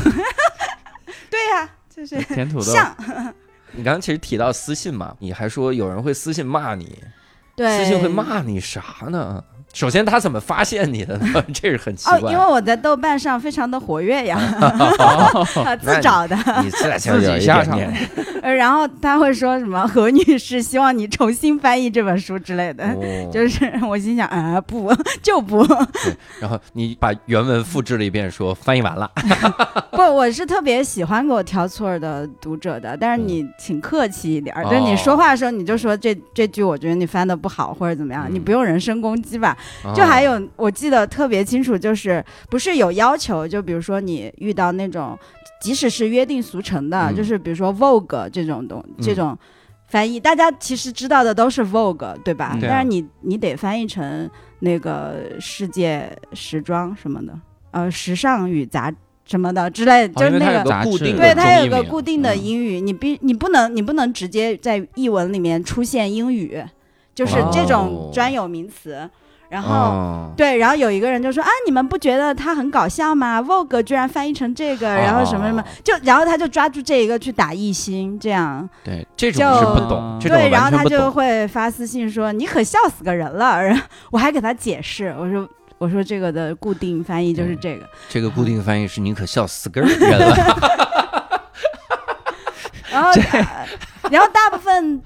Speaker 5: 对呀、就是
Speaker 6: (laughs) 甜土豆，
Speaker 5: 像
Speaker 1: 你刚刚其实提到私信嘛，你还说有人会私信骂你，
Speaker 5: 对
Speaker 1: 私信会骂你啥呢？首先，他怎么发现你的 (laughs) 呢？这是很奇
Speaker 5: 哦，
Speaker 1: 怪。
Speaker 5: 因为我在豆瓣上非常的活跃呀， (laughs) 自找的。
Speaker 1: 你这
Speaker 6: 自己下场
Speaker 5: 呃然后他会说什么“何女士，希望你重新翻译这本书”之类的。
Speaker 1: 哦
Speaker 5: 就是 (laughs) 我心想啊，不就不 (laughs)
Speaker 1: 然后你把原文复制了一遍，说翻译完了。
Speaker 5: 不，我是特别喜欢给我挑错儿的读者的，但是你请客气一点儿，
Speaker 1: 嗯哦
Speaker 5: 就是你说话的时候你就说这这句我觉得你翻的不好或者怎么样，
Speaker 1: 嗯
Speaker 5: 你不用人身攻击吧，
Speaker 1: 啊
Speaker 5: 就
Speaker 1: 哦
Speaker 5: 还有我记得特别清楚，就是不是有要求，就比如说你遇到那种，即使是约定俗成的，
Speaker 1: 嗯
Speaker 5: 就是比如说 Vogue 这种东、这种翻译，大家其实知道的都是 Vogue 对吧？
Speaker 6: 嗯
Speaker 1: 对啊
Speaker 5: 但是你你得翻译成那个世界时装什么的，呃，时尚与杂什么的之类，
Speaker 1: 哦
Speaker 5: 就
Speaker 1: 因为
Speaker 5: 是
Speaker 1: 它
Speaker 5: 那
Speaker 1: 有
Speaker 5: 个。
Speaker 1: 个固定
Speaker 5: 对，
Speaker 1: 的
Speaker 5: 它
Speaker 1: 中
Speaker 5: 有
Speaker 1: 译
Speaker 5: 个
Speaker 1: 名，
Speaker 5: 固定的
Speaker 1: 嗯
Speaker 5: 英语，你必你不能你不能直接在译文里面出现英语，就是这
Speaker 1: 哦
Speaker 5: 种专有名词。然后、
Speaker 1: 哦
Speaker 5: 对，然后有一个人就说啊，你们不觉得他很搞笑吗？Vogue 居然翻译成这个，然后什么什么
Speaker 1: 哦，
Speaker 5: 就然后他就抓住这一个去打一星，这样
Speaker 1: 对，这种
Speaker 5: 就是
Speaker 1: 不懂，这种
Speaker 5: 对，然后
Speaker 1: 完全
Speaker 5: 他
Speaker 1: 不
Speaker 5: 就
Speaker 1: 懂。
Speaker 5: 会发私信说你可笑死个人了， (laughs) 然后我还给他解释，我说我说这个的固定翻译就是这个，
Speaker 1: 这个固定翻译是你可笑死个人 (laughs) 了。
Speaker 5: 然后呃然后大部分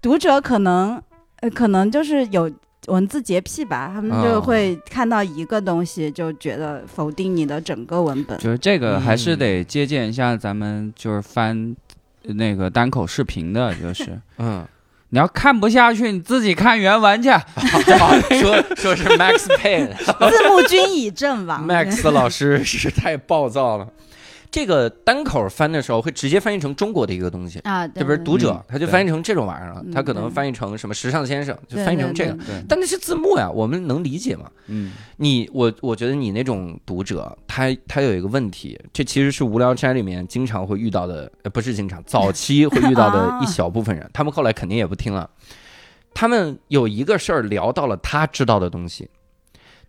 Speaker 5: 读者可能呃可能就是有。文字洁癖吧，他们
Speaker 1: 哦
Speaker 5: 就会看到一个东西就觉得否定你的整个文本。
Speaker 6: 就是这个还
Speaker 1: 嗯
Speaker 6: 是得借鉴一下咱们就是翻那个单口视频的，就是。
Speaker 1: (laughs) 嗯，
Speaker 6: 你要看不下去，你自己看原文去。
Speaker 1: 说说 (laughs) 是 Max Payne，Max
Speaker 5: 字幕君已
Speaker 1: (laughs)
Speaker 5: 阵亡。
Speaker 1: 老师是太暴躁了。这个单口翻的时候会直接翻译成中国的一个东西，
Speaker 5: 啊，对
Speaker 1: 这不是
Speaker 5: 对
Speaker 1: 读者
Speaker 6: 嗯
Speaker 1: 他就
Speaker 6: 对
Speaker 1: 翻译成这种玩意儿了，
Speaker 5: 嗯
Speaker 1: 他可能
Speaker 5: 对
Speaker 1: 翻译成什么时尚先生，就
Speaker 5: 对
Speaker 1: 翻译成
Speaker 5: 对
Speaker 1: 这个
Speaker 5: 对。
Speaker 6: 对，
Speaker 1: 但那是字幕呀，我们能理解吗？
Speaker 6: 嗯， (laughs)
Speaker 1: 你我我觉得你那种读者，他他有一个问题，这其实是无聊斋里面经常会遇到的，呃，不是经常，早期会遇到
Speaker 5: (laughs)
Speaker 1: 的
Speaker 5: 啊
Speaker 1: 一小部分人，他们后来肯定也不听了。他们有一个事儿聊到了他知道的东西，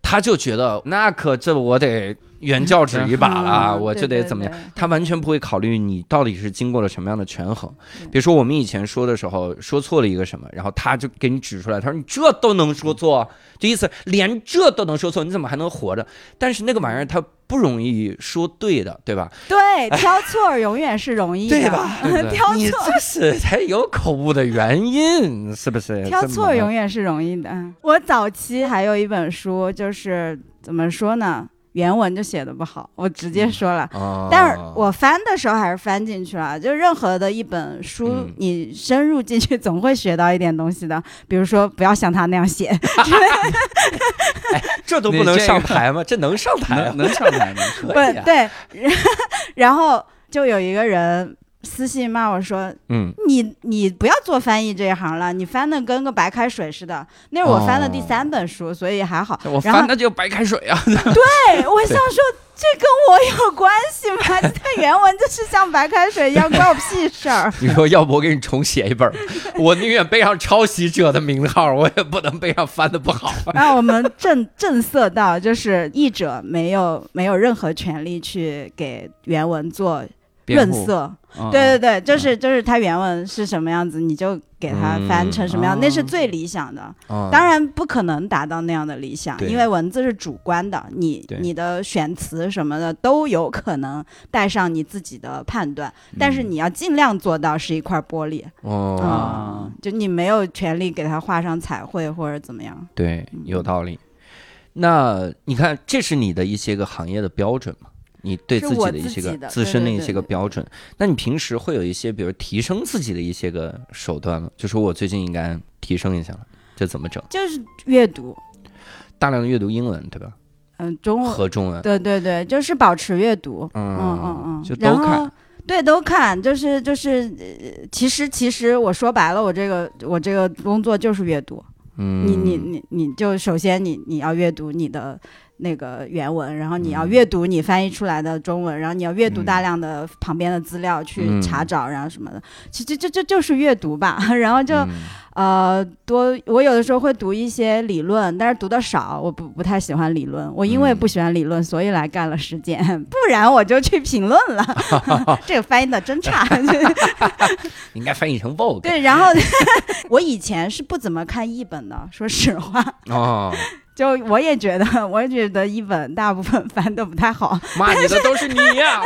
Speaker 1: 他就觉得那可这我得原教旨一把了，啊
Speaker 5: 嗯
Speaker 1: 我就得怎么样。？他完全不会考虑你到底是经过了什么样的权衡
Speaker 5: 对。
Speaker 1: 比如说我们以前说的时候说错了一个什么，然后他就给你指出来，他说你这都能说错，啊这意思连这都能说错，你怎么还能活着？但是那个玩意
Speaker 5: 嗯
Speaker 1: 儿它不容易说对的，对吧？
Speaker 5: 对对，对挑错儿永远是容易的，
Speaker 1: 对
Speaker 5: (laughs)
Speaker 1: 吧
Speaker 6: 对不对
Speaker 5: 挑
Speaker 1: 你
Speaker 5: 错
Speaker 1: 这是它有口误的原因，是不是？
Speaker 5: 挑错儿
Speaker 1: 这么
Speaker 5: 永远是容易的。嗯我早期还有一本书，就是怎么说呢，原文就写的不好，我直接说了。
Speaker 1: 哦
Speaker 5: 但是我翻的时候还是翻进去了，就任何的一本书，
Speaker 1: 嗯
Speaker 5: 你深入进去 (laughs) 总会学到一点东西的。比如说，不要像他那样写，
Speaker 1: 这都
Speaker 6: 你
Speaker 1: 不能
Speaker 6: 这个
Speaker 1: 上台吗？这能上台啊
Speaker 6: 能？能上台，能上台。
Speaker 5: 不
Speaker 1: 可以啊
Speaker 5: 对。 (laughs) 然后就有一个人私信骂我说：“
Speaker 1: 嗯，
Speaker 5: 你你不要做翻译这一行了，你翻的跟个白开水似的。那是我翻的第三本书，所以还好。
Speaker 6: 哦我
Speaker 5: 然后
Speaker 6: 翻的就白开水啊！
Speaker 5: 对，我想说这跟我有关系吗？ (laughs) 这原文就是像白开水一样，关我屁事
Speaker 6: (laughs)
Speaker 5: 儿。
Speaker 1: 你说，要不我给你重写一本儿，我宁愿背上抄袭者的名号，我也不能背上翻的不好。
Speaker 5: 然后我们震震慑到，就是译者没有没有任何权利去给原文做
Speaker 6: 辩
Speaker 5: 润
Speaker 6: 护，
Speaker 5: 色。
Speaker 6: 嗯
Speaker 5: 对对对，就是就是它原文是什么样子，你就给它翻成什么样，
Speaker 6: 嗯
Speaker 5: 那是最理想的。
Speaker 1: 嗯
Speaker 4: 啊
Speaker 5: 当然不可能达到那样的理想，
Speaker 4: 对
Speaker 5: 因为文字是主观的，你
Speaker 4: 对
Speaker 5: 你的选词什么的都有可能带上你自己的判断，但是你要尽量做到是一块玻璃，
Speaker 4: 哦，
Speaker 6: 啊
Speaker 5: 嗯，就你没有权利给它画上彩绘或者怎么样。
Speaker 4: 对，
Speaker 5: 嗯
Speaker 4: 有道理。那你看，这是你的一些个行业的标准嘛？你对
Speaker 5: 是
Speaker 4: 自己
Speaker 5: 我
Speaker 4: 的一
Speaker 5: 自
Speaker 4: 些
Speaker 5: 己
Speaker 4: 个
Speaker 5: 的
Speaker 4: 自
Speaker 5: 对
Speaker 4: 身的
Speaker 5: 对
Speaker 4: 一
Speaker 5: 对
Speaker 4: 些个
Speaker 5: 对
Speaker 4: 标准，那你平时会有一些，比如提升自己的一些个手段吗？就说我最近应该提升一下了，这怎么整？
Speaker 5: 就是阅读，
Speaker 4: 大量的阅读英文，对吧？
Speaker 5: 嗯、中文，
Speaker 4: 和中文，
Speaker 5: 对对对，就是保持阅读，嗯嗯
Speaker 4: 嗯，
Speaker 5: 嗯，
Speaker 6: 就
Speaker 5: 然
Speaker 6: 都看
Speaker 5: 后。对，都看，就是就是，呃其实其实我说白了，我这个我这个工作就是阅读，
Speaker 4: 嗯，
Speaker 5: 你你你你就首先你你要阅读你的那个原文，然后你要
Speaker 4: 嗯
Speaker 5: 阅读你翻译出来的中文，然后你要阅读
Speaker 4: 嗯
Speaker 5: 大量的旁边的资料去
Speaker 4: 嗯
Speaker 5: 查找，然后什么的，其实这这就是阅读吧。 (laughs) 然后就
Speaker 4: 嗯
Speaker 5: 呃多，我有的时候会读一些理论，但是读的少，我不不太喜欢理论。我因为
Speaker 4: 嗯
Speaker 5: 不喜欢理论，所以来干了实践， (laughs) 不然我就去评论了。 (laughs) 这个翻译的真差。 (laughs)
Speaker 4: 应该翻译成 Vogue
Speaker 5: 对，然后 (laughs) 我以前是不怎么看译本的，说实话。
Speaker 4: 哦，
Speaker 5: 就我也觉得， (laughs) 我也觉得一本大部分翻的不太好。 (laughs)
Speaker 4: 骂你的都是你呀，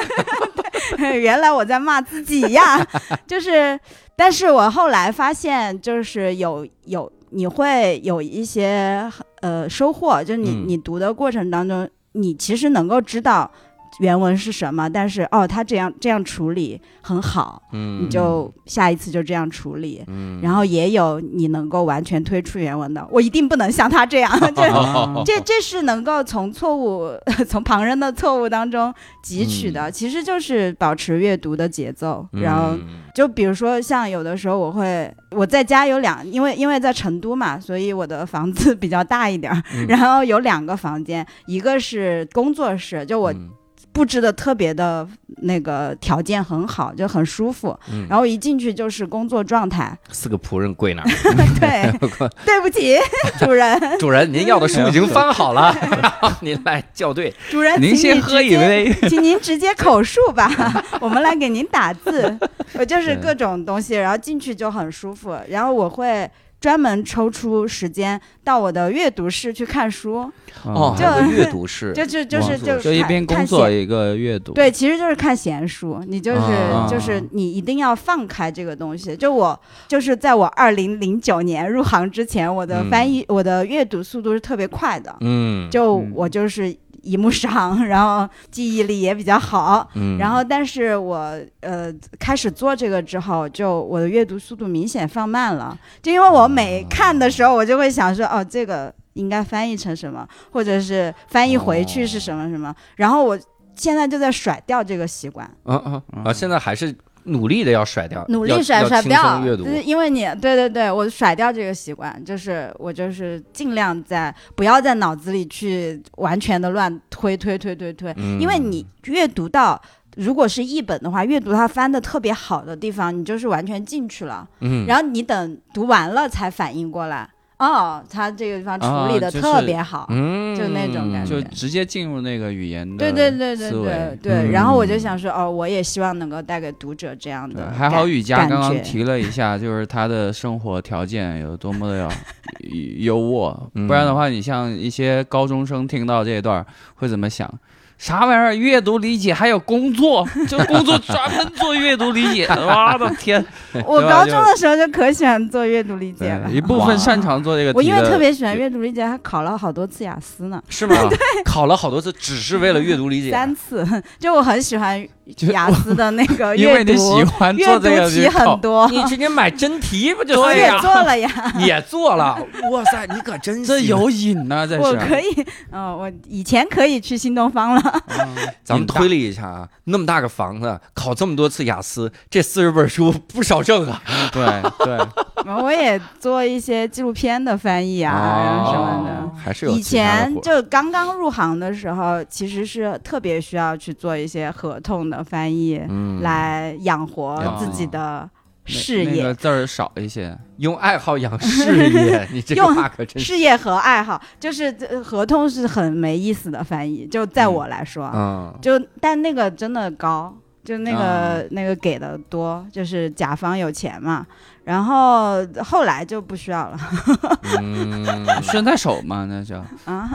Speaker 5: 原来我在骂自己呀， (laughs) 就是，但是我后来发现，就是有有你会有一些呃收获，就是你、
Speaker 4: 嗯
Speaker 5: 你读的过程当中，你其实能够知道原文是什么，但是哦，他这样这样处理很好，
Speaker 4: 嗯
Speaker 5: 你就下一次就这样处理。
Speaker 4: 嗯
Speaker 5: 然后也有你能够完全推出原文的，我一定不能像他这样， (laughs) 就
Speaker 6: 哦
Speaker 5: 这这是能够从错误、 (laughs) 从旁人的错误当中汲取
Speaker 6: 嗯
Speaker 5: 的，其实就是保持阅读的节奏。然后
Speaker 4: 嗯
Speaker 5: 就比如说，像有的时候我会我在家有两，因为因为在成都嘛，所以我的房子 (laughs) 比较大一点儿，
Speaker 4: 嗯
Speaker 5: 然后有两个房间，一个是工作室，就我
Speaker 4: 嗯
Speaker 5: 布置的特别的那个条件很好，就很舒服，
Speaker 4: 嗯
Speaker 5: 然后一进去就是工作状
Speaker 6: (laughs)
Speaker 5: 态。
Speaker 4: 四个仆人跪那儿，
Speaker 5: 对，对不起， (laughs) 主人，
Speaker 4: (laughs) 主人，您要的书已经翻好了， (laughs) 然后您来校对。
Speaker 5: 主人，
Speaker 6: 您
Speaker 5: 请
Speaker 6: 先
Speaker 5: 你
Speaker 6: 喝
Speaker 5: 直
Speaker 6: 一
Speaker 5: 接 (laughs)
Speaker 6: 杯，
Speaker 5: 请您直接口述吧， (laughs) 我们来给您打字。我就是各种东西，然后进去就很舒服。然后我会专门抽出时间到我的阅读室去看书，
Speaker 4: 哦，
Speaker 5: 就
Speaker 4: 还有个阅读室，
Speaker 5: 就就就是
Speaker 4: 工作
Speaker 5: 就
Speaker 4: 室
Speaker 5: 是
Speaker 6: 就一
Speaker 5: 看
Speaker 6: 边工
Speaker 5: 看
Speaker 6: 作
Speaker 5: 闲
Speaker 6: 一个阅读，
Speaker 5: 对，，其实就是看闲书，你就是、
Speaker 4: 啊
Speaker 5: 就是你一定要放开这个东西。就我就是在我二零零九年入行之前，我的
Speaker 4: 嗯
Speaker 5: 翻译、我的阅读速度是特别快的，
Speaker 4: 嗯，
Speaker 5: 就
Speaker 6: 嗯
Speaker 5: 我就是一目 (laughs) 十行，然后记忆力也比较好，
Speaker 4: 嗯
Speaker 5: 然后，但是我呃开始做这个之后，就我的阅读速度明显放慢了，就因为我每看的时候，我就会想说，哦，这个应该翻译成什么，或者是翻译回去是什么什么，然后我现在就在甩掉这个习惯，
Speaker 4: 啊啊啊！现在还是努力的要甩掉，
Speaker 5: 努力
Speaker 4: 要
Speaker 5: 甩
Speaker 4: 要
Speaker 5: 甩
Speaker 4: 轻
Speaker 5: 掉
Speaker 4: 松阅，读
Speaker 5: 就。是因为你对对对，我甩掉这个习惯，就是我就是尽量在不要在脑子里去完全的乱推推推推推，
Speaker 6: 嗯
Speaker 5: 因为你阅读到。如果是译本的话，阅读它翻的特别好的地方，你就是完全进去了，
Speaker 4: 嗯，
Speaker 5: 然后你等读完了才反应过来，哦，它这个地方处理的
Speaker 6: 啊就是
Speaker 5: 特别好，
Speaker 4: 嗯，
Speaker 5: 就那种感觉
Speaker 6: 就直接进入那个语言的
Speaker 5: 对对对对
Speaker 6: 思维
Speaker 5: 对对。然后我就
Speaker 4: 嗯
Speaker 5: 想说，哦，我也希望能够带给读者这样
Speaker 6: 对
Speaker 5: 的，
Speaker 6: 嗯还好
Speaker 5: 感
Speaker 6: 雨佳
Speaker 5: 感
Speaker 6: 刚刚
Speaker 5: 觉
Speaker 6: 提了一下，就是她的生活条件有多么
Speaker 5: (laughs)
Speaker 6: 的要优渥，不然的话，你像一些高中生听到这一段儿会怎么想？啥玩意儿？阅读理解还有工作，就工作专门做阅读理解，我的
Speaker 5: (laughs)
Speaker 6: 天！
Speaker 5: 我
Speaker 6: (laughs) 对吧
Speaker 5: 高
Speaker 6: 就
Speaker 5: 中的时候就可喜欢做阅读理解了
Speaker 6: 对，一部分擅长做这个题的，
Speaker 5: 我因为特别喜欢阅读理解，还考了好多次雅思呢，
Speaker 4: 是吗？考了好多次，只是为了阅读理解。
Speaker 5: 三次。 (laughs) 就我很喜欢
Speaker 6: 就
Speaker 5: 雅思的那个
Speaker 6: (laughs) 因
Speaker 5: 阅
Speaker 6: 为你喜
Speaker 5: 读，
Speaker 6: 欢
Speaker 5: 阅
Speaker 6: 做
Speaker 5: 读
Speaker 6: 这个
Speaker 5: 题
Speaker 6: 就考哎
Speaker 5: 很
Speaker 6: (laughs)
Speaker 5: 多，
Speaker 4: 你直接买真题
Speaker 5: (laughs)
Speaker 4: 不就
Speaker 5: 我
Speaker 4: 是
Speaker 5: 也
Speaker 4: 呀？
Speaker 5: 做了呀，
Speaker 4: (laughs) 也做了，哇塞，你可真
Speaker 6: 这
Speaker 4: 行
Speaker 6: 有瘾呐、这是。啊
Speaker 5: 我可以，嗯，我以前可以去新东方了， (laughs)
Speaker 4: 咱们
Speaker 6: 瘾大
Speaker 4: 推理一下啊，那么大个房子，考这么多次雅思，这四十本书不少挣啊！
Speaker 6: 对
Speaker 5: (laughs)
Speaker 6: 对，
Speaker 5: 我也做一些纪录片的翻译
Speaker 6: 哦
Speaker 5: 啊，然后什么的。
Speaker 4: 哦还是有
Speaker 5: 以
Speaker 4: 其他的
Speaker 5: 前
Speaker 4: 活儿
Speaker 5: 就刚刚入行的时候，其实是特别需要去做一些合同的翻译，
Speaker 4: 嗯
Speaker 5: 来养活
Speaker 6: 养
Speaker 5: 自己
Speaker 6: 活
Speaker 5: 的
Speaker 6: 那
Speaker 5: 事业
Speaker 6: 啊那。个字儿少一些，
Speaker 4: 用爱好养事
Speaker 5: (laughs)
Speaker 4: 业，你这个
Speaker 5: 用
Speaker 4: 话可真是
Speaker 5: 事业和爱好，就是这合同
Speaker 6: 嗯
Speaker 5: 啊
Speaker 6: 啊
Speaker 5: 是很没意思的翻译，就在我来说，
Speaker 4: 嗯
Speaker 5: 就但那个真的高，就那
Speaker 6: 啊
Speaker 5: 个、那个给的多，就是甲方有钱嘛。然后后来就不需要了 (laughs)
Speaker 1: 嗯，
Speaker 6: 顺带手嘛，那叫
Speaker 5: 啊，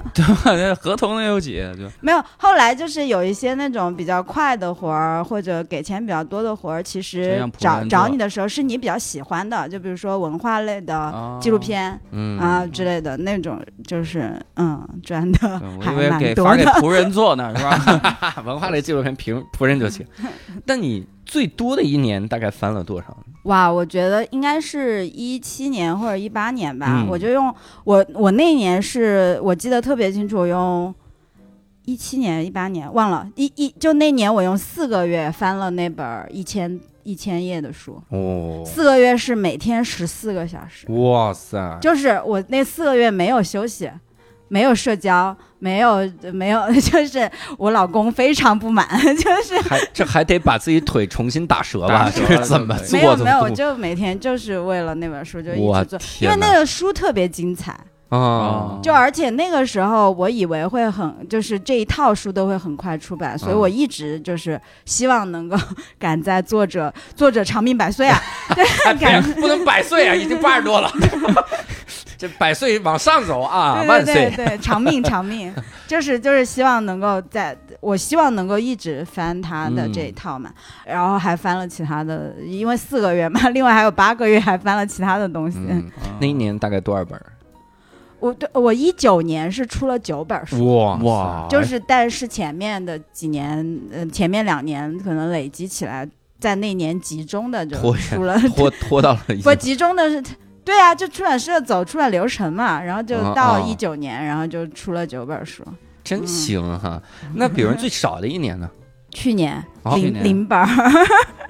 Speaker 6: 那合同能有几就
Speaker 5: 没有。后来就是有一些那种比较快的活儿，或者给钱比较多的活儿，其
Speaker 6: 这
Speaker 5: 实
Speaker 6: 样普
Speaker 5: 找
Speaker 6: 遍
Speaker 5: 找
Speaker 6: 做
Speaker 5: 你的时候是你比较喜欢的，就比如说文化类的
Speaker 6: 啊
Speaker 5: 纪录。片、
Speaker 1: 嗯
Speaker 5: 啊之类的那种，就是嗯赚的
Speaker 6: 对我
Speaker 5: 还
Speaker 6: 以为
Speaker 5: 蛮
Speaker 6: 给
Speaker 5: 多
Speaker 6: 发给
Speaker 5: 的。 (laughs)
Speaker 6: 仆人做呢，是吧？啊
Speaker 4: 文化类纪录片评仆人就
Speaker 5: (laughs)
Speaker 4: 行。但你最多的一年大概翻了多少？
Speaker 5: 哇，我觉得应该是一七年或者一八年吧，
Speaker 4: 嗯
Speaker 5: 我就用我我那年是我记得特别清楚，我用一七年一八年忘了一一就那年我用四个月翻了那本一千一千页的书，
Speaker 1: 哦，
Speaker 5: 四个月是每天十四个小时，
Speaker 1: 哇塞，
Speaker 5: 就是我那四个月没有休息。没有社交，没有没有， (laughs) 就是我老公非常不满，就是
Speaker 4: 还
Speaker 5: (laughs)
Speaker 4: 这还得把自己腿重新打折吧？
Speaker 6: 打折
Speaker 4: 这
Speaker 6: 了
Speaker 4: 是怎
Speaker 1: 哎
Speaker 4: 么做
Speaker 5: 没有
Speaker 4: 的？
Speaker 5: 没有，我就每天就是为了那本书就一
Speaker 4: 我
Speaker 5: 直做，因
Speaker 4: 天
Speaker 5: 为那
Speaker 4: 哪
Speaker 5: 个书特别精彩，
Speaker 4: 哦
Speaker 1: 啊，
Speaker 5: 就而且那个时候我以为会很，就是这一套书都会很快出版，所以
Speaker 1: 嗯
Speaker 5: 我一直就是希望能够 (laughs) 赶在作者作者长命百岁啊，对，赶
Speaker 1: 哎不能百
Speaker 5: (laughs)
Speaker 1: 岁啊，已经八十
Speaker 4: (laughs)
Speaker 1: 多了，这百岁往上走啊，
Speaker 5: 对
Speaker 1: 万
Speaker 5: 对
Speaker 1: 岁
Speaker 5: 对，对，长命 (laughs) 长命，就是就是希望能够在，我希望能够一直翻他的这一套嘛，然后还翻了其他的，因为四个月嘛，另外还有八个月还翻了其他的东西。
Speaker 1: 嗯，
Speaker 6: 啊
Speaker 4: 那一年大概多少本儿？
Speaker 5: 我对我一九年是出了九本书，
Speaker 1: 哇
Speaker 6: 哇，
Speaker 4: 哎
Speaker 5: 就是但是前面的几年，呃，前面两年可能累积起来，在那年集中的就
Speaker 4: 拖
Speaker 5: 出了，
Speaker 4: 拖拖到了已
Speaker 5: 不
Speaker 4: 经
Speaker 5: 集中的是。对啊，就出版社走出版流程嘛，然后就
Speaker 4: 哦
Speaker 5: 到
Speaker 4: 哦
Speaker 5: 一九年，然后就出了九本书。嗯
Speaker 4: 真行哈。那比如最少的一年呢？
Speaker 5: 去年
Speaker 4: 哦
Speaker 6: 去
Speaker 5: 零
Speaker 6: 年
Speaker 5: 零本儿，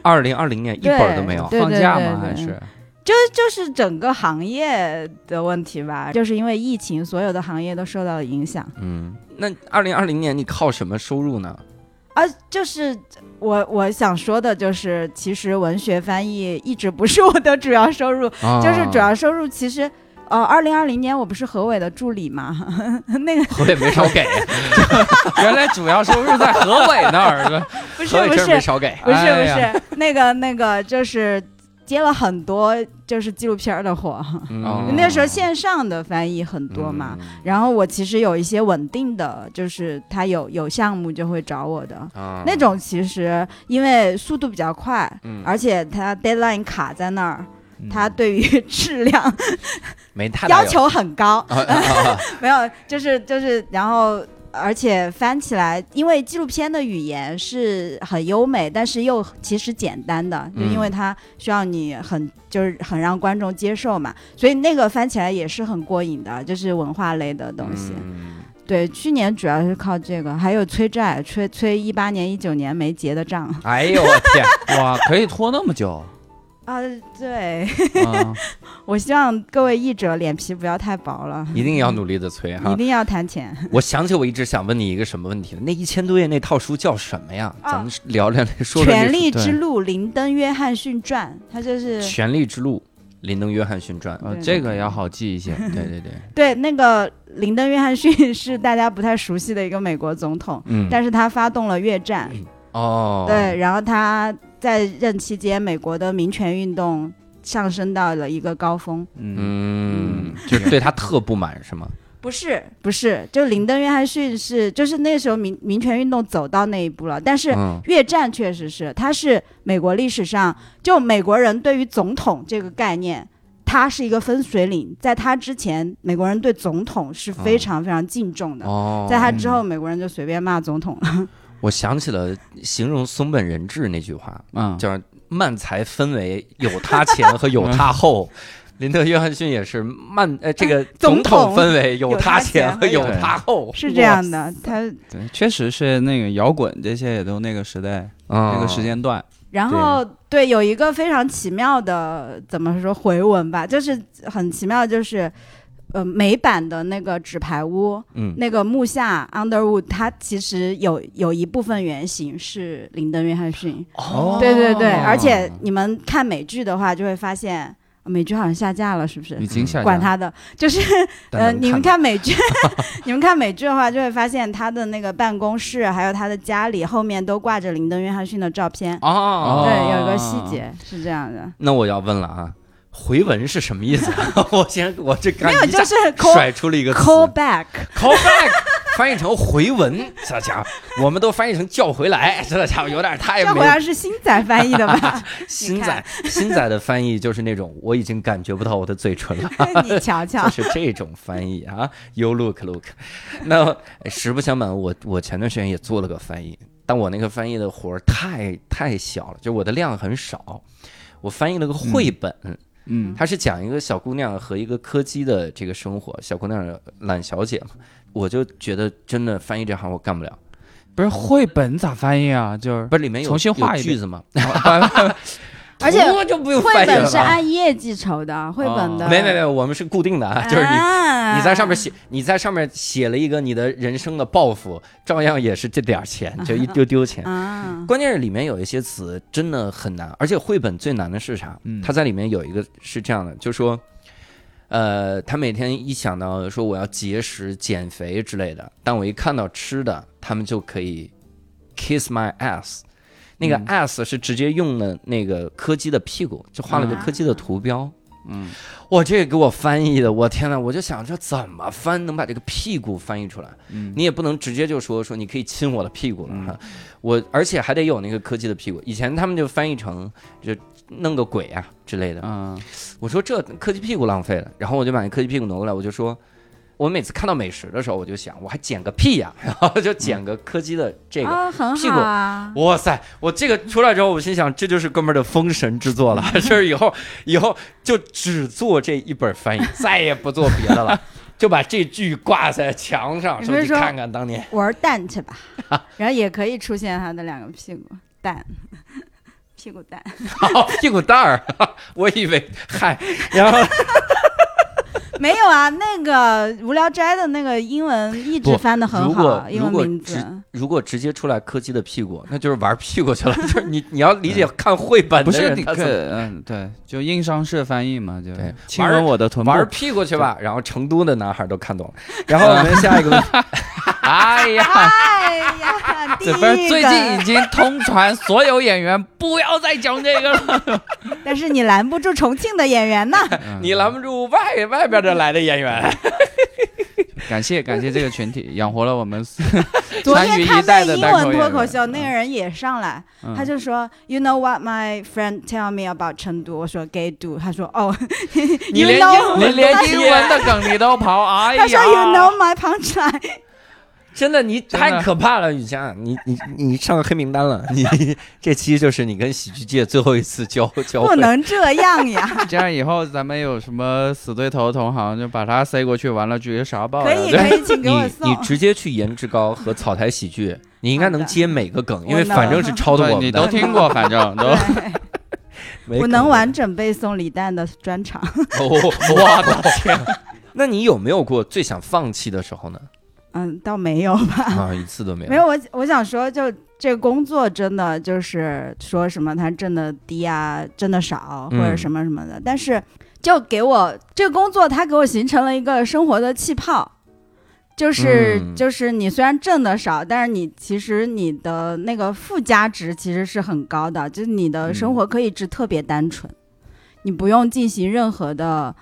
Speaker 4: 二零二零年 (laughs) 一本儿都没有。
Speaker 5: 对
Speaker 6: 放
Speaker 5: 对
Speaker 6: 假
Speaker 5: 对
Speaker 6: 吗？
Speaker 5: 对
Speaker 6: 还是
Speaker 5: 就是整个行业的问题吧，就是因为疫情，所有的行业都受到了影响
Speaker 4: 嗯，那二零二零年你靠什么收入呢？
Speaker 5: 啊。就是我我想说的就是，其实文学翻译一直不是我的主要收入，
Speaker 4: 啊
Speaker 1: 啊
Speaker 5: 就是主要收入其实。呃，二零二零年我不是何伟的助理嘛， (laughs) 那个
Speaker 4: 我也没少 (laughs) 给，
Speaker 6: 原来主要收
Speaker 5: (laughs)
Speaker 6: 入在何伟那儿，是吧
Speaker 5: 不是
Speaker 4: 我也
Speaker 5: 不
Speaker 4: 真
Speaker 5: 是
Speaker 4: 没少给。
Speaker 5: 不是
Speaker 6: 哎
Speaker 5: 不
Speaker 6: 呀
Speaker 5: 是那个那个就是接了很多就是纪录片儿的活，
Speaker 4: 嗯
Speaker 6: 哦
Speaker 1: 嗯
Speaker 5: 那时候线上的翻译很多嘛，然后我其实有一些稳定的，就是他有有项目就会找我的。
Speaker 1: 嗯
Speaker 4: 啊
Speaker 5: 那种其实因为速度比较快，
Speaker 4: 嗯
Speaker 5: 而且它 deadline 卡在那儿，
Speaker 1: 嗯
Speaker 5: 它对于 (laughs) 质量
Speaker 4: 没太大
Speaker 5: 要求很高。
Speaker 4: 啊啊啊啊
Speaker 5: (laughs) 没有，就是就是，然后而且翻起来，因为纪录片的语言是很优美，但是又其实简单的，就
Speaker 4: 嗯
Speaker 5: 因为它需要你很就是很让观众接受嘛，所以那个翻起来也是很过瘾的，就是文化类的东西。
Speaker 4: 嗯
Speaker 5: 对，去年主要是靠这个，还有催债，催催一八年、一九年没结的账。
Speaker 4: (laughs) 哎呦我天！
Speaker 6: 哇，可以拖那么久
Speaker 5: 啊，对，
Speaker 6: 啊！
Speaker 5: 我希望各位译者脸皮不要太薄了，
Speaker 4: 一定要努力的催
Speaker 5: 一
Speaker 4: 哈！
Speaker 5: 定要谈钱。
Speaker 4: 我想起我一直想问你一个什么问题了，那一千多页那套书叫什么呀？
Speaker 5: 啊
Speaker 4: 咱们聊聊那说
Speaker 5: 《
Speaker 4: 说那
Speaker 5: 权力
Speaker 4: 书
Speaker 5: 之路》林登·约翰逊传，他就是
Speaker 4: 对权力之路》林登·约翰逊传。
Speaker 6: 呃
Speaker 5: 对
Speaker 6: 这个要好记
Speaker 5: (laughs)
Speaker 6: 一些。
Speaker 4: 对对对，
Speaker 5: 对那个林登·约翰逊 (laughs) 是大家不太熟悉的一个美国总统，
Speaker 4: 嗯，
Speaker 5: (laughs) 但是他发动了越战，
Speaker 4: 哦，
Speaker 5: 对，然后他在任期间，美国的民权运动上升到了一个高峰。
Speaker 6: 嗯，
Speaker 4: 嗯，就是对他特不满是吗？
Speaker 5: 不是，不是，就林登·约翰逊是，就是那时候民民权运动走到那一步了，但是
Speaker 4: 嗯
Speaker 5: 越战确实是，它是美国历史上就美国人对于总统这个概念。它是一个分水岭，在它之前，美国人对总统是非常非常敬重的，
Speaker 4: 哦，
Speaker 5: 在它之后，美国人就随便骂总统了。
Speaker 4: 我想起了形容松本人志那句话，
Speaker 6: 嗯，
Speaker 4: 叫“慢才分为有他前和有
Speaker 6: 嗯
Speaker 4: 他后”。林德·约翰逊也是慢，呃，这个
Speaker 5: 哎总
Speaker 4: 统
Speaker 5: 统
Speaker 4: 分为有他前和
Speaker 5: 有
Speaker 4: 有
Speaker 5: 他前和有
Speaker 4: 他后，
Speaker 5: 是这样的，他
Speaker 6: 对，确实是那个摇滚这些也都那个时代
Speaker 5: 哦
Speaker 4: 哇，
Speaker 6: 那
Speaker 4: 那
Speaker 6: 个时间段。
Speaker 5: 然后对有一个非常奇妙的怎么说回文吧，就是很奇妙，就是呃美版的那个纸牌屋，
Speaker 4: 嗯
Speaker 5: 那个木下 Underwood，他其实有有一部分原型是林登·约翰逊，
Speaker 4: 哦
Speaker 5: 对对对，而且你们看美剧的话就会发现。哦美剧好像下架了，是不是？
Speaker 6: 已经下架
Speaker 5: 管他的，就是
Speaker 1: 但
Speaker 5: 呃，
Speaker 1: 能
Speaker 5: 你们
Speaker 1: 看
Speaker 5: 看美
Speaker 1: (laughs)
Speaker 5: 剧，你们看美剧的话，就会发现他的那个办公室还有他的家里后面都挂着林登·约翰逊的照片。
Speaker 1: 到
Speaker 4: 啊
Speaker 1: 哦。
Speaker 6: 啊
Speaker 5: 对，有一个细节是这样的，
Speaker 1: 那我要问了啊，回文是什么意思？
Speaker 4: 啊 (laughs)
Speaker 1: 我先我这刚
Speaker 5: 没有，
Speaker 1: 一下
Speaker 5: 就是 call
Speaker 1: 甩出了一个词
Speaker 5: call back，
Speaker 1: call back，翻译成回文，这家伙我们都翻译成叫回来，这家伙有点太
Speaker 5: 这
Speaker 1: 哎没
Speaker 5: 好像是星仔翻译的吧？ (laughs)
Speaker 1: 新仔新仔的翻译就是那种我已经感觉不到我的嘴
Speaker 5: (laughs)
Speaker 1: 唇了。
Speaker 5: 你瞧瞧
Speaker 1: 就，是这种翻译啊，You look look。那哎实不相瞒，我我前段时间也做了个翻译，但我那个翻译的活儿太太小了，就我的量很少。我翻译了个绘本，
Speaker 6: 嗯
Speaker 1: 它是讲一个小姑娘和一个柯基的这个生活，小姑娘懒小姐嘛。我就觉得真的翻译这行我干不了，
Speaker 6: 不是绘本咋翻译
Speaker 5: (laughs)
Speaker 6: 啊？就是
Speaker 1: 不是里面有
Speaker 6: 重新画
Speaker 1: 有
Speaker 6: 一
Speaker 1: 句
Speaker 6: 遍
Speaker 1: 子吗？
Speaker 5: 而且
Speaker 1: 我就不用
Speaker 5: 绘
Speaker 1: 翻译
Speaker 5: 本
Speaker 1: 了
Speaker 5: 是
Speaker 1: 吧。
Speaker 5: 按业绩酬的，绘本的
Speaker 1: 没没没，我们是固定的，啊， (laughs) 就是你
Speaker 5: 你
Speaker 1: 你在
Speaker 5: 啊
Speaker 1: 上面写，你在上面写了一个你的人生的抱负，照样也是这点儿钱，就一丢丢钱。
Speaker 5: 啊，
Speaker 1: 关键是里面有一些词真的很难，而且绘本最难的是啥
Speaker 6: 嗯？
Speaker 1: 它在里面有一个是这样的，就说，呃，他每天一想到说我要节食、减肥之类的，但我一看到吃的，他们就可以 kiss my ass。那个
Speaker 6: 嗯
Speaker 1: ass 是直接用了那个柯基的屁股，就画了个柯基的图标。
Speaker 6: 嗯，
Speaker 1: 我这个给我翻译的，我天呐，我就想这怎么翻能把这个屁股翻译出来？
Speaker 6: 嗯
Speaker 1: 你也不能直接就说说你可以亲我的屁股了哈，我而且还得有那个科技的屁股。以前他们就翻译成就弄个鬼啊之类的，
Speaker 6: 啊，
Speaker 1: 我说这科技屁股浪费了，然后我就把那科技屁股挪过来，我就说，我每次看到美食的时候，我就想我还捡个屁呀、然后就捡个科技的这个。
Speaker 5: 啊，很
Speaker 1: 屁股
Speaker 5: 好啊，
Speaker 1: 哇塞！我这个出来之后，我心想，这就是哥们儿的封神之作了。就是以后以后就只做这一本翻译，再也不做别的了，就把这句挂在墙上，
Speaker 5: 你
Speaker 1: 说
Speaker 5: 别
Speaker 1: 你
Speaker 5: 说
Speaker 1: 看看当年。
Speaker 5: 玩蛋去
Speaker 1: (laughs)
Speaker 5: 吧，然后也可以出现他的两个屁股蛋， (laughs) 屁股蛋，
Speaker 1: 哦，屁股蛋儿， (laughs) 我以为嗨，然后
Speaker 5: 没有啊，那个无聊斋的那个英文一直
Speaker 1: 不
Speaker 5: 翻的很
Speaker 1: 如果
Speaker 5: 好，英文
Speaker 1: 如果
Speaker 5: 名
Speaker 1: 直
Speaker 5: 字。
Speaker 1: 如果直接出来柯基的屁股，那就是玩屁股去了。 (laughs) 就是你你要理解看绘本
Speaker 6: 不
Speaker 1: 的
Speaker 6: 是
Speaker 1: 人，
Speaker 6: 那
Speaker 1: 他怎么
Speaker 6: 个嗯，对，就硬伤式翻译嘛，就
Speaker 1: 对
Speaker 6: 亲
Speaker 1: 玩
Speaker 6: 吻我的臀部。
Speaker 1: 玩屁股去吧？然后成都的男孩都看懂了。然后我们下一个问题，
Speaker 6: 哎
Speaker 1: 啊
Speaker 6: 呀，
Speaker 5: 哎呀，第一
Speaker 6: 这不是最近已
Speaker 5: 个，
Speaker 6: 经通传所有演员不要再讲这个
Speaker 5: (laughs)
Speaker 6: 了。
Speaker 5: 但是你拦不住重庆的演员呢。
Speaker 1: (laughs)
Speaker 6: 嗯
Speaker 1: 你拦不住外外边的来的演员。
Speaker 6: 感谢感谢这个群 (laughs) 体，养活了我们。
Speaker 5: 昨
Speaker 6: 川
Speaker 5: 天
Speaker 6: 渝
Speaker 5: 看
Speaker 6: 一代
Speaker 5: 那
Speaker 6: 的
Speaker 5: 英
Speaker 6: 单口
Speaker 5: 文脱
Speaker 6: 演
Speaker 5: 口
Speaker 6: 员嗯
Speaker 5: 秀，那个人也上来，他就说，You know what my friend tell me about 成都？我说 gay do，他说哦，You
Speaker 6: 连
Speaker 5: know，
Speaker 6: 你连英文的梗你都刨，哎呀！
Speaker 5: 他说 You
Speaker 6: (laughs)
Speaker 5: know my punchline，
Speaker 1: (laughs) 真的，你
Speaker 6: 真的
Speaker 1: 太可怕了，雨佳，你你你上黑名单了。 (laughs) 你这期就是你跟喜剧界最后一次
Speaker 5: (laughs)
Speaker 1: 交交
Speaker 6: 哦
Speaker 5: 不
Speaker 1: 汇。
Speaker 5: 能这样呀，
Speaker 6: 这样以后咱们有什么死对头同行，就把他塞过去，完了直接啥爆
Speaker 5: 可
Speaker 6: 料。
Speaker 5: 以
Speaker 6: 哦对
Speaker 5: 可以，请给
Speaker 1: 你
Speaker 5: 我
Speaker 1: 你
Speaker 5: 送。
Speaker 1: 直接去颜值高和草台喜剧，你应该能接每个
Speaker 5: (laughs)
Speaker 1: 梗，因为
Speaker 5: 我能
Speaker 1: 反正是抄的
Speaker 6: 对
Speaker 1: 我
Speaker 6: 你
Speaker 1: 们的。
Speaker 5: (laughs)
Speaker 6: 都听过，反正都。
Speaker 5: 对
Speaker 1: 没
Speaker 5: 我
Speaker 1: 可
Speaker 5: 能完整背诵李诞的专场，
Speaker 1: 哦，我的天！ (laughs) 那你有没有过最想放弃的时候
Speaker 5: (laughs)
Speaker 1: 呢？
Speaker 5: 嗯，倒没有吧。
Speaker 1: 啊，一次都没有。
Speaker 5: 没有，我我想说，就这个工作真的就是说什么他挣的低啊，挣的少或
Speaker 1: 嗯
Speaker 5: 者什么什么的，但是就给我这个工作，它给我形成了一个生活的气泡。就是、
Speaker 1: 嗯
Speaker 5: 就是你虽然挣的少，但是你其实你的那个附加值其实是很高的，就是你的生
Speaker 1: 嗯
Speaker 5: 活可以是特别单纯，你不用进行任何的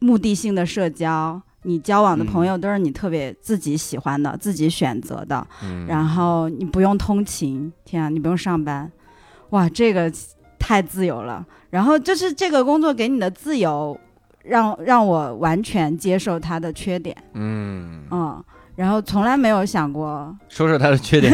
Speaker 5: 目的性的社交，你交
Speaker 1: 嗯
Speaker 5: 往的朋友都是你特别自己喜欢的、自己选择的，
Speaker 1: 嗯
Speaker 5: 然后你不用通勤，天啊，你不用上班，哇，这个太自由了。然后就是这个工作给你的自由，让让我完全接受它的缺点，
Speaker 1: 嗯，
Speaker 5: 嗯，然后从来没有想过
Speaker 1: 说说他的缺
Speaker 5: (laughs)
Speaker 1: 点，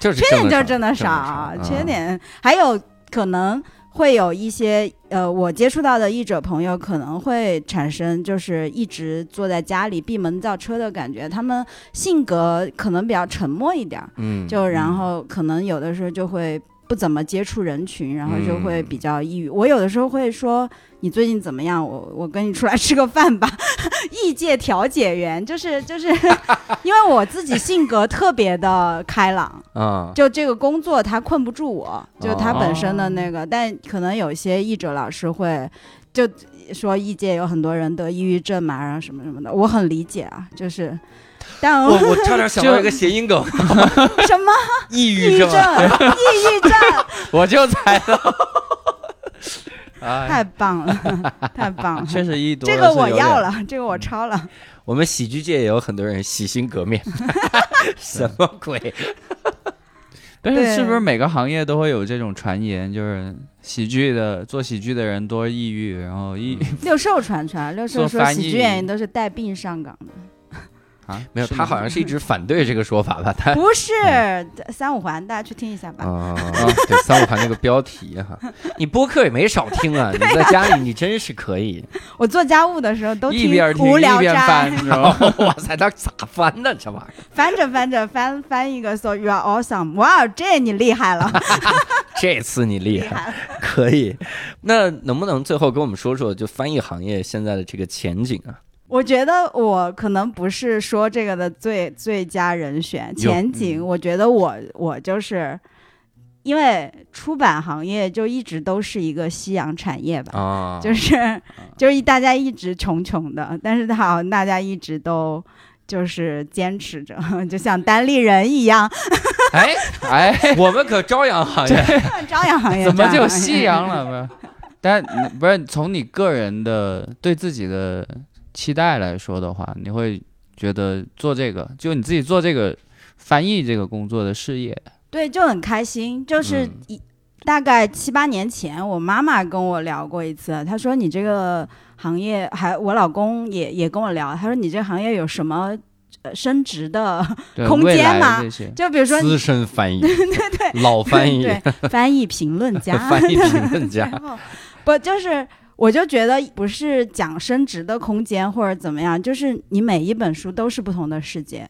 Speaker 1: 就是
Speaker 5: 缺点就
Speaker 1: 挣
Speaker 5: 真
Speaker 1: 得
Speaker 5: 的
Speaker 1: 少
Speaker 5: 少，
Speaker 1: 挣得少
Speaker 5: 缺
Speaker 1: 嗯
Speaker 5: 点还有可能会有一些呃，我接触到的译者朋友可能会产生就是一直坐在家里闭门造车的感觉，他们性格可能比较沉默一点儿，
Speaker 1: 嗯，
Speaker 5: 就然后可能有的时候就会不怎么接触人群，然后就会
Speaker 1: 嗯
Speaker 5: 比较抑郁。我有的时候会说你最近怎么样？我我跟你出来吃个饭吧， (laughs) 异界调解员，就是就是， (laughs) 因为我自己性格特别的开朗，
Speaker 1: 啊，
Speaker 5: 就这个工作它困不住我，就它
Speaker 1: 哦
Speaker 5: 本身的那个，但可能有一些译者老师会。就说异界有很多人得抑郁症嘛，然后什么什么的，我很理解啊，就是，但
Speaker 1: 我我差点想到一个谐 (laughs) 音梗，
Speaker 5: (laughs) 什么
Speaker 1: 抑
Speaker 5: 抑郁
Speaker 1: 郁
Speaker 5: 症、
Speaker 1: 症啊。
Speaker 5: 抑郁症，
Speaker 6: 我就猜到。哎，
Speaker 5: 太棒了， (laughs) 太棒了，
Speaker 6: (laughs) 确实一多
Speaker 5: 这个我要。了，这个我抄了。
Speaker 1: 我们喜剧界也有很多人洗心革
Speaker 5: (laughs)
Speaker 1: 面，什么鬼？
Speaker 6: 但是是不
Speaker 5: 对
Speaker 6: 是每个行业都会有这种传言，就是喜剧的做喜剧的人多抑郁，然后抑
Speaker 5: 六兽传出来，六兽
Speaker 6: 做
Speaker 5: 说
Speaker 6: 翻
Speaker 5: 喜
Speaker 6: 译
Speaker 5: 剧演员都是带病上岗的，
Speaker 6: 啊
Speaker 1: 没有，
Speaker 6: 是
Speaker 1: 他
Speaker 6: 吗
Speaker 1: 好像是一直反对这个说法吧？
Speaker 5: (laughs)
Speaker 6: 哎
Speaker 1: 他
Speaker 5: 不是
Speaker 6: 嗯
Speaker 5: 三五环，大家去听一下
Speaker 6: 哦
Speaker 5: 吧。
Speaker 1: 啊，对，三五盘那个标题哈，你播客也没少听
Speaker 5: (laughs)
Speaker 1: 啊，你在家里你真是可以，
Speaker 5: 我做家务的时候都
Speaker 6: 一边听
Speaker 5: 无
Speaker 6: 一
Speaker 5: 聊
Speaker 6: 边
Speaker 5: 斋 (laughs)
Speaker 6: 翻，，是吧？
Speaker 1: (laughs) 哇塞，他咋翻的这玩意儿？
Speaker 5: 翻着翻着翻翻一个 so you are awesome，哇，这你厉害了，
Speaker 1: 这次你 (laughs) 厉
Speaker 5: 厉
Speaker 1: 害，
Speaker 5: 害了。
Speaker 1: 可以。那能不能最后跟我们说说，就翻译行业现在的这个前景啊？
Speaker 5: 我觉得我可能不是说这个的最最佳人选，
Speaker 1: 有
Speaker 5: 前景，
Speaker 1: 嗯
Speaker 5: 我觉得我我就是。因为出版行业就一直都是一个夕阳产业
Speaker 1: (laughs)
Speaker 5: 吧，
Speaker 1: 啊 (laughs)
Speaker 5: 就是就是大家一直穷穷的，但是好像大家一直都就是坚持着， (laughs) 就像单立人一样，
Speaker 1: 哎，
Speaker 6: 哎，
Speaker 1: 我们可朝阳行业
Speaker 5: 朝阳行业
Speaker 6: 怎么
Speaker 5: (laughs)
Speaker 6: 就
Speaker 5: 夕
Speaker 6: 夕
Speaker 5: 阳？
Speaker 6: 阳了？不是，但你不是从你个人的对自己的期待来说的话，你会觉得做这个，就你自己做这个翻译这个工作的事业，
Speaker 5: 对，就很开心。就是
Speaker 6: 嗯
Speaker 5: 一、大概七八年前，我妈妈跟我聊过一次，她说你这个行业，还我老公也也跟我聊，他说你这个行业有什么呃升值的？
Speaker 6: 对
Speaker 5: 空
Speaker 6: 未
Speaker 5: 间
Speaker 6: 来
Speaker 5: 嘛
Speaker 6: 这些
Speaker 5: 就比如说
Speaker 1: (laughs) 资
Speaker 5: 你
Speaker 1: 深翻译，对对对，老翻译， (laughs)
Speaker 5: 对翻译评论家，
Speaker 1: 翻译评论家，
Speaker 5: 然后不就是。我就觉得不是讲升值的空间或者怎么样，就是你每一本书都是不同的世界，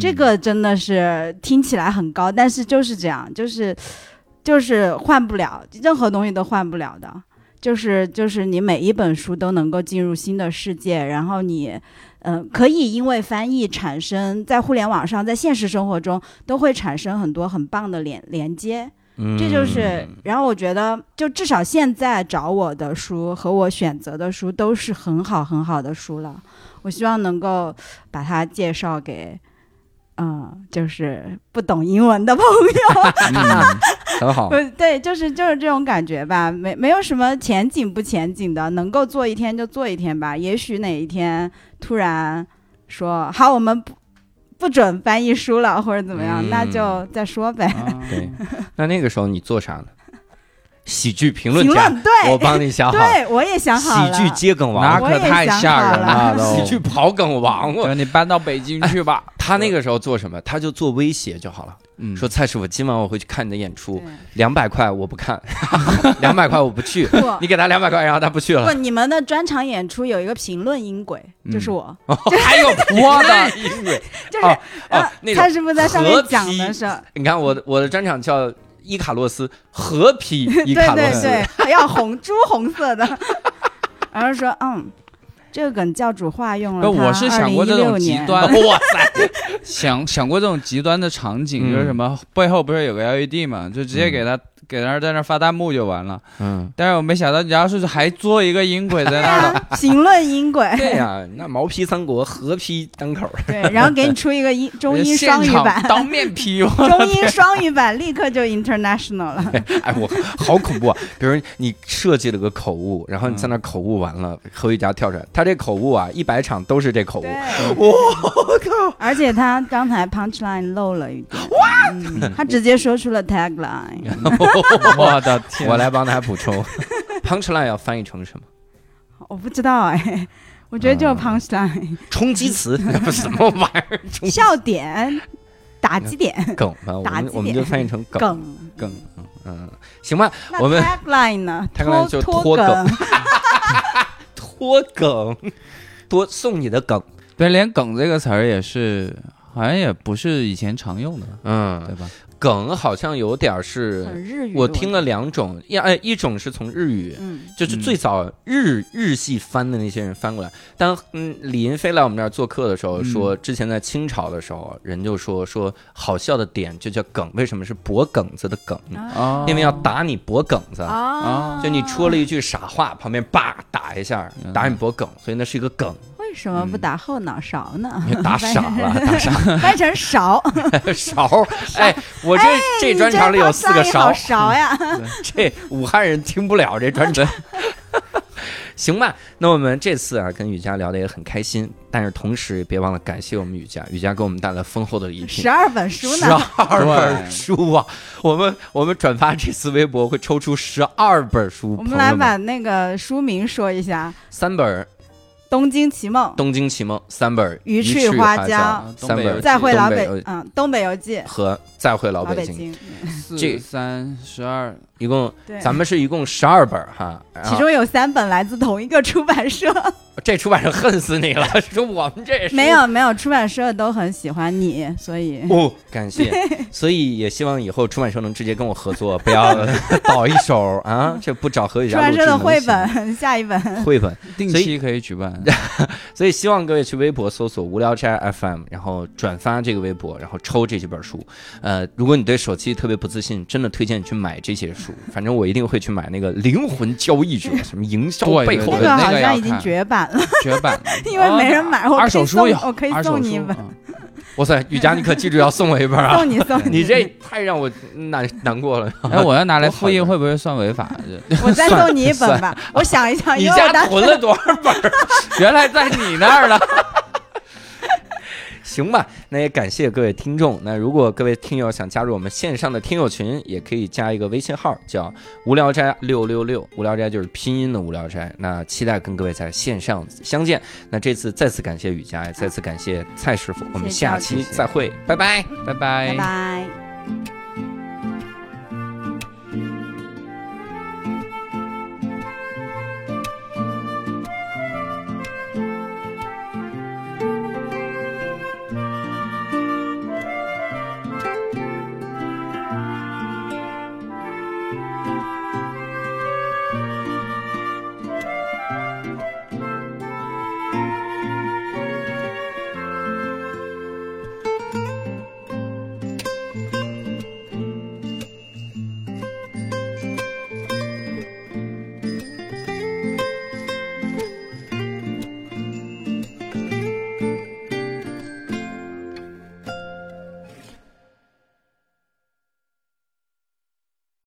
Speaker 5: 这
Speaker 6: 嗯
Speaker 5: 个真的是听起来很高，但是就是这样，就是就是换不了，任何东西都换不了的。就是就是你每一本书都能够进入新的世界，然后你，嗯、可以因为翻译产生在互联网上，在现实生活中都会产生很多很棒的连连接。
Speaker 1: 嗯
Speaker 5: 这就是，然后我觉得，就至少现在找我的书和我选择的书都是很好很好的书了。我希望能够把它介绍给，嗯，就是不懂英文的朋友。 (laughs)
Speaker 6: 嗯
Speaker 1: 很 (laughs) 好。
Speaker 5: 不 (laughs) 对，就是就是这种感觉吧，没没有什么前景不前景的，能够做一天就做一天吧。也许哪一天突然说好，我们不不准翻译书了，或者怎么样，
Speaker 1: 嗯
Speaker 5: 那就再说呗。
Speaker 6: 啊
Speaker 1: 对，那那个时候你做啥呢？喜剧评论
Speaker 5: 评
Speaker 1: 家，
Speaker 5: 论对，
Speaker 1: 我帮你想好。
Speaker 5: 对，我也想好
Speaker 1: 喜
Speaker 5: 了。
Speaker 1: 剧接梗
Speaker 6: 那
Speaker 1: 王，
Speaker 5: 我
Speaker 6: 可
Speaker 5: 也
Speaker 6: 太
Speaker 5: 想
Speaker 6: 吓人
Speaker 5: 好
Speaker 6: 了
Speaker 1: 啊，
Speaker 5: (laughs)
Speaker 6: 都，
Speaker 1: 喜剧跑梗王，我
Speaker 6: 对你搬到北京去吧。
Speaker 1: 他那个时候做什么？他就做威胁就好了，
Speaker 6: 嗯
Speaker 1: 说蔡师傅，今晚我回去看你的演出，
Speaker 5: 对
Speaker 1: 两百块我不看， (laughs) 两百块我不去，
Speaker 5: 不
Speaker 1: 你给他两百块，然后他不去
Speaker 5: 不，
Speaker 1: 了，
Speaker 5: 你们的专场演出有一个评论音轨，就是
Speaker 6: 嗯
Speaker 5: 我，
Speaker 1: 还有哎我的音乐，
Speaker 5: 就是
Speaker 1: 哦哦
Speaker 5: 呃，
Speaker 1: 那
Speaker 5: 蔡
Speaker 1: 种
Speaker 5: 师傅在上
Speaker 1: 合
Speaker 5: 面讲的
Speaker 1: 批
Speaker 5: 时候，
Speaker 1: 你看我的我的专场叫伊卡洛斯合
Speaker 5: (laughs)
Speaker 1: 批伊
Speaker 5: 对
Speaker 1: 卡洛
Speaker 5: 对
Speaker 1: 斯，
Speaker 5: 对，还要红朱红色的， (laughs) 然后说嗯，这个梗教主化用了
Speaker 6: 不，
Speaker 5: 它，
Speaker 6: 我是想过这种
Speaker 5: 2016
Speaker 6: 极
Speaker 5: 年 (laughs)
Speaker 6: 端，
Speaker 1: 哇塞，
Speaker 6: (laughs)
Speaker 1: 嗯
Speaker 6: 想想过这种极端的场景，就是什么背后不是有个 LED 嘛，就直接给他给他在那发弹幕就完了。
Speaker 1: 嗯，
Speaker 6: 但是我没想到你要是还做一个音轨在
Speaker 5: 对 (laughs)
Speaker 6: 那儿了，
Speaker 5: 啊，评论音
Speaker 6: (laughs)
Speaker 5: 轨，
Speaker 1: 对呀，那毛坯三国合批单口，
Speaker 5: 对，然后给你出一个英中英
Speaker 6: 现
Speaker 5: 双语
Speaker 6: 场
Speaker 5: 版， (laughs)
Speaker 6: 当面批我。
Speaker 5: 中英双语版立刻就 international 了，
Speaker 1: 哎，我好恐怖啊！比如你设计了个口误，然后你在那口误完了，何雨佳跳出来，他这口误啊，一百场都是这口误
Speaker 5: 对，，
Speaker 1: 我靠！
Speaker 5: 而且他刚才 punchline 漏了一点，哇，
Speaker 6: 嗯
Speaker 5: 他直接说出了 tagline。
Speaker 6: 我的天！
Speaker 1: 我来帮他补充 (laughs) ，punchline 要翻译成什么？
Speaker 5: 我不知道哎，我觉得
Speaker 1: 嗯
Speaker 5: 就
Speaker 1: (laughs)
Speaker 5: 是 punchline、
Speaker 1: 冲击词？不是什么玩意儿？冲击
Speaker 5: 笑点、打击点、
Speaker 1: 梗吧？我
Speaker 5: 打
Speaker 1: 们
Speaker 5: 击
Speaker 1: 我们就
Speaker 5: 点
Speaker 1: 翻译成嗯梗。
Speaker 5: 梗。
Speaker 1: 嗯，行吧，
Speaker 5: 那
Speaker 1: 我们
Speaker 5: tagline 呢？
Speaker 1: (laughs) tagline 就
Speaker 5: 拖
Speaker 1: 拖
Speaker 5: 梗，
Speaker 1: 脱梗，多送你的梗。
Speaker 6: 对，连“梗”这个词儿也是，好像也不是以前常用的，
Speaker 1: 嗯
Speaker 6: 对吧？
Speaker 1: 梗好像有点儿是，
Speaker 5: 很日语。
Speaker 1: 我听了，两种，一哎一种是从日语，
Speaker 5: 嗯，
Speaker 1: 就是最早日、日系翻的那些人翻过来。当嗯李银飞来我们这儿做客的时候，
Speaker 6: 嗯
Speaker 1: 说之前在清朝的时候，人就说说好笑的点就叫梗，为什么是脖梗子的梗？
Speaker 6: 哦
Speaker 1: 因为要打你脖梗子。
Speaker 5: 啊，
Speaker 1: 就你说了一句傻话，旁边叭打一下，
Speaker 6: 嗯
Speaker 1: 打你脖梗，所以那是一个梗，
Speaker 5: 哦为什么
Speaker 1: 嗯
Speaker 5: 不打后脑勺呢？
Speaker 1: (laughs) 你打傻了，打傻
Speaker 5: 掰
Speaker 1: (laughs)
Speaker 5: 成勺，
Speaker 1: 了勺儿。哎，我这这专场里有四
Speaker 5: (laughs)
Speaker 1: 个勺
Speaker 5: 勺，勺呀，
Speaker 1: (laughs) 这武汉人听不了这专程。 (laughs) 行吧，那我们这次啊跟雨佳聊的也很开心，但是同时也别忘了感谢我们雨佳，雨佳给我们带来丰厚的礼品
Speaker 5: 十，二本书
Speaker 1: 十
Speaker 5: 呢，
Speaker 1: 二本书啊！我们我们转发这次微博会抽出十二本书，
Speaker 5: 我们
Speaker 1: 朋
Speaker 5: 来
Speaker 1: 友
Speaker 5: 把那个书名说一下，
Speaker 1: 三本《
Speaker 5: 《东京奇梦》
Speaker 1: 东京奇梦》，三本《
Speaker 5: 鱼
Speaker 1: 翅
Speaker 5: 翅花
Speaker 1: 椒》
Speaker 5: 椒
Speaker 6: 啊
Speaker 1: 三
Speaker 6: 东北
Speaker 1: 本
Speaker 6: 游
Speaker 1: 《
Speaker 6: 记
Speaker 5: 再会老
Speaker 1: 东北
Speaker 5: 北
Speaker 1: 游记，
Speaker 5: 嗯，《东北游记》
Speaker 1: 和《再会老
Speaker 5: 老
Speaker 1: 北京》，
Speaker 5: 京，
Speaker 1: 这
Speaker 6: 四三十二，
Speaker 1: 一共
Speaker 5: 对，
Speaker 1: 咱们是一共十二本儿哈，然后
Speaker 5: 其中有三本来自同一个出版社，
Speaker 1: 这出版社恨死你了，说我们这
Speaker 6: 哎
Speaker 1: 书
Speaker 5: 没有没有，出版社都很喜欢你，所以
Speaker 1: 哦，感
Speaker 5: (laughs)
Speaker 1: 谢，所以也希望以后出版社能直接跟我合作，不 (laughs) 要倒一手啊，这不找何雨
Speaker 5: 出
Speaker 1: 佳
Speaker 5: 版
Speaker 1: 录
Speaker 5: 社
Speaker 1: 制
Speaker 5: 的
Speaker 1: 能
Speaker 5: 绘
Speaker 1: 行吗
Speaker 5: 本下一本，
Speaker 1: 绘本，
Speaker 6: 定
Speaker 1: 所以
Speaker 6: 期可以
Speaker 1: (laughs)
Speaker 6: 举办。
Speaker 1: 所以希望各位去微博搜索“无聊斋 FM”，然后转发这个微博，然后抽这几本书。呃，如果你对手机特别不自信，真的推荐你去买这些书，反正我一定会去买那个《灵魂交易者》，什么营销
Speaker 6: 对
Speaker 1: 背
Speaker 6: 对
Speaker 1: 后
Speaker 5: 那
Speaker 1: 的
Speaker 6: 对
Speaker 5: 个
Speaker 6: 那
Speaker 5: 好
Speaker 6: 个
Speaker 5: 像
Speaker 6: 要
Speaker 5: 已经
Speaker 6: 看
Speaker 5: 绝版了，
Speaker 6: 绝版，
Speaker 5: 因为没人买，我可
Speaker 6: 二
Speaker 5: 以
Speaker 6: 手
Speaker 5: 送
Speaker 6: 书有，
Speaker 5: 我可以
Speaker 6: 二手
Speaker 5: 送你一
Speaker 6: 书
Speaker 5: 本，
Speaker 6: 嗯
Speaker 1: 哇
Speaker 5: (laughs)
Speaker 1: 塞，雨佳，你可记住要送我一本啊！
Speaker 5: 送你送
Speaker 1: (laughs) 你这太让我难难过了。
Speaker 6: 哎，我要拿来复印
Speaker 1: 多狠啊
Speaker 6: 会不会算违法？这
Speaker 5: 我再
Speaker 1: 算
Speaker 5: 送你一本
Speaker 6: (laughs)
Speaker 5: 吧。我想一 (laughs) 想，
Speaker 1: 你
Speaker 5: 因为我
Speaker 1: 家
Speaker 5: 当
Speaker 1: 囤了多少本儿？
Speaker 6: 原来在你那儿了。
Speaker 1: (laughs) 行吧，那也感谢各位听众。那如果各位听友想加入我们线上的听友群，也可以加一个微信号，叫“无聊斋六六六”，无聊斋就是拼音的无聊斋。那期待跟各位在线上相见。那这次再次感谢雨佳，也再次感谢蔡师傅，我们下期再会，拜拜。
Speaker 6: 拜
Speaker 5: 拜拜。